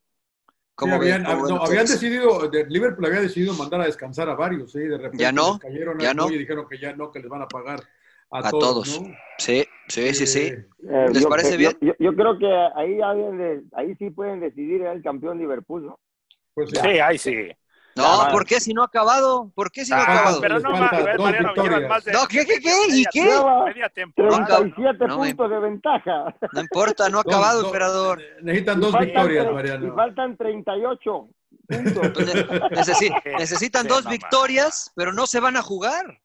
S2: Sí,
S5: ¿Cómo
S2: habían,
S5: ven?
S2: hab-
S5: ¿Cómo ven
S2: no, habían
S5: ustedes?
S2: decidido, de- Liverpool había decidido mandar a descansar a varios, ¿sí? de repente
S5: Ya no,
S2: les cayeron
S5: ya
S2: al
S5: no.
S2: cuello y dijeron que ya no, que les van a pagar a,
S5: A
S2: todos.
S5: todos.
S2: ¿no?
S5: Sí, sí, sí, sí.
S2: Eh,
S1: Eh,
S5: ¿Les
S1: yo,
S5: parece
S1: yo-
S5: bien?
S1: Yo, yo creo que ahí, ya vienen de- ahí sí pueden decidir el campeón Liverpool, ¿no?
S5: Ah,
S2: Pues,
S4: Sí, ahí sí.
S5: No,
S1: Ah,
S5: ¿por qué si no ha acabado? ¿Por qué si no ha
S4: Ah,
S5: acabado?
S4: pero no
S2: Les
S4: más,
S2: falta
S4: a ver,
S2: dos
S4: Mariano, llevan
S2: victorias.
S4: más de
S5: No, ¿qué, qué, qué? ¿Y
S4: media-
S5: qué?
S4: media temporada.
S1: 37
S5: No,
S1: puntos de ventaja.
S5: No importa, no ha
S2: dos-
S5: acabado,
S2: dos-
S5: emperador.
S2: Necesitan dos
S1: Faltan
S2: victorias,
S1: tre- Y
S2: Mariano.
S1: faltan 38 puntos.
S5: Entonces, necesi- necesitan
S4: Sí,
S5: dos
S4: Este mamá.
S5: victorias, pero no se van a jugar.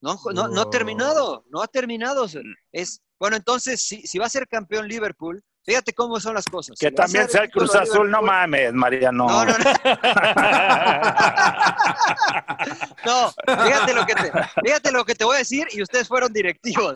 S5: No, no, no ha
S2: No.
S5: terminado, no ha terminado. Es, bueno, entonces, si, si va a ser campeón Liverpool, fíjate cómo son las cosas.
S4: Que
S5: Si va a
S4: también
S5: ser
S4: sea el Cruz
S5: título
S4: Azul, no
S5: Liverpool-
S4: mames, Mariano.
S5: No, no, no. No, fíjate lo, que te, fíjate lo que te voy a decir y ustedes fueron directivos.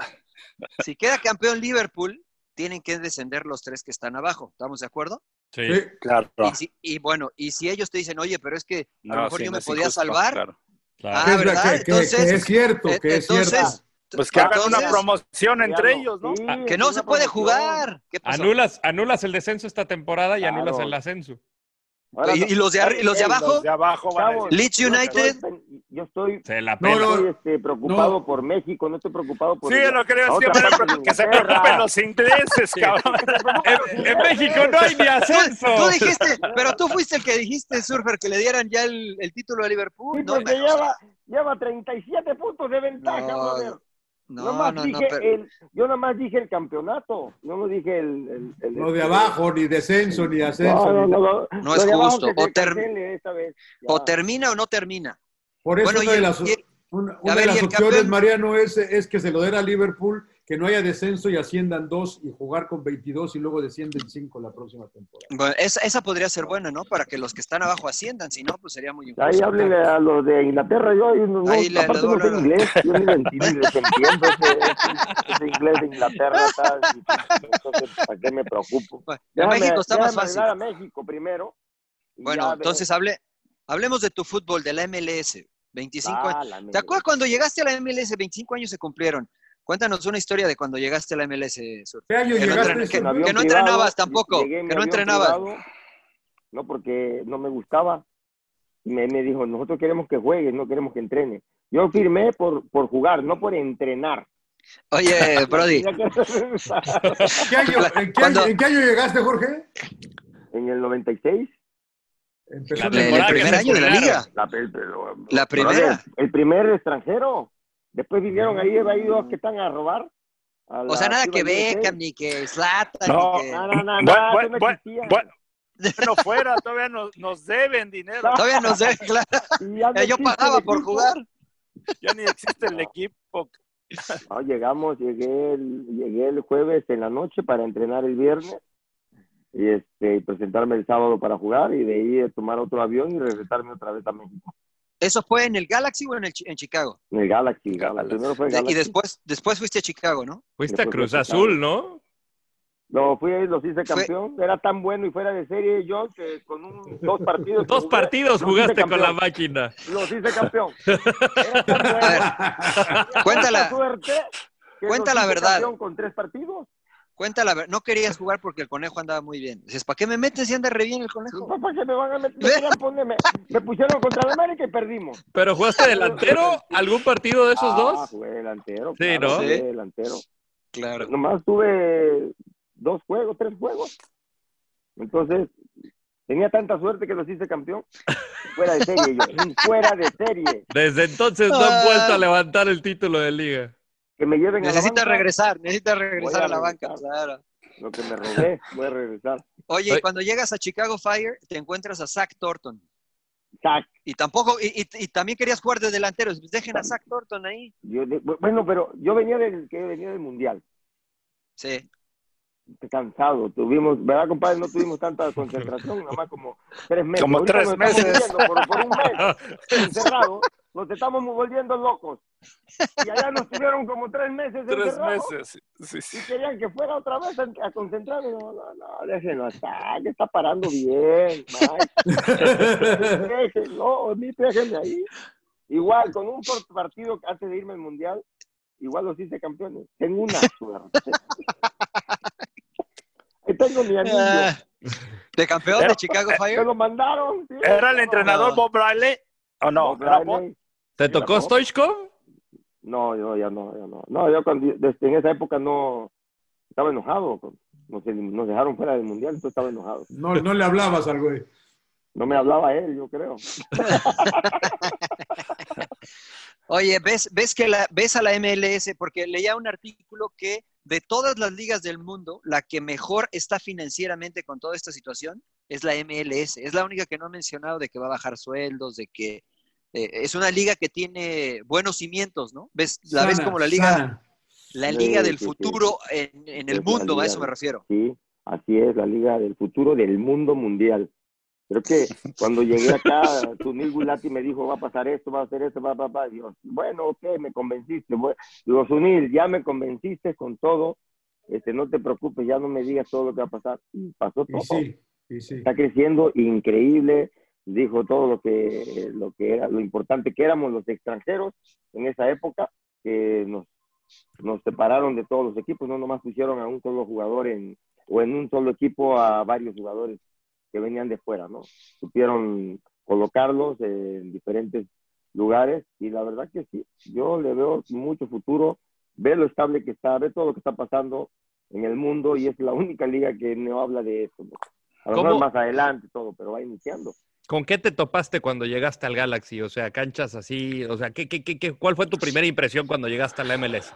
S5: Si queda campeón Liverpool, tienen que descender los tres que están abajo. ¿Estamos de acuerdo?
S3: Sí.
S2: Sí.
S4: Claro.
S5: Y, si- y bueno, y si ellos te dicen, oye, pero es que a lo
S4: Ah. No,
S5: mejor
S4: sí,
S5: yo
S4: no
S5: me
S4: es
S5: podía
S4: injusto,
S5: salvar.
S4: claro.
S3: Claro.
S5: Ah, ¿verdad?
S2: Que- que- que
S5: Entonces-
S2: es cierto,
S5: Eh,
S2: que es
S5: entonces,
S2: cierto.
S4: Pues que hagan una
S5: entonces,
S4: promoción entre ellos, ¿no?
S1: Sí,
S5: Ah, Que no
S1: una
S5: se puede
S1: promoción.
S5: jugar. ¿Qué pasó?
S3: Anulas, anulas el descenso esta temporada y anulas
S1: pues, Claro.
S3: el ascenso.
S1: Ahora
S5: ¿Y, y los de, arri- y los de
S1: Ey,
S5: abajo?
S4: Los de abajo van a
S1: Chavos,
S4: decir,
S5: Leeds
S1: yo estoy-
S5: United.
S1: Yo estoy,
S3: Se la
S2: No,
S3: pela.
S2: no.
S1: estoy, este, preocupado por México, no estoy preocupado por.
S4: Sí, es lo que le
S1: la
S4: decía,
S1: otra
S4: pero
S1: parte de
S4: que se
S1: Inglaterra.
S4: preocupen los ingleses, cabrón.
S3: En, en México no hay ni
S5: Tú,
S3: ascenso.
S5: tú dijiste, pero tú fuiste el que dijiste, Surfer, que le dieran ya el, el título a
S1: Sí,
S5: Liverpool. No,
S1: porque
S5: pero-
S1: lleva, lleva 37 puntos de ventaja,
S5: No,
S1: brother.
S5: no,
S1: Nomás
S5: no, no,
S1: dije eh,
S5: pero-
S1: el- yo nomás dije el campeonato, no lo dije el. el- el-
S2: No de abajo, ni descenso, ni ascenso.
S1: No, no,
S2: ni-
S1: no, no.
S5: No
S1: Lo
S5: es
S1: de abajo
S5: justo.
S1: que se
S5: O ter-
S1: cancele esta vez, ya.
S5: o termina o no termina.
S2: Por eso
S5: Bueno, y
S2: una, de
S5: el-
S2: las,
S5: y el-
S2: una-
S5: a
S2: una
S5: ver,
S2: de
S5: y
S2: las
S5: el
S2: opciones,
S5: campeón-
S2: Mariano, es, es que se lo den a Liverpool, que no haya descenso y asciendan dos y jugar con 22 y luego descienden cinco la próxima temporada.
S5: Bueno, esa, esa podría ser buena, ¿no? Para que los que están abajo asciendan, si no, pues sería muy injusto.
S1: Ahí háblenle a los de Inglaterra, yo ahí no, no,
S5: Ahí le-
S1: aparte
S5: le
S1: no sé
S5: doblo la-
S1: inglés, yo ni lo entiendo, les entiendo ese, ese- ese inglés de Inglaterra, tal, entonces, ¿para qué me preocupo?
S5: Bueno, en
S1: Déjame-
S5: México está más
S1: déjame
S5: fácil.
S1: ayudar a México primero. y
S5: Bueno,
S1: ya
S5: entonces
S1: ve-
S5: hable, hablemos de tu fútbol, de la MLS. 25 años.
S1: Ah, la
S5: ¿Te acuerdas cuando llegaste a la MLS? 25 años se cumplieron. Cuéntanos una historia de cuando llegaste a la MLS. Sur.
S2: ¿Qué año
S5: Que no
S2: llegaste?
S5: entrena-
S1: en
S2: Surfer?
S1: avión
S5: que no
S1: privado,
S5: entrenabas tampoco,
S1: llegué en
S5: que no
S1: avión
S5: entrenabas.
S1: privado, no, porque no me gustaba. Me, me dijo, nosotros queremos que juegues, no queremos que entrenes. Yo firmé por, por jugar, no por entrenar.
S5: Oye, Brody,
S2: ¿Qué año- en, qué
S5: Cuando-
S2: año, en qué año llegaste, Jorge?
S1: en el 96.
S2: Empezó en
S3: La
S5: el- el
S3: temporada que
S5: primer
S3: se
S5: año de la
S3: colgaron.
S5: liga.
S1: La, el, pero-
S5: La
S1: pero
S5: primera. Mm.
S1: El, el primer extranjero. Después vinieron ahí, ahí dos que están a robar. a
S5: O
S1: la
S5: sea, nada
S1: Chivas
S5: que
S1: USA.
S5: Beckham, ni que Zlatan,
S4: No,
S5: ni que...
S1: No, no, no,
S4: Bu-
S1: nada,
S4: bu-
S1: eso no
S4: bu-
S1: existía.
S4: bu- Bueno, fuera, todavía nos, nos deben dinero.
S5: Todavía no sé, claro.
S1: Y
S5: Yo
S1: ya no existe el
S5: pagaba por
S1: equipo.
S5: jugar.
S4: Ya ni existe el equipo.
S1: No, llegamos, llegué el, llegué el jueves en la noche para entrenar el viernes. y este y presentarme el sábado para jugar y de ahí eh, tomar otro avión y regresarme otra vez a México.
S5: ¿Eso fue en el Galaxy o en, el Chi- en Chicago?
S1: En el Galaxy, Galaxy. Primero fue el
S5: Y
S1: Galaxy.
S5: después, después fuiste a Chicago, ¿no?
S3: Fuiste a Cruz
S1: Después fue Chicago.
S3: Azul,
S1: pues,
S3: ¿no?
S1: No, fui ahí, los hice campeón. Era tan bueno y fuera de serie yo que con un, dos partidos. que
S3: Dos
S1: jugué,
S3: partidos
S1: los hice
S3: jugaste con la
S1: pues, campeón.
S3: máquina.
S1: Los hice campeón.
S5: Cuéntala.
S1: que
S5: Cuenta la
S1: los hice
S5: verdad.
S1: campeón Con tres partidos.
S5: Cuenta la ver- no querías jugar porque el conejo andaba muy bien. Dices, ¿para qué me metes si anda re bien el conejo?
S1: Papá, que me van a met- me querían poner- me- me pusieron contra la América y perdimos.
S3: ¿Pero jugaste
S1: pues,
S3: delantero? ¿Algún partido de esos
S1: Ah,
S3: dos?
S1: Jugué delantero.
S3: Sí,
S1: claro,
S3: ¿no?
S1: jugué
S3: Sí.
S1: delantero.
S5: Claro.
S1: Nomás tuve dos juegos, tres juegos. Entonces, tenía tanta suerte que los hice campeón. Fuera de serie, yo. Fuera de serie.
S3: Desde entonces no han
S1: Ay.
S3: vuelto a levantar el título de liga.
S1: Que me lleven
S5: Necesita
S1: a la banca.
S5: regresar, necesita regresar
S1: Voy a
S5: a la banca.
S1: regresar.
S5: Claro.
S1: Lo que me robé, voy a regresar.
S5: Oye, y cuando llegas a Chicago Fire, te encuentras a Zach Thornton.
S1: Zach.
S5: Y tampoco, y, y- y también querías jugar de delantero. Pues Dejen a Zach Thornton ahí.
S1: Yo de- bueno, pero yo venía del, que venía del Mundial.
S5: Sí.
S1: Cansado, tuvimos, ¿verdad, compadre? No tuvimos tanta concentración, nomás como tres meses.
S4: Como
S1: Ahorita
S4: tres
S1: nos estamos
S4: meses.
S1: viendo por, por un mes encerrado, nos estamos volviendo locos. Y allá nos tuvieron como tres meses
S4: Tres
S1: encerrados.
S4: meses. Sí, sí.
S1: Y querían que fuera otra vez a, a concentrarme. No, no, no, déjenlo estar, que está parando bien. Mike. no, ni déjenme ahí. Igual, con un por- partido antes de irme al Mundial, igual los hice campeones. Tengo una suerte. Ahí tengo mi anillo.
S5: Ah, de campeón de Chicago
S1: Me
S5: Fire.
S1: lo mandaron. sí.
S4: ¿Era el entrenador
S5: No.
S4: Bob Bradley? ¿O no?
S1: Bob
S4: ¿Era
S1: Bradley.
S4: Bob?
S3: ¿Te tocó
S1: ¿no?
S3: Stoichkov?
S1: No, yo ya no, ya no. No, yo cuando, desde en esa época no estaba enojado. con- Nos, elim- nos dejaron fuera del mundial, entonces estaba enojado.
S2: No, no le hablabas al güey.
S1: No me hablaba él, yo creo.
S5: Oye, ¿ves, ves, que la, ves a la MLS, porque leía un artículo que de todas las ligas del mundo, la que mejor está financieramente con toda esta situación es la MLS. Es la única que no ha mencionado de que va a bajar sueldos, de que eh, es una liga que tiene buenos cimientos, ¿no? ¿Ves, la ves
S2: Sana,
S5: como la liga,
S2: sana.
S5: la
S1: Sí,
S5: liga del
S1: sí, sí.
S5: futuro en, en
S1: Es
S5: el
S1: la
S5: mundo, a
S1: liga
S5: eso me
S1: del-
S5: refiero.
S1: Sí, así es, la liga del futuro del mundo mundial. Creo que cuando llegué acá, Sunil Gulati me dijo, va a pasar esto, va a hacer esto, va, va, va. Y yo, bueno, ok, me convenciste. Bu- Digo, Sunil, ya me convenciste con todo. Este, no te preocupes, ya no me digas todo lo que va a pasar. Y pasó todo.
S2: Y sí, y sí.
S1: está creciendo increíble. Dijo todo lo que, lo que era, lo importante que éramos los extranjeros en esa época, que nos, nos separaron de todos los equipos, no nomás pusieron a un solo jugador en, o en un solo equipo a varios jugadores que venían de fuera, ¿no? Supieron colocarlos en diferentes lugares y la verdad que sí, yo le veo mucho futuro, ve lo estable que está, ve todo lo que está pasando en el mundo y es la única liga que no habla de eso. ¿no? A lo
S3: ¿Cómo?
S1: mejor más adelante todo, pero va iniciando.
S3: ¿Con qué te topaste cuando llegaste al Galaxy? O sea, canchas así, o sea, ¿qué, qué, qué, qué- ¿cuál fue tu primera impresión cuando llegaste a la MLS?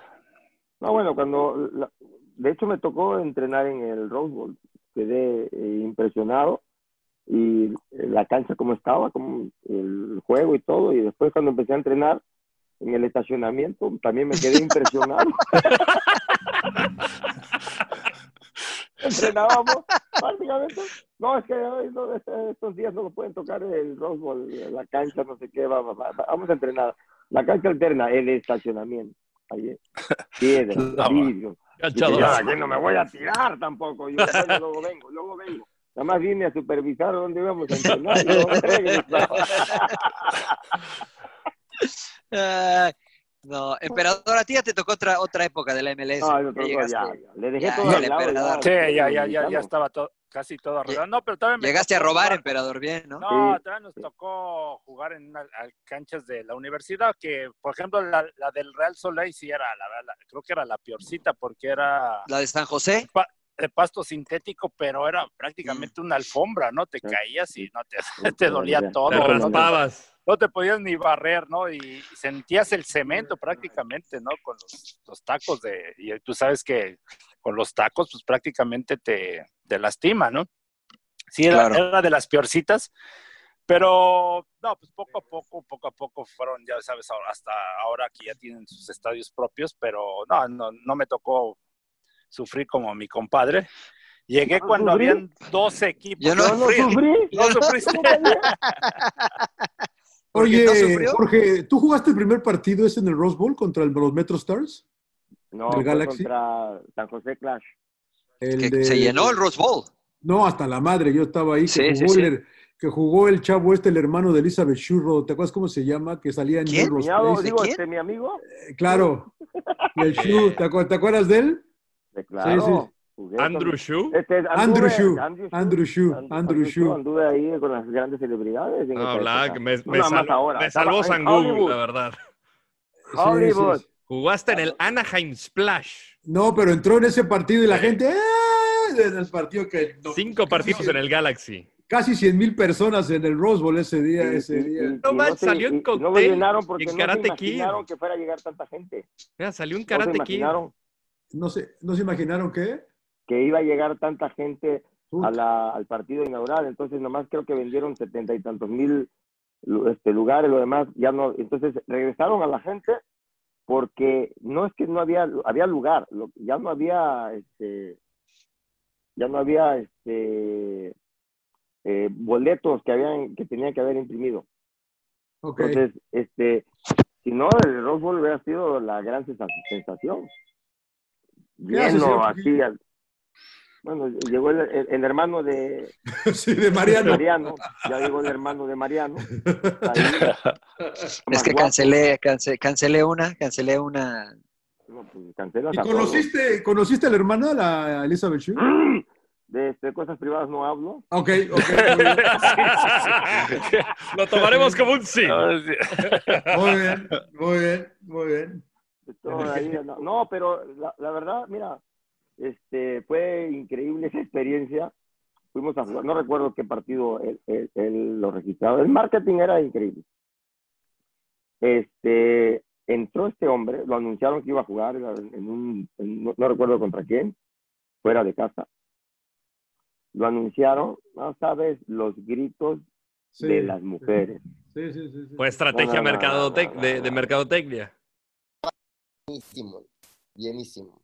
S1: No, bueno, cuando. la- de hecho, me tocó entrenar en el Rose Bowl. Quedé eh, impresionado. Y eh, la cancha, como estaba, como el juego y todo. Y después, cuando empecé a entrenar en el estacionamiento, también me quedé impresionado. Entrenábamos prácticamente. No, es que ay, no, este- estos días no lo pueden tocar el Rose Bowl, la cancha, no sé qué. va- va- va- vamos a entrenar. La cancha alterna, el estacionamiento. Ahí es. Piedra,
S3: No,
S1: vidrio.
S3: Cancha
S1: Dije,
S3: dos.
S1: "Ya, aquí no me voy a tirar tampoco. Yo, "Bueno, luego vengo, luego vengo. Nada más vine a supervisar dónde íbamos a entrenar. y luego regresaba.
S5: Ah, no, emperador, a ti ya te tocó otra, otra época de la MLS.
S1: No, yo
S5: que
S1: creo que
S5: llegaste-
S1: ya, ya. Le dejé
S5: Ya,
S1: todo
S5: el
S1: al lado.
S5: emperador.
S4: Sí, ya, ya, ya, ya
S1: Dominicano.
S4: estaba todo, casi todo arreglado. No, pero todavía me
S5: Llegaste a
S4: tocó
S5: robar,
S4: jugar.
S5: emperador, bien, ¿no?
S4: No,
S1: Sí.
S4: todavía nos tocó jugar en una- a- canchas de la universidad, que por ejemplo la, la del Real Soleil sí era, la, verdad, la- creo que era la peorcita, porque era
S5: La de San José.
S4: de pasto sintético, pero era prácticamente una alfombra, ¿no? Te caías y no
S1: Este,
S4: te, te dolía todo.
S3: Te
S4: ¿no?
S3: raspabas.
S4: no te podías ni barrer, ¿no? Y sentías el cemento prácticamente, ¿no? Con los, los tacos de, y tú sabes que con los tacos, pues prácticamente te, te lastima, ¿no? Sí, era,
S5: Claro.
S4: era de las peorcitas, pero no, pues poco a poco, poco a poco fueron, ya sabes, ahora- hasta ahora que ya tienen sus estadios propios, pero no, no, no me tocó sufrir como mi compadre. Llegué
S1: No
S4: cuando
S1: sufrí.
S4: habían 12 equipos.
S1: Yo no
S4: sufrí.
S1: sufrí.
S4: No sufriste.
S2: Oye,
S4: no sufrió.
S2: Jorge, ¿tú jugaste el primer partido ese en el Rose Bowl contra el- los Metro Stars?
S1: No,
S2: ¿Del
S1: fue
S2: Galaxy?
S1: contra San José Clash.
S2: El
S5: Que
S2: de-
S5: se llenó el Rose Bowl.
S2: No, hasta la madre, yo estaba ahí. Que,
S5: Sí, sí,
S2: jugó,
S5: sí.
S2: El, que jugó el chavo este, el hermano de Elizabeth Churro. ¿Te acuerdas cómo se llama? Que salía en
S1: Mi
S2: Melrose
S1: cuñado,
S2: Place.
S1: digo, este, mi amigo.
S2: Eh, Claro. El Shue, ¿te, acuer- te acuerdas de él?
S1: Sí, claro. Jugué con-
S3: Andrew Shue.
S1: Este, anduve-
S2: Andrew Shue.
S1: Andrew
S2: Andrew Shue.
S1: And-
S2: Andrew Shue.
S1: Anduve ahí con las grandes celebridades. en
S3: No,
S1: esa
S3: Black,
S1: época.
S3: me,
S1: No
S3: me
S1: nada más
S3: salvó-
S1: ahora,
S3: me
S1: estaba
S3: salvó
S1: en
S3: San Google,
S1: Hollywood.
S3: la verdad.
S1: Hollywood.
S3: Jugaste en el Anaheim Splash.
S2: No, pero entró en ese partido y la gente. ¡ah! En el partido que. no,
S3: Cinco partidos en el Galaxy.
S2: Casi 100 mil personas en el Rose Bowl ese día. ese día.
S1: Y-
S3: No
S1: y
S3: manches,
S1: se-
S3: salió en
S1: y- y No me
S3: cóctel
S1: llenaron porque
S3: y
S1: no se
S3: Karate Kid.
S1: imaginaron que fuera a llegar tanta gente.
S3: Mira, salió un
S1: No se
S3: Karate Kid.
S1: imaginaron
S2: No se, no se imaginaron qué.
S1: que iba a llegar tanta gente a la- al partido inaugural. Entonces, nomás creo que vendieron setenta y tantos mil lu- este, lugares, lo demás ya no. Entonces, regresaron a la gente porque no es que no había, había lugar, lo- ya no había, este, ya no había, este, eh, boletos que habían, que tenían que haber imprimido.
S2: Ok.
S1: Entonces, este, si no, el Rose Bowl hubiera sido la gran sensa- sensación.
S2: haces,
S1: Lleno,
S2: señor?
S1: así. al- Bueno, llegó el, el- el hermano de,
S2: sí, de Mariano.
S1: Ya llegó el hermano de Mariano.
S5: Es que cancelé, cance- cancelé una, cancelé una.
S1: pues,
S2: ¿Y conociste, conociste a la hermana, la Elizabeth Shue?
S1: De este, cosas privadas no hablo.
S2: Ok, ok. muy bien.
S3: Lo tomaremos como un sí.
S2: Muy bien, muy bien, muy bien.
S1: Todo ahí, no, no, pero la, la verdad, mira, este, fue increíble esa experiencia. Fuimos a jugar, no recuerdo qué partido él, él- él lo registraba. El marketing era increíble. Este, entró este hombre, lo anunciaron que iba a jugar era en un, en- no, no recuerdo contra quién, fuera de casa. Lo anunciaron, no sabes, los gritos
S2: Sí,
S1: de las mujeres.
S2: Sí, sí, sí. sí.
S3: Fue estrategia
S1: No, no, no,
S3: mercadotec-
S1: no, no,
S3: de,
S1: no.
S3: de mercadotecnia.
S6: Buenísimo, buenísimo.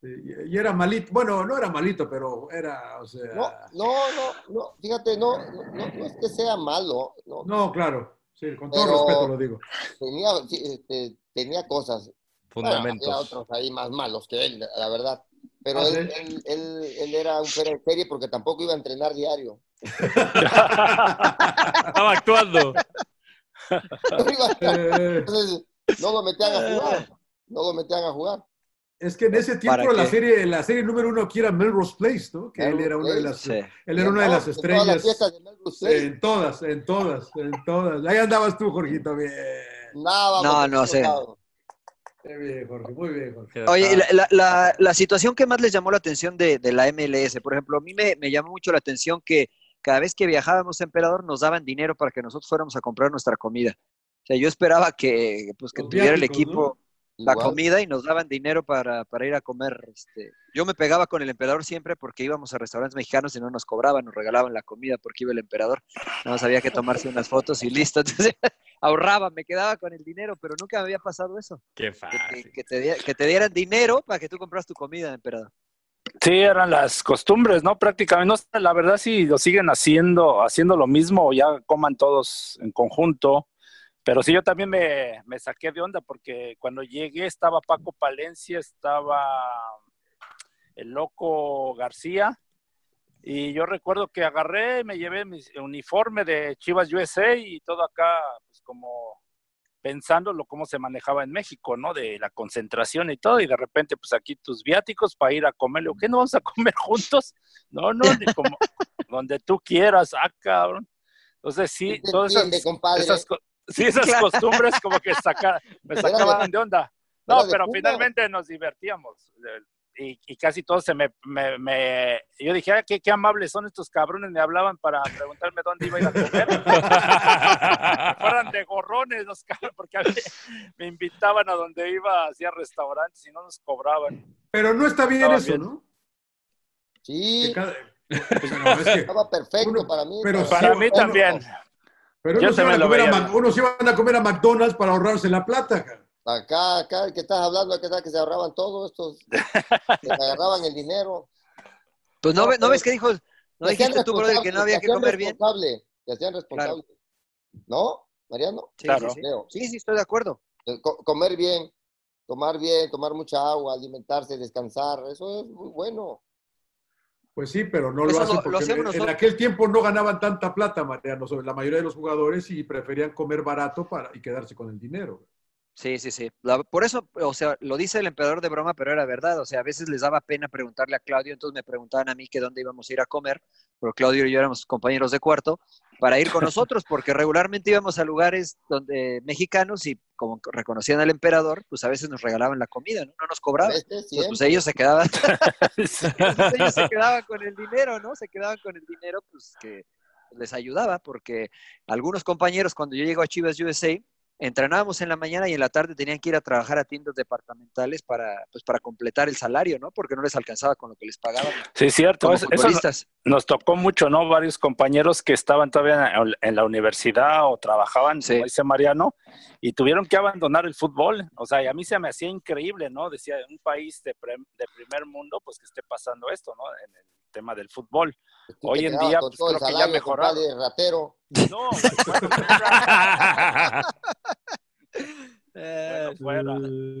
S2: Sí, Y y era malito. Bueno, no era malito, pero era, o sea.
S6: No, no, no, no, fíjate, no, no, no- no es que sea malo, no,
S2: No, claro. Sí, con todo
S6: Pero-
S2: respeto lo digo.
S6: tenía, sí, este, tenía cosas. Bueno,
S3: Fundamentos.
S6: había otros ahí más malos que él, la verdad. Pero
S2: Ah,
S6: él,
S2: sí.
S6: él, él, él era un fuera de serie porque tampoco iba a entrenar diario.
S3: Estaba actuando.
S6: No iba a-
S2: Eh,
S6: Entonces, no lo metían a jugar. No lo metían a jugar.
S2: es que en ese tiempo
S5: ¿Para
S2: la
S5: qué?
S2: serie, la serie número uno aquí era Melrose Place, ¿no? Que él
S6: Melrose
S2: era una de
S6: Place,
S2: las,
S5: sí.
S2: él era una de las
S6: En todas las
S2: estrellas.
S6: fiestas de Melrose Place,
S2: En todas, en todas, en todas. Ahí andabas tú, Jorgito. Bien.
S6: nada,
S5: No,
S6: por
S5: no
S6: ningún
S5: sé.
S6: lado.
S2: Qué bien, Jorge. Muy bien, Jorge.
S5: Oye, y la, la- la- la situación que más les llamó la atención de, de la MLS, por ejemplo, a mí me, me llamó mucho la atención que cada vez que viajábamos a Emperador nos daban dinero para que nosotros fuéramos a comprar nuestra comida. O sea, yo esperaba que, pues, que
S2: Los
S5: tuviera el
S2: viáticos,
S5: equipo la
S6: Igual.
S5: comida y nos daban dinero para, para ir a comer. este. Yo me pegaba con el emperador siempre porque íbamos a restaurantes mexicanos y no nos cobraban, nos regalaban la comida porque iba el emperador. Nada más había que tomarse unas fotos y listo. Entonces ahorraba, me quedaba con el dinero, pero nunca me había pasado eso.
S3: Qué
S5: Que
S3: fácil.
S5: te, que te diera- que te dieran dinero para que tú compras tu comida, emperador.
S4: Sí, eran las costumbres, ¿no? Prácticamente, no sé, la verdad si lo siguen haciendo, haciendo lo mismo, o ya coman todos en conjunto. Pero sí, yo también me, me saqué de onda porque cuando llegué estaba Paco Palencia, estaba el loco García. Y yo recuerdo que agarré, me llevé mi uniforme de Chivas USA y todo acá, pues como pensándolo cómo se manejaba en México, ¿no? De la concentración y todo, y de repente, pues aquí tus viáticos para ir a comer. Le digo, ¿qué no vamos a comer juntos? No, no, ni como, donde tú quieras, ah, cabrón. Entonces, sí,
S6: Se
S4: todas esas,
S6: entiende, compadre.
S4: esas co- sí, esas
S6: Claro.
S4: costumbres como que saca- me
S6: Era de-
S4: sacaban de onda. No,
S6: era de
S4: pero
S6: Cuba.
S4: finalmente nos divertíamos. eh, Y, y casi todos se me, me- me- Yo dije, ah, qué, qué amables son estos cabrones. Me hablaban para preguntarme dónde iba a ir a comer. Que fueran de gorrones los cabrones, porque a mí me invitaban a donde iba, hacía restaurantes y no nos cobraban.
S2: Pero no está bien
S4: Estaba
S2: eso,
S4: bien.
S2: ¿no?
S6: Sí,
S2: Que cada- Pero es que-
S6: estaba perfecto para mí.
S2: pero sí,
S4: Para mí
S2: uno-
S4: también.
S2: Pero
S4: Yo
S2: unos
S4: también
S2: iban, a
S4: lo
S2: comer a
S4: veía.
S2: Mac- unos iban a comer a McDonald's para ahorrarse la plata. cara.
S6: Acá, acá, el que estás hablando, acá está que se ahorraban todo estos, que se agarraban el dinero.
S5: Pues no,
S6: No,
S5: ve- ¿no
S6: pero-
S5: ves que dijo, no
S6: Te hacían
S5: dijiste tú, brother, que no había
S6: responsable,
S5: que
S6: te hacían
S5: comer bien.
S6: responsable, Te hacían responsable. ¿No, Mariano?
S5: Sí, Claro. sí, sí.
S6: Creo.
S5: Sí, sí, estoy de acuerdo.
S6: Eh, co- comer bien, tomar bien, tomar mucha agua, alimentarse, descansar, eso es muy bueno.
S2: Pues sí, pero no
S6: Eso
S2: lo
S6: lo-
S2: hacen
S6: lo
S2: porque
S6: hacemos
S2: en- en,
S6: nosotros.
S2: aquel tiempo no ganaban tanta plata, Mariano, sobre la mayoría de los jugadores y preferían comer barato para y quedarse con el dinero.
S5: Sí, sí, sí. La- por eso, o sea, lo dice el emperador de broma, pero era verdad. O sea, a veces les daba pena preguntarle a Claudio, entonces me preguntaban a mí que dónde íbamos a ir a comer, pero Claudio y yo éramos compañeros de cuarto, para ir con nosotros, porque regularmente íbamos a lugares donde mexicanos y como reconocían al emperador, pues a veces nos regalaban la comida, no, No nos cobraban.
S6: Este,
S5: Entonces, pues ellos se quedaban. Entonces, ellos se quedaban con el dinero, ¿no? Se quedaban con el dinero, pues que les ayudaba, porque algunos compañeros, cuando yo llego a Chivas USA, entrenábamos en la mañana y en la tarde tenían que ir a trabajar a tiendas departamentales para, pues, para completar el salario, ¿no? Porque no les alcanzaba con lo que les pagaban.
S4: Sí, cierto.
S5: Como
S4: es- Pues, eso
S5: futbolistas.
S4: no- nos tocó mucho, ¿no? Varios compañeros que estaban todavía en, en la universidad o trabajaban, como dice Mariano, y tuvieron que abandonar el fútbol. O sea, y a mí se me hacía increíble, ¿no? Decía, en un país de, pre- de primer mundo, pues que esté pasando esto, ¿no? En el tema del fútbol.
S6: Tú
S4: Hoy
S6: te
S4: en
S6: quedabas
S4: día,
S6: con
S4: pues
S6: todo el
S4: creo que ya
S6: salario,
S4: mejoraron.
S6: compadre, ratero.
S4: No,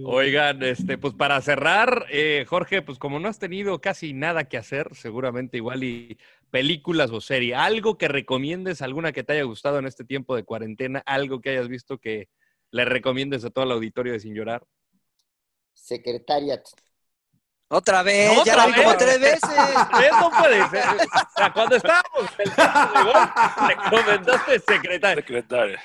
S3: Oigan, este, pues para cerrar, eh, Jorge, pues como no has tenido casi nada que hacer, seguramente igual y películas o serie, algo que recomiendes, alguna que te haya gustado en este tiempo de cuarentena, algo que hayas visto que le recomiendes a todo el auditorio de Sin Llorar.
S6: Secretariat.
S5: Otra vez,
S3: ¿Otra
S5: ya la vi
S3: vez?
S5: como tres veces.
S3: Eso puede ser. O sea, cuando estábamos en el campo de gol, recomendaste secretario.
S4: Secretario.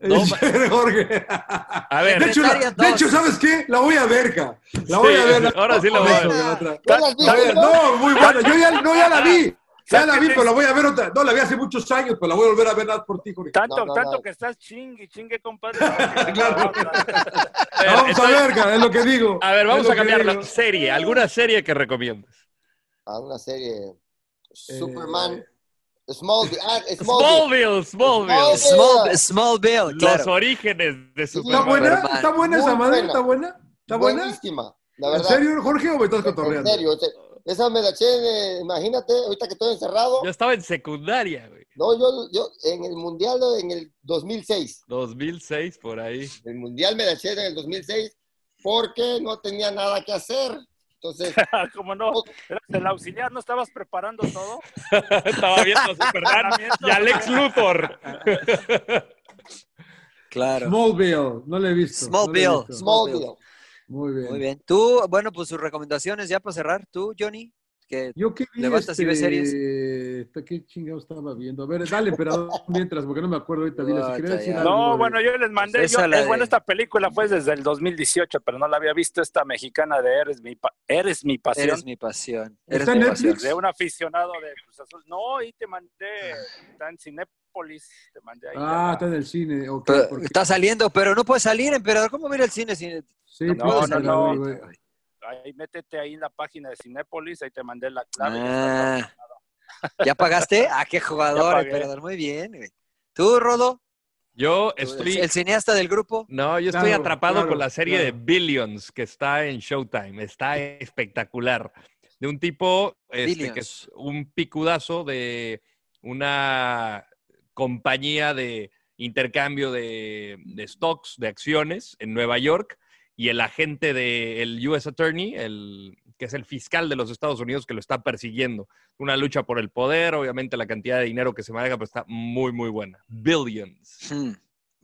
S2: Jorge.
S3: A ver,
S2: de hecho, la- de hecho, ¿sabes qué? La voy a ver, ca. La voy
S3: Sí,
S2: a ver.
S3: ahora sí la voy a ver.
S2: otra.
S3: ¿No la has visto,
S2: A ver,
S3: no?
S2: No, muy buena. Yo ya, no, ya la vi. Ya
S4: ¿Sabes
S2: la
S4: qué
S2: vi,
S4: te-
S2: pero la voy a ver otra. No, la vi hace muchos años, pero la voy a volver a ver nada por ti, Jorge.
S4: Tanto, tanto que estás chingue, chingue, compadre.
S2: La vamos a ver, ca, es lo que digo.
S3: A ver, vamos
S2: Es lo
S3: a
S2: que
S3: cambiarla.
S2: digo.
S3: Serie, alguna serie que recomiendes.
S6: A una serie. Superman.
S2: Eh,
S6: Smallville. Ah, Smallville.
S3: Smallville, Smallville.
S6: Smallville.
S5: Smallville,
S3: Los
S6: claro.
S3: orígenes de
S2: ¿Está
S3: Superman.
S2: buena? ¿Está buena esa
S6: Muy
S2: madre?
S6: buena.
S2: ¿Está buena? ¿Está buena?
S6: Buenísima. La
S2: ¿En
S6: verdad.
S2: serio, Jorge, o me estás
S6: En
S2: cotorreando?
S6: serio. en serio. Esa me la eché, eh, imagínate, ahorita que estoy encerrado.
S3: Yo estaba en secundaria, güey.
S6: No, yo, yo en el Mundial en el 2006.
S3: 2006, por ahí.
S6: El Mundial me la eché en el 2006 porque no tenía nada que hacer. Entonces,
S4: Como no, eras el auxiliar, no estabas preparando todo.
S3: Estaba viendo Superman y Alex Luthor.
S5: Claro.
S2: Smallville, no la he visto. no la he
S5: Smallville,
S2: visto.
S5: Smallville.
S2: Muy bien.
S5: Muy bien. Tú, bueno, pues sus recomendaciones ya para cerrar. Tú, Johnny, que
S2: Yo qué vi,
S5: levantas y ves
S2: este,
S5: series.
S2: ¿Qué chingado estaba viendo? A ver, dale, emperador, mientras, porque no me acuerdo ahorita. Dile, si quería
S5: Puta,
S2: decir
S5: ya.
S2: algo,
S4: No,
S2: güey.
S4: bueno, yo les mandé.
S2: Pues Esa
S4: yo-
S2: la
S4: eh, Bueno,
S2: de-
S4: esta película fue desde el 2018, pero no la había visto. Esta mexicana de Eres mi, pa- eres mi pasión.
S5: Eres mi pasión. Eres
S2: ¿Está en
S5: mi
S2: Netflix?
S5: pasión.
S4: De un aficionado de Cruz Azul. No, y te mandé. Está en Cinépolis. Te mandé ahí.
S2: Ah, está en el cine. ok,
S5: Pero-
S2: porque-
S5: Está saliendo, pero no puede salir, emperador. ¿Cómo mira el cine? sin-
S2: Sí,
S4: No,
S2: puedes
S4: no,
S2: hablar,
S4: no.
S2: güey.
S4: Ahí métete ahí en la página de Cinépolis. Ahí te mandé la clave.
S5: Ah, ¿Ya pagaste? Ah, qué
S4: Ya
S5: jugador,
S4: pagué.
S5: emperador. Muy bien. güey. ¿Tú, Rodo?
S3: Yo
S5: El,
S3: estoy.
S5: el cineasta del grupo.
S3: No, yo estoy
S5: Claro,
S3: atrapado
S5: claro,
S3: con la serie
S5: claro.
S3: de Billions que está en Showtime. Está espectacular. De un tipo este, que es un picudazo de una compañía de intercambio de, de stocks, de acciones en Nueva York. Y el agente del US Attorney, el, que es el fiscal de los Estados Unidos, que lo está persiguiendo. Una lucha por el poder, obviamente la cantidad de dinero que se maneja, pero está muy, muy buena. Billions.
S5: Hmm,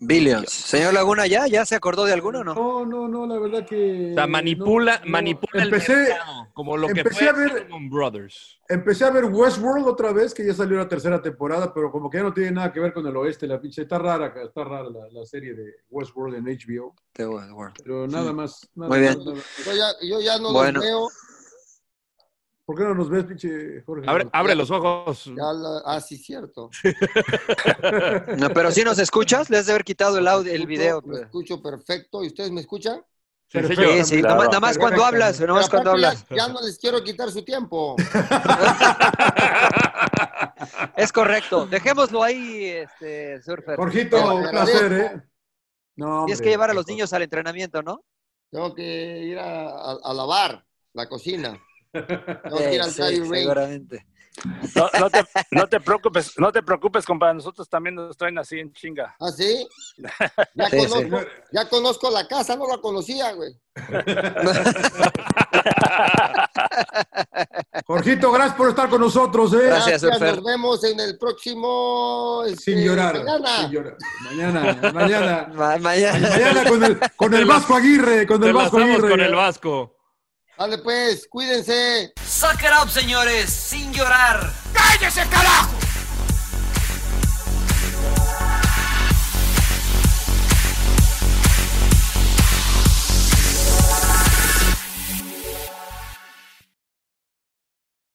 S5: Billions. Señor Laguna, ¿ya? ¿Ya se acordó de alguno o no?
S2: No, no, no, la verdad que.
S3: O sea, manipula,
S2: no, no.
S3: manipula
S2: Empecé-
S3: el mercado, como lo que
S2: empecé
S3: puede
S2: a
S3: hacer
S2: ver-
S3: Lehman Brothers.
S2: Empecé a ver Westworld otra vez, que ya salió la tercera temporada, pero como que ya no tiene nada que ver con el oeste, la pinche. Está rara, ca, está rara la, la serie de Westworld en HBO.
S5: The Wild World.
S2: Pero nada más. nada
S5: Muy bien.
S2: más, nada más.
S6: yo ya, yo ya no
S5: Bueno.
S6: los veo.
S2: ¿Por qué no nos ves, pinche Jorge?
S3: Abre, abre los ojos.
S6: Ya la- ah, sí, cierto.
S5: No, pero si nos escuchas, les de haber quitado el audio, el video. pues.
S6: Lo escucho perfecto. ¿Y ustedes me escuchan?
S5: Sí, sí, nomás- nada más cuando hablas, nada más
S6: Pero
S5: cuando
S6: aparte
S5: hablas.
S6: ya- ya no les quiero quitar su tiempo.
S5: Es correcto. Dejémoslo ahí, este, Surfer.
S2: Jorgito, un placer, ¿eh? No,
S5: Tienes
S2: hombre.
S5: que llevar a los niños al entrenamiento, ¿no?
S6: Tengo que ir a, a- a lavar la cocina. No quiero al driving range.
S4: No, no te, no te preocupes, no te preocupes, compa. Nosotros también nos traen así en chinga.
S6: ¿Ah, sí? Ya,
S4: Sí, sí.
S6: conozco, ya conozco la casa, no la conocía, güey.
S2: Jorgito, gracias por estar con nosotros, ¿eh?
S6: Nos vemos en el próximo. este,
S5: eh,
S2: Sin llorar,
S6: Mañana.
S2: sin Mañana, mañana.
S5: Ma- mañana.
S2: Mañana con el, con el Vasco Aguirre, con el Vasco Aguirre. ¿eh?
S3: Vasco.
S6: Dale, pues, cuídense.
S7: Suck it up, señores, sin llorar. ¡Cállese, carajo!